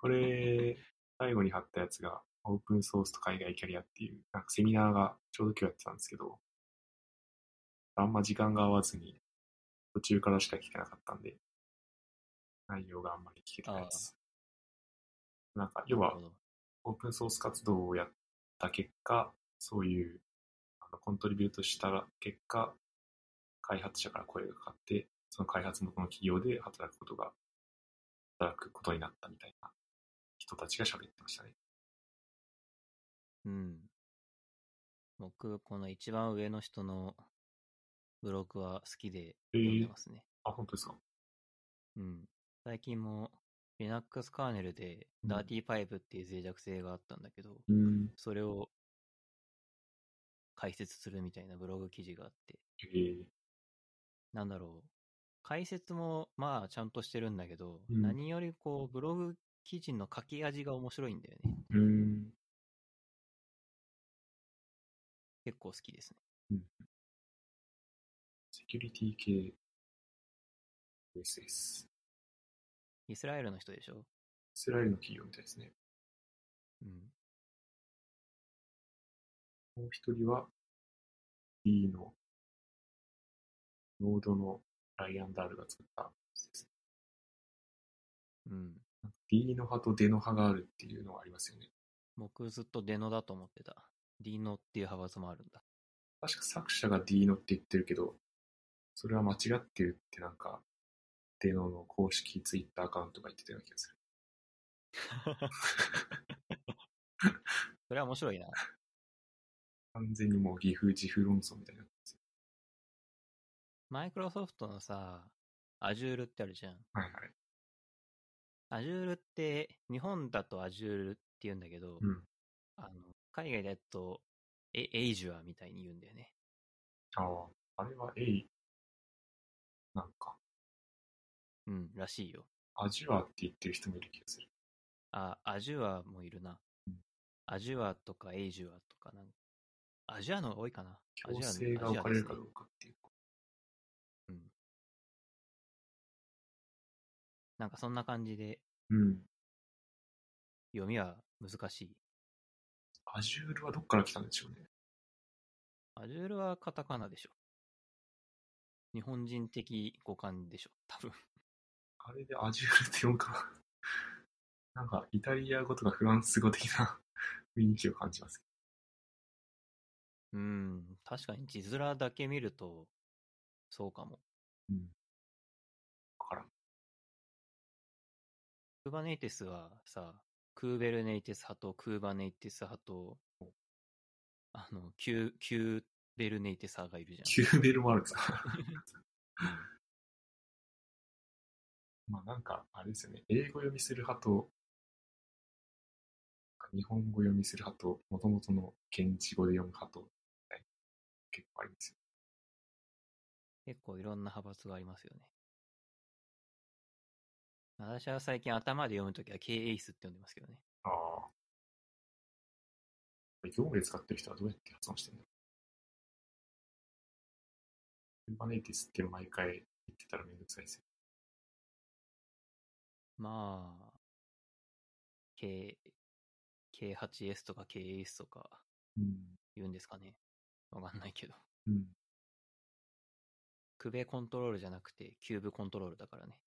これ、最後に貼ったやつが、オープンソースと海外キャリアっていう、なんかセミナーがちょうど今日やってたんですけど、あんま時間が合わずに、途中からしか聞けなかったんで、内容があんまり聞けてないです。なんか、要な、はるほどオープンソース活動をやった結果、そういう、あのコントリビュートした結果、開発者から声がかかって、その開発元の企業で働くことが、働くことになったみたいな人たちが喋ってましたね。うん。僕、この一番上の人のブログは好きで読んでますね。あ、本当ですかうん。最近も Linux カーネルでうん Dirty5 っていう脆弱性があったんだけど、うん。それを解説するみたいなブログ記事があって、えー、なんだろう。解説もまあちゃんとしてるんだけど、うん何よりこうブログ記事の書き味が面白いんだよね。うん。結構好きですね。セキュリティ系 SS。イイスラエルの人でしょスラエルの企業みたいですね。うん。もう一人は D のノードのライアンダールが作った。うん。 D の派とデの派があるっていうのがありますよね。僕ずっとデノだと思ってた。ディノっていう派閥もあるんだ。確か作者が D のって言ってるけど、それは間違ってるってなんか、デノの公式ツイッターアカウントが言ってたような気がする。それは面白いな。完全にもう岐阜自負論争みたいになってますよ。マイクロソフトのさ、Azure ってあるじゃん。はいはい。 Azure って、日本だと Azure って言うんだけど、うん。あの海外だと、え、Azure みたいに言うんだよね。ああ、あれは A、なんか、うん、らしいよ。アジュアって言ってる人もいる気がする。あ、Azure もいるな。Azure とか Azure とかなんか。Azure の方が多いかな。強制が置かれるかどうかっていう。なんかそんな感じで、うん。読みは難しい。アジュールはどっから来たんでしょうね。 Azure はカタカナでしょ。日本人的語感でしょ、多分。 あれでアジュールって読むかな。なん か、イタリア語とかフランス語的な 雰囲気を感じます。うん、確かに字面だけ見ると、そうかも。うん。わからん。 Kubernetes はさ、Kubernetes 派と Kubernetes 派と、あの、Q、Q ベルネイテサーがいるじゃん。キューベルもあるんですか まあなんか、あれですよね。英語読みする派と、日本語読みする派と、もともとの現地語で読む派と、みたいな結構ありますよ。結構いろんな派閥がありますよね。私は最近頭で読むときは KACE って呼んでますけどね。ああ。業務で使ってる人はどうやって発音してるんだろう。バネイティスって毎回言ってたらめんどくさいですよ。まあ、K、K8S とか KACE とかうん。言うんですかね。わかんないけど。 うん。クベコントロールじゃなくて、キューブコントロールだからね。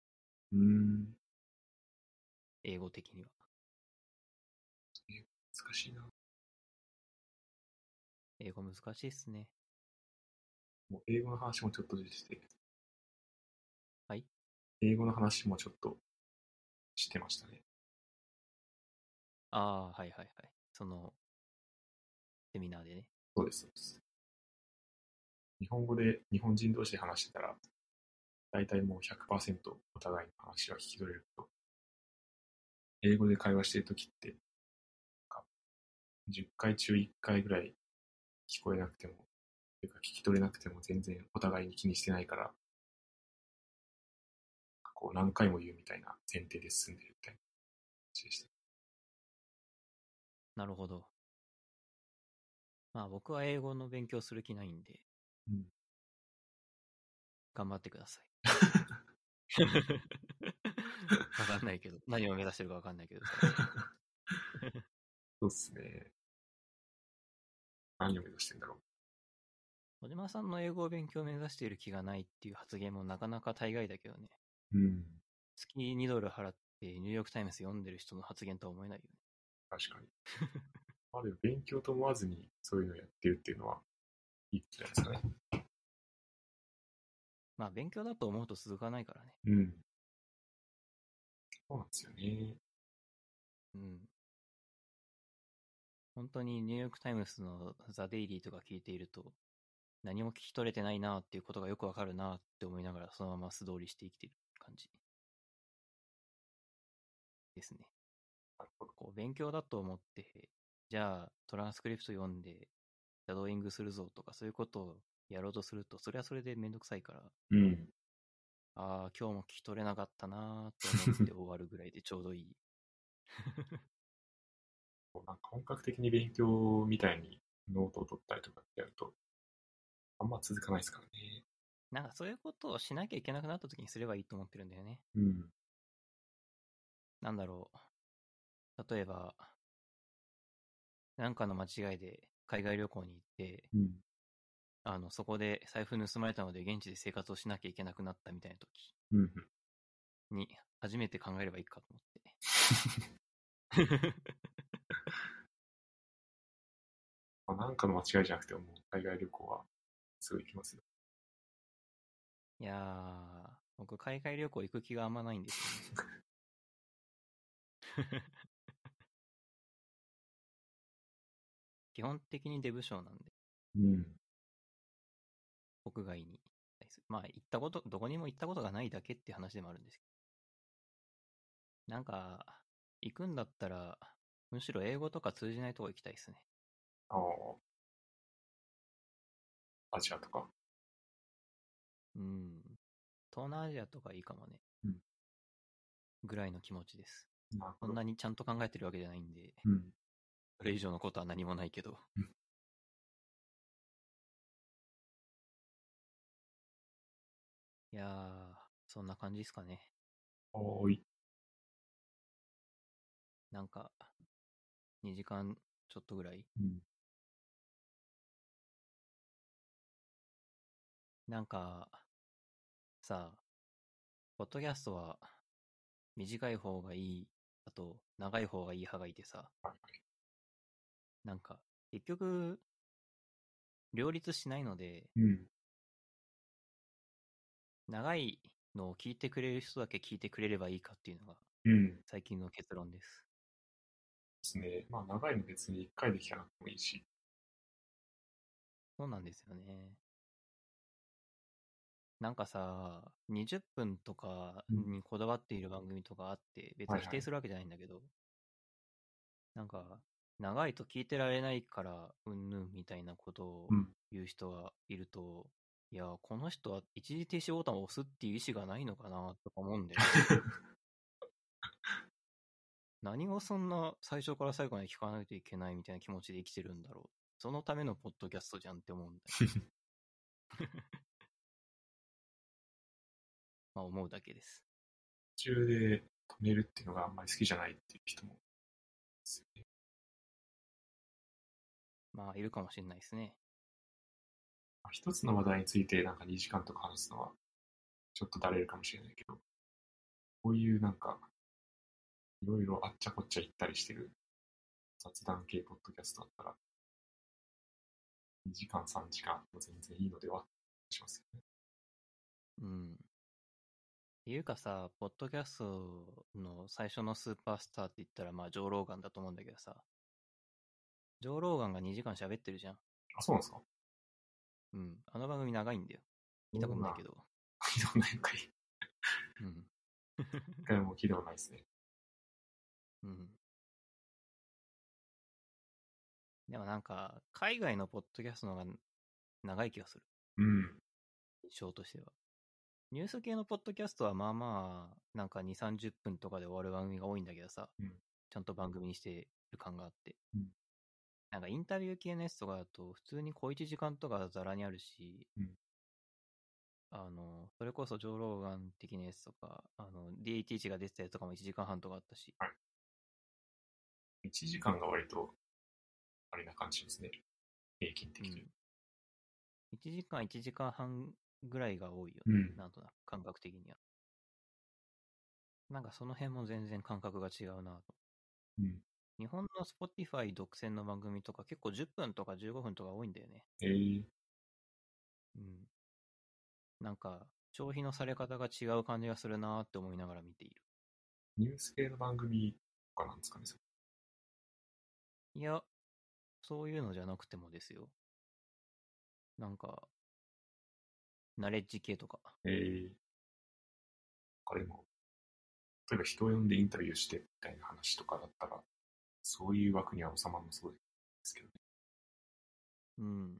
うん。英語的には。難しいな。英語難しいっすね。もう英語の話もちょっとして。はい。英語の話もちょっとしてましたね。ああ、はいはいはい。その、セミナーでね。そうです、そうです。日本語で日本人同士で話してたら、大体もう100%お互いの話は聞き取れると。英語で会話してるときって、なんか10回中1回ぐらい聞こえなくても、というか聞き取れなくても全然お互いに気にしてないから、こう何回も言うみたいな前提で進んでるみたいな話でした。なるほど。まあ僕は英語の勉強する気ないんで、うん頑張ってください。 わかんないけど、何を目指してるかわかんないけど。そうっすね。何を目指してんだろう。小島さんの英語を勉強を目指している気がないっていう発言もなかなか大概だけどね。うん。月2ドル払ってニューヨークタイムズ読んでる人の発言とは思えないよね。確かに。まあでも勉強と思わずにそういうのやってるっていうのは、いいんじゃないですかね。まあ勉強だと思うと続かないからね。うん。そうなんですよね。うん。本当にニューヨークタイムズのザ・デイリーとか聞いていると、何も聞き取れてないなっていうことがよくわかるなって思いながらそのまま素通りして生きてる感じ。ですね。なるほど。こう勉強だと思って、じゃあトランスクリプト読んで、シャドーイングするぞとかそういうことをやろうとすると、それはそれでめんどくさいから、うん。ああ、今日も聞き取れなかったなーと思って終わるぐらいでちょうどいい。なんか本格的に勉強みたいにノートを取ったりとかってやると、あんま続かないですからね。なんかそういうことをしなきゃいけなくなった時にすればいいと思ってるんだよね。うん。なんだろう。例えば、なんかの間違いで海外旅行に行って、うん。あの、そこで財布盗まれたので現地で生活をしなきゃいけなくなったみたいな時うんうん。に初めて考えればいいかと思って。まあ、なんかの間違いじゃなくても、もう海外旅行はすぐ行きますよ。いやー、僕海外旅行行く気があんまないんですよね。 基本的にデブ症なんで、うん。国外に対する。まあ行ったこと、どこにも行ったことがないだけって話でもあるんですけど。なんか、行くんだったら、むしろ英語とか通じないとこ行きたいですね。ああ。アジアとか。うん。東南アジアとかいいかもね。うんぐらいの気持ちです。なるそんなにちゃんと考えてるわけじゃないんで。うん。それ以上のことは何もないけどうん。いやー、そんな感じですかね。おーい。なんか、2時間ちょっとぐらい。うん。なんか、さあ、ポッドキャストは、短い方がいい、あと、長い方がいい派がいてさ、はいはい。なんか、結局、両立しないので、うん。長いのを聞いてくれる人だけ聞いてくれればいいかっていうのが、うん。で最近の結論です。すね。まあ、長いの別に一回で聞かなくてもいいし。そうなんですよね。なんかさ、20分とかうんにこだわっている番組とかあって、別はにいはい否定するわけじゃないんだけど、なんか、長いと聞いてられないから、うんぬんみたいなことをうん言う人がいると、いや、この人は一時停止ボタンを押すっていう意思がないのかな、とか思うんだよ ね。何をそんな最初から最後まで聞かないといけないみたいな気持ちで生きてるんだろう。そのためのポッドキャストじゃんって思うんだよ。まあ思うだけです。途中で止めるっていうのがあんまり好きじゃないっていう人もいますよね。まあいるかもしれないですね。まあ一つの話題についてなんか2時間とか話すのはちょっとだれるかもしれないけど、こういうなんか、いろいろあっちゃこっちゃ行ったりしてる雑談系ポッドキャストだったら、2時間、3時間も全然いいのではしますよね。うん。っていうかさ、ポッドキャストの最初のスーパースターって言ったらまあジョー・ローガンだと思うんだけどさ。ジョー・ローガンが2時間喋ってるじゃん。あ、そうなんですかうん。あの番組長いんだよ。見たことないけど。聞いたことないのかい。うん。一回も聞いたことないですね。うん。でもなんか、海外のポッドキャストの方が長い気がする。うん。印象としては。ニュース系のポッドキャストはまあまあ、なんか2、30分とかで終わる番組が多いんだけどさ、うんちゃんと番組にしてる感があって。うんなんかインタビュー系のやつとかだと、普通に小1時間とかざらにあるし、うんあの、それこそ上老眼的なやつとか、あの、DHH が出てたやつとかも1時間半とかあったし、はい1時間が割と、あれな感じですね。平均的に。 1時間、1時間半ぐらいが多いようね。ん。なんとなく、感覚的には。なんかその辺も全然感覚が違うなと。うん。日本の Spotify 独占の番組とか結構10分とか15分とか多いんだよね。えー、うん。なんか、消費のされ方が違う感じがするなーって思いながら見ている。ニュース系の番組とかなんですかね、それいや、そういうのじゃなくてもですよ。なんか、ナレッジ系とか。えー、なんかでも、例えば人を呼んでインタビューしてみたいな話とかだったら、そういう枠には収まらなそうですけどね。うん。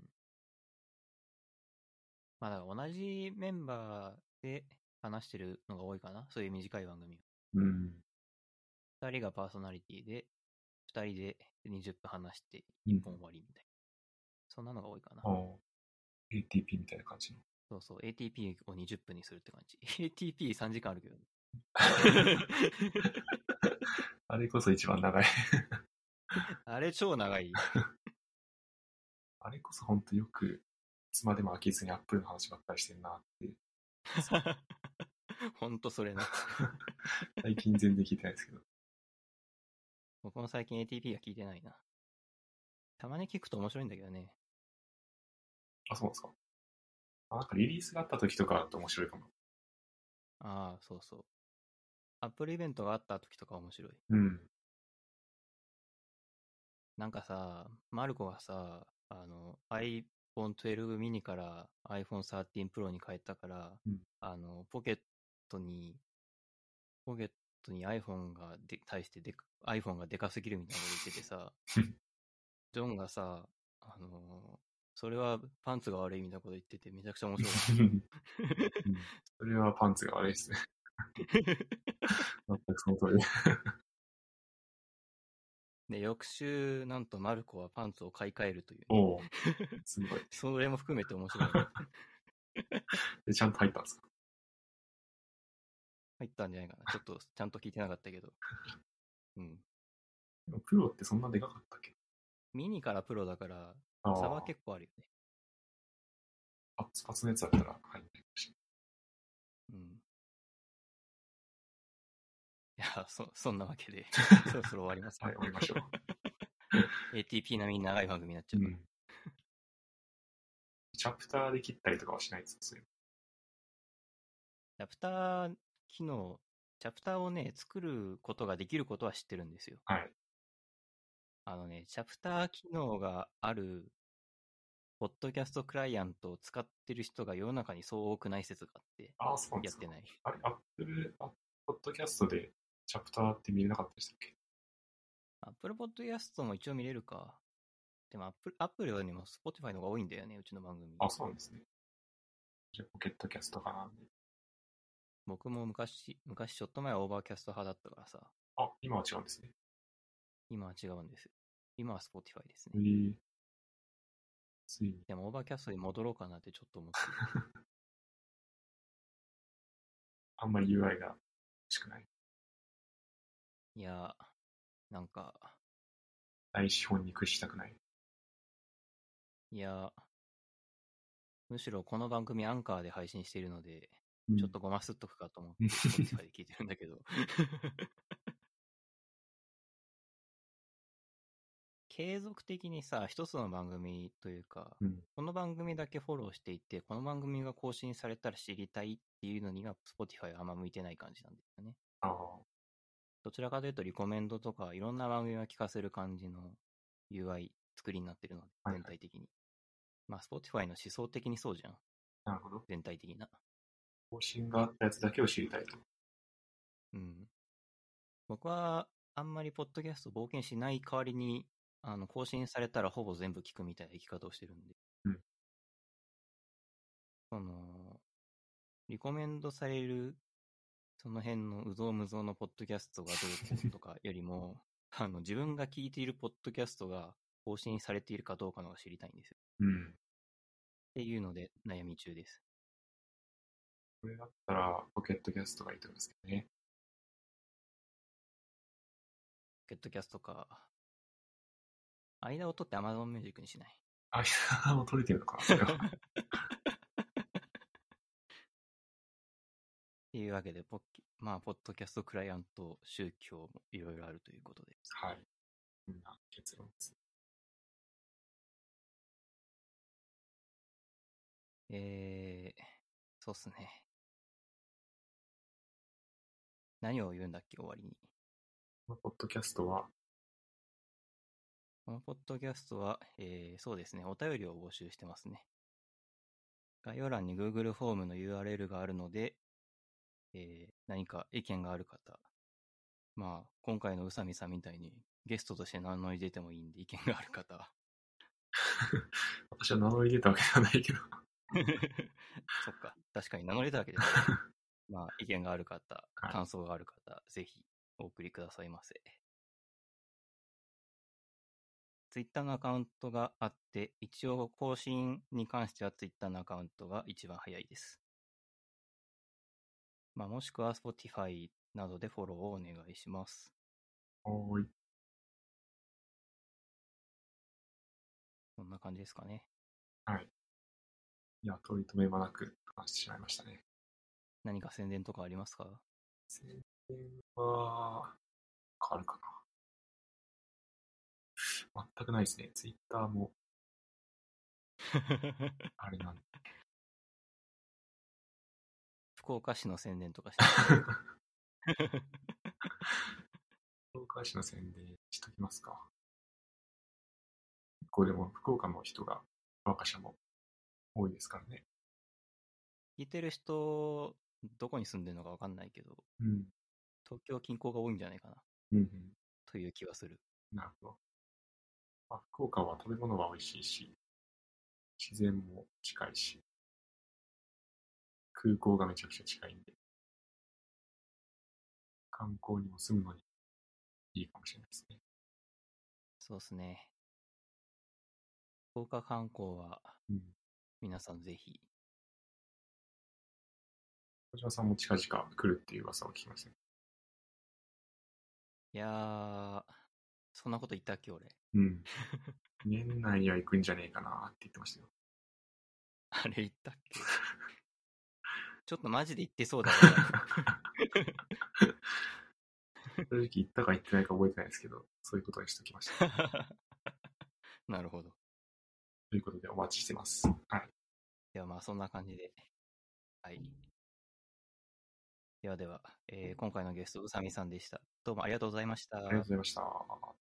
まあ、だから同じメンバーで話してるのが多いかな。そういう短い番組は。うん。 2人がパーソナリティで、2人で20分話してうん1本終わりみたいな。そんなのが多いかな。ああ、ATP みたいな感じの。そうそう、ATP を20分にするって感じ。ATP3 時間あるけどね。あれこそ一番長い。あれ超長い。あれこそ本当よく、いつまでも飽きずにアップルの話ばっかりしてんなって、ほんとそれな。最近全然聞いてないですけど。僕 も最近 ATP が聞いてないな。たまに聞くと面白いんだけどね。あ、そうなんですか。あなんかリリースがあった時とかだと面白いかも。ああ、そうそう。アップルイベントがあった時とか面白い。 うん。なんかさ、マルコがさ、あの、iPhone 12 mini から iPhone 13 Pro に変えたから、うんあの、ポケットに、ポケットに iPhone がで、対してでか、iPhone がでかすぎるみたいなこと言ってて さ、ジョンがさ、あの、それはパンツが悪いみたいなこと言っててめちゃくちゃ面白かった。うんそれはパンツが悪いですね。全くその通りで。 で、翌週、なんとマルコはパンツを買い替えるという、おお、すごい。それも含めて面白いね。で、ちゃんと入ったんですか入ったんじゃないかな。ちょっと ちゃんと聞いてなかったけど。うん。でもプロってそんなでかかったっけミニからプロだから、あ差はあ、結構あるよね。パツパツのやつだったら入んないかもしうん。いや、そ、 そんなわけで、そろそろ終わります れない。はい、終わりましょう。 ATP 並みに長い番組にな っちゃううから。ん。チャプターで切ったりとかはしないんですかそういうチャプター機能、チャプターをね、作ることができることは知ってるんですよ。の。はい。あのね、チャプター機能がある、ポッドキャストクライアントを使ってる人が世の中にそう多くない説があって、ああ、そうなんでやっすかて。ない。あれ、アップル、あポッドキャストでチャプターって見れなかったでしたっけ Apple Podcast も一応見れるか。でも Apple, Apple よりも Spotify の方が多いんだよね、うちの番組。あ、そうなんですね。じゃあ、ポケットキャストかなんで。僕も昔、昔ちょっと前はオーバーキャスト派だったからさ、あ、今は違うんですね。今は違うんですよ。今は Spotify ですえね。ー、ついに。でもオーバーキャストに戻ろうかなってちょっと思って る。あんまり UI が欲しくない。いやー、なんか、大資本に屈したくない。いやー、むしろこの番組アンカーで配信しているので、ちょっとごますっとくかと思って、うん Spotify で聞いてるんだけど。 継続的にさ、一つの番組というか、うんこの番組だけフォローしていて、この番組が更新されたら知りたいっていうのには、Spotify はあんま向いてない感じなんですよね。ああ、どちらかというと、リコメンドとか、いろんな番組が聞かせる感じの UI 作りになってるので、はいはい全体的に。まあ、Spotify の思想的にそうじゃん、なるほど。全体的な。更新があったやつだけを知りたいと。うん。僕は、あんまりポッドキャスト冒険しない代わりに、あの、更新されたらほぼ全部聞くみたいな生き方をしてるんで。うんその、リコメンドされる、その辺のうぞうむぞうのポッドキャストがどうこうとかより も、あの、自分が聞いているポッドキャストが更新されているかどうかのが知りたいんですよ。うん。っていうので、悩み中です。これだったら、ポケットキャストがいいと思いますけどね。ポケットキャストか、間を取って Amazon Music にしない。あ、いや、もう取れてるのかなそれ は。っていうわけで、ポッキまあ、ポッドキャストクライアント、宗教もいろいろあるということで。はい。こんな結論です。えー、そうっすね。何を言うんだっけ、終わりに。このポッドキャストは、このポッドキャストは、えー、そうですね、お便りを募集してますね。概要欄に Google フォームの URL があるので、えー、何か意見がある方、まあ、今回の宇佐美さんみたいにゲストとして名乗り出てもいいんで、意見がある方、私は名乗り出たわけではないけど、 そっか、確かに名乗れたわけじゃ ない。まあ、意見がある方、はい感想がある方、ぜひお送りくださいませ。ツイッターのアカウントがあって、一応更新に関してはツイッターのアカウントが一番早いです。まあ、もしくは Spotify などでフォローをお願いします。おーい、そんな感じですかね。いや、取り留めもなく話してしまいましたね。何か宣伝とかあります か宣伝は、変わるかな。全くないですね。ツイッターも、あれなんで。福岡市の宣伝とかしてる福岡市の宣伝しときますか。結構でも、福岡の人が、若者も多いですからね。聞いてる人、どこに住んでるのかわかんないけど、うん。東京近郊が多いんじゃないかな、うん、うん。という気はする。なるほど。まあ、福岡は食べ物は美味しいし、自然も近いし、空港がめちゃくちゃ近いんで、観光にも住むのにいいかもしれないですね。そうですね。福岡観光は、うん。皆さんぜひ。小島さんも近々来るっていう噂を聞きましたね。いやー、そんなこと言ったっけ、俺。 うん。年内には行くんじゃねえかなって言ってましたよ。あれ言ったっけちょっとマジで言ってそうだな。正直行ったか行ってないか覚えてないですけど、そういうことにしとき ました。なるほど。ということでお待ちしてます。はい。ではまあそんな感じで。はい。ではでは、えー今回のゲスト、宇佐美さんでした。どうもありがとうございました。ありがとうございました。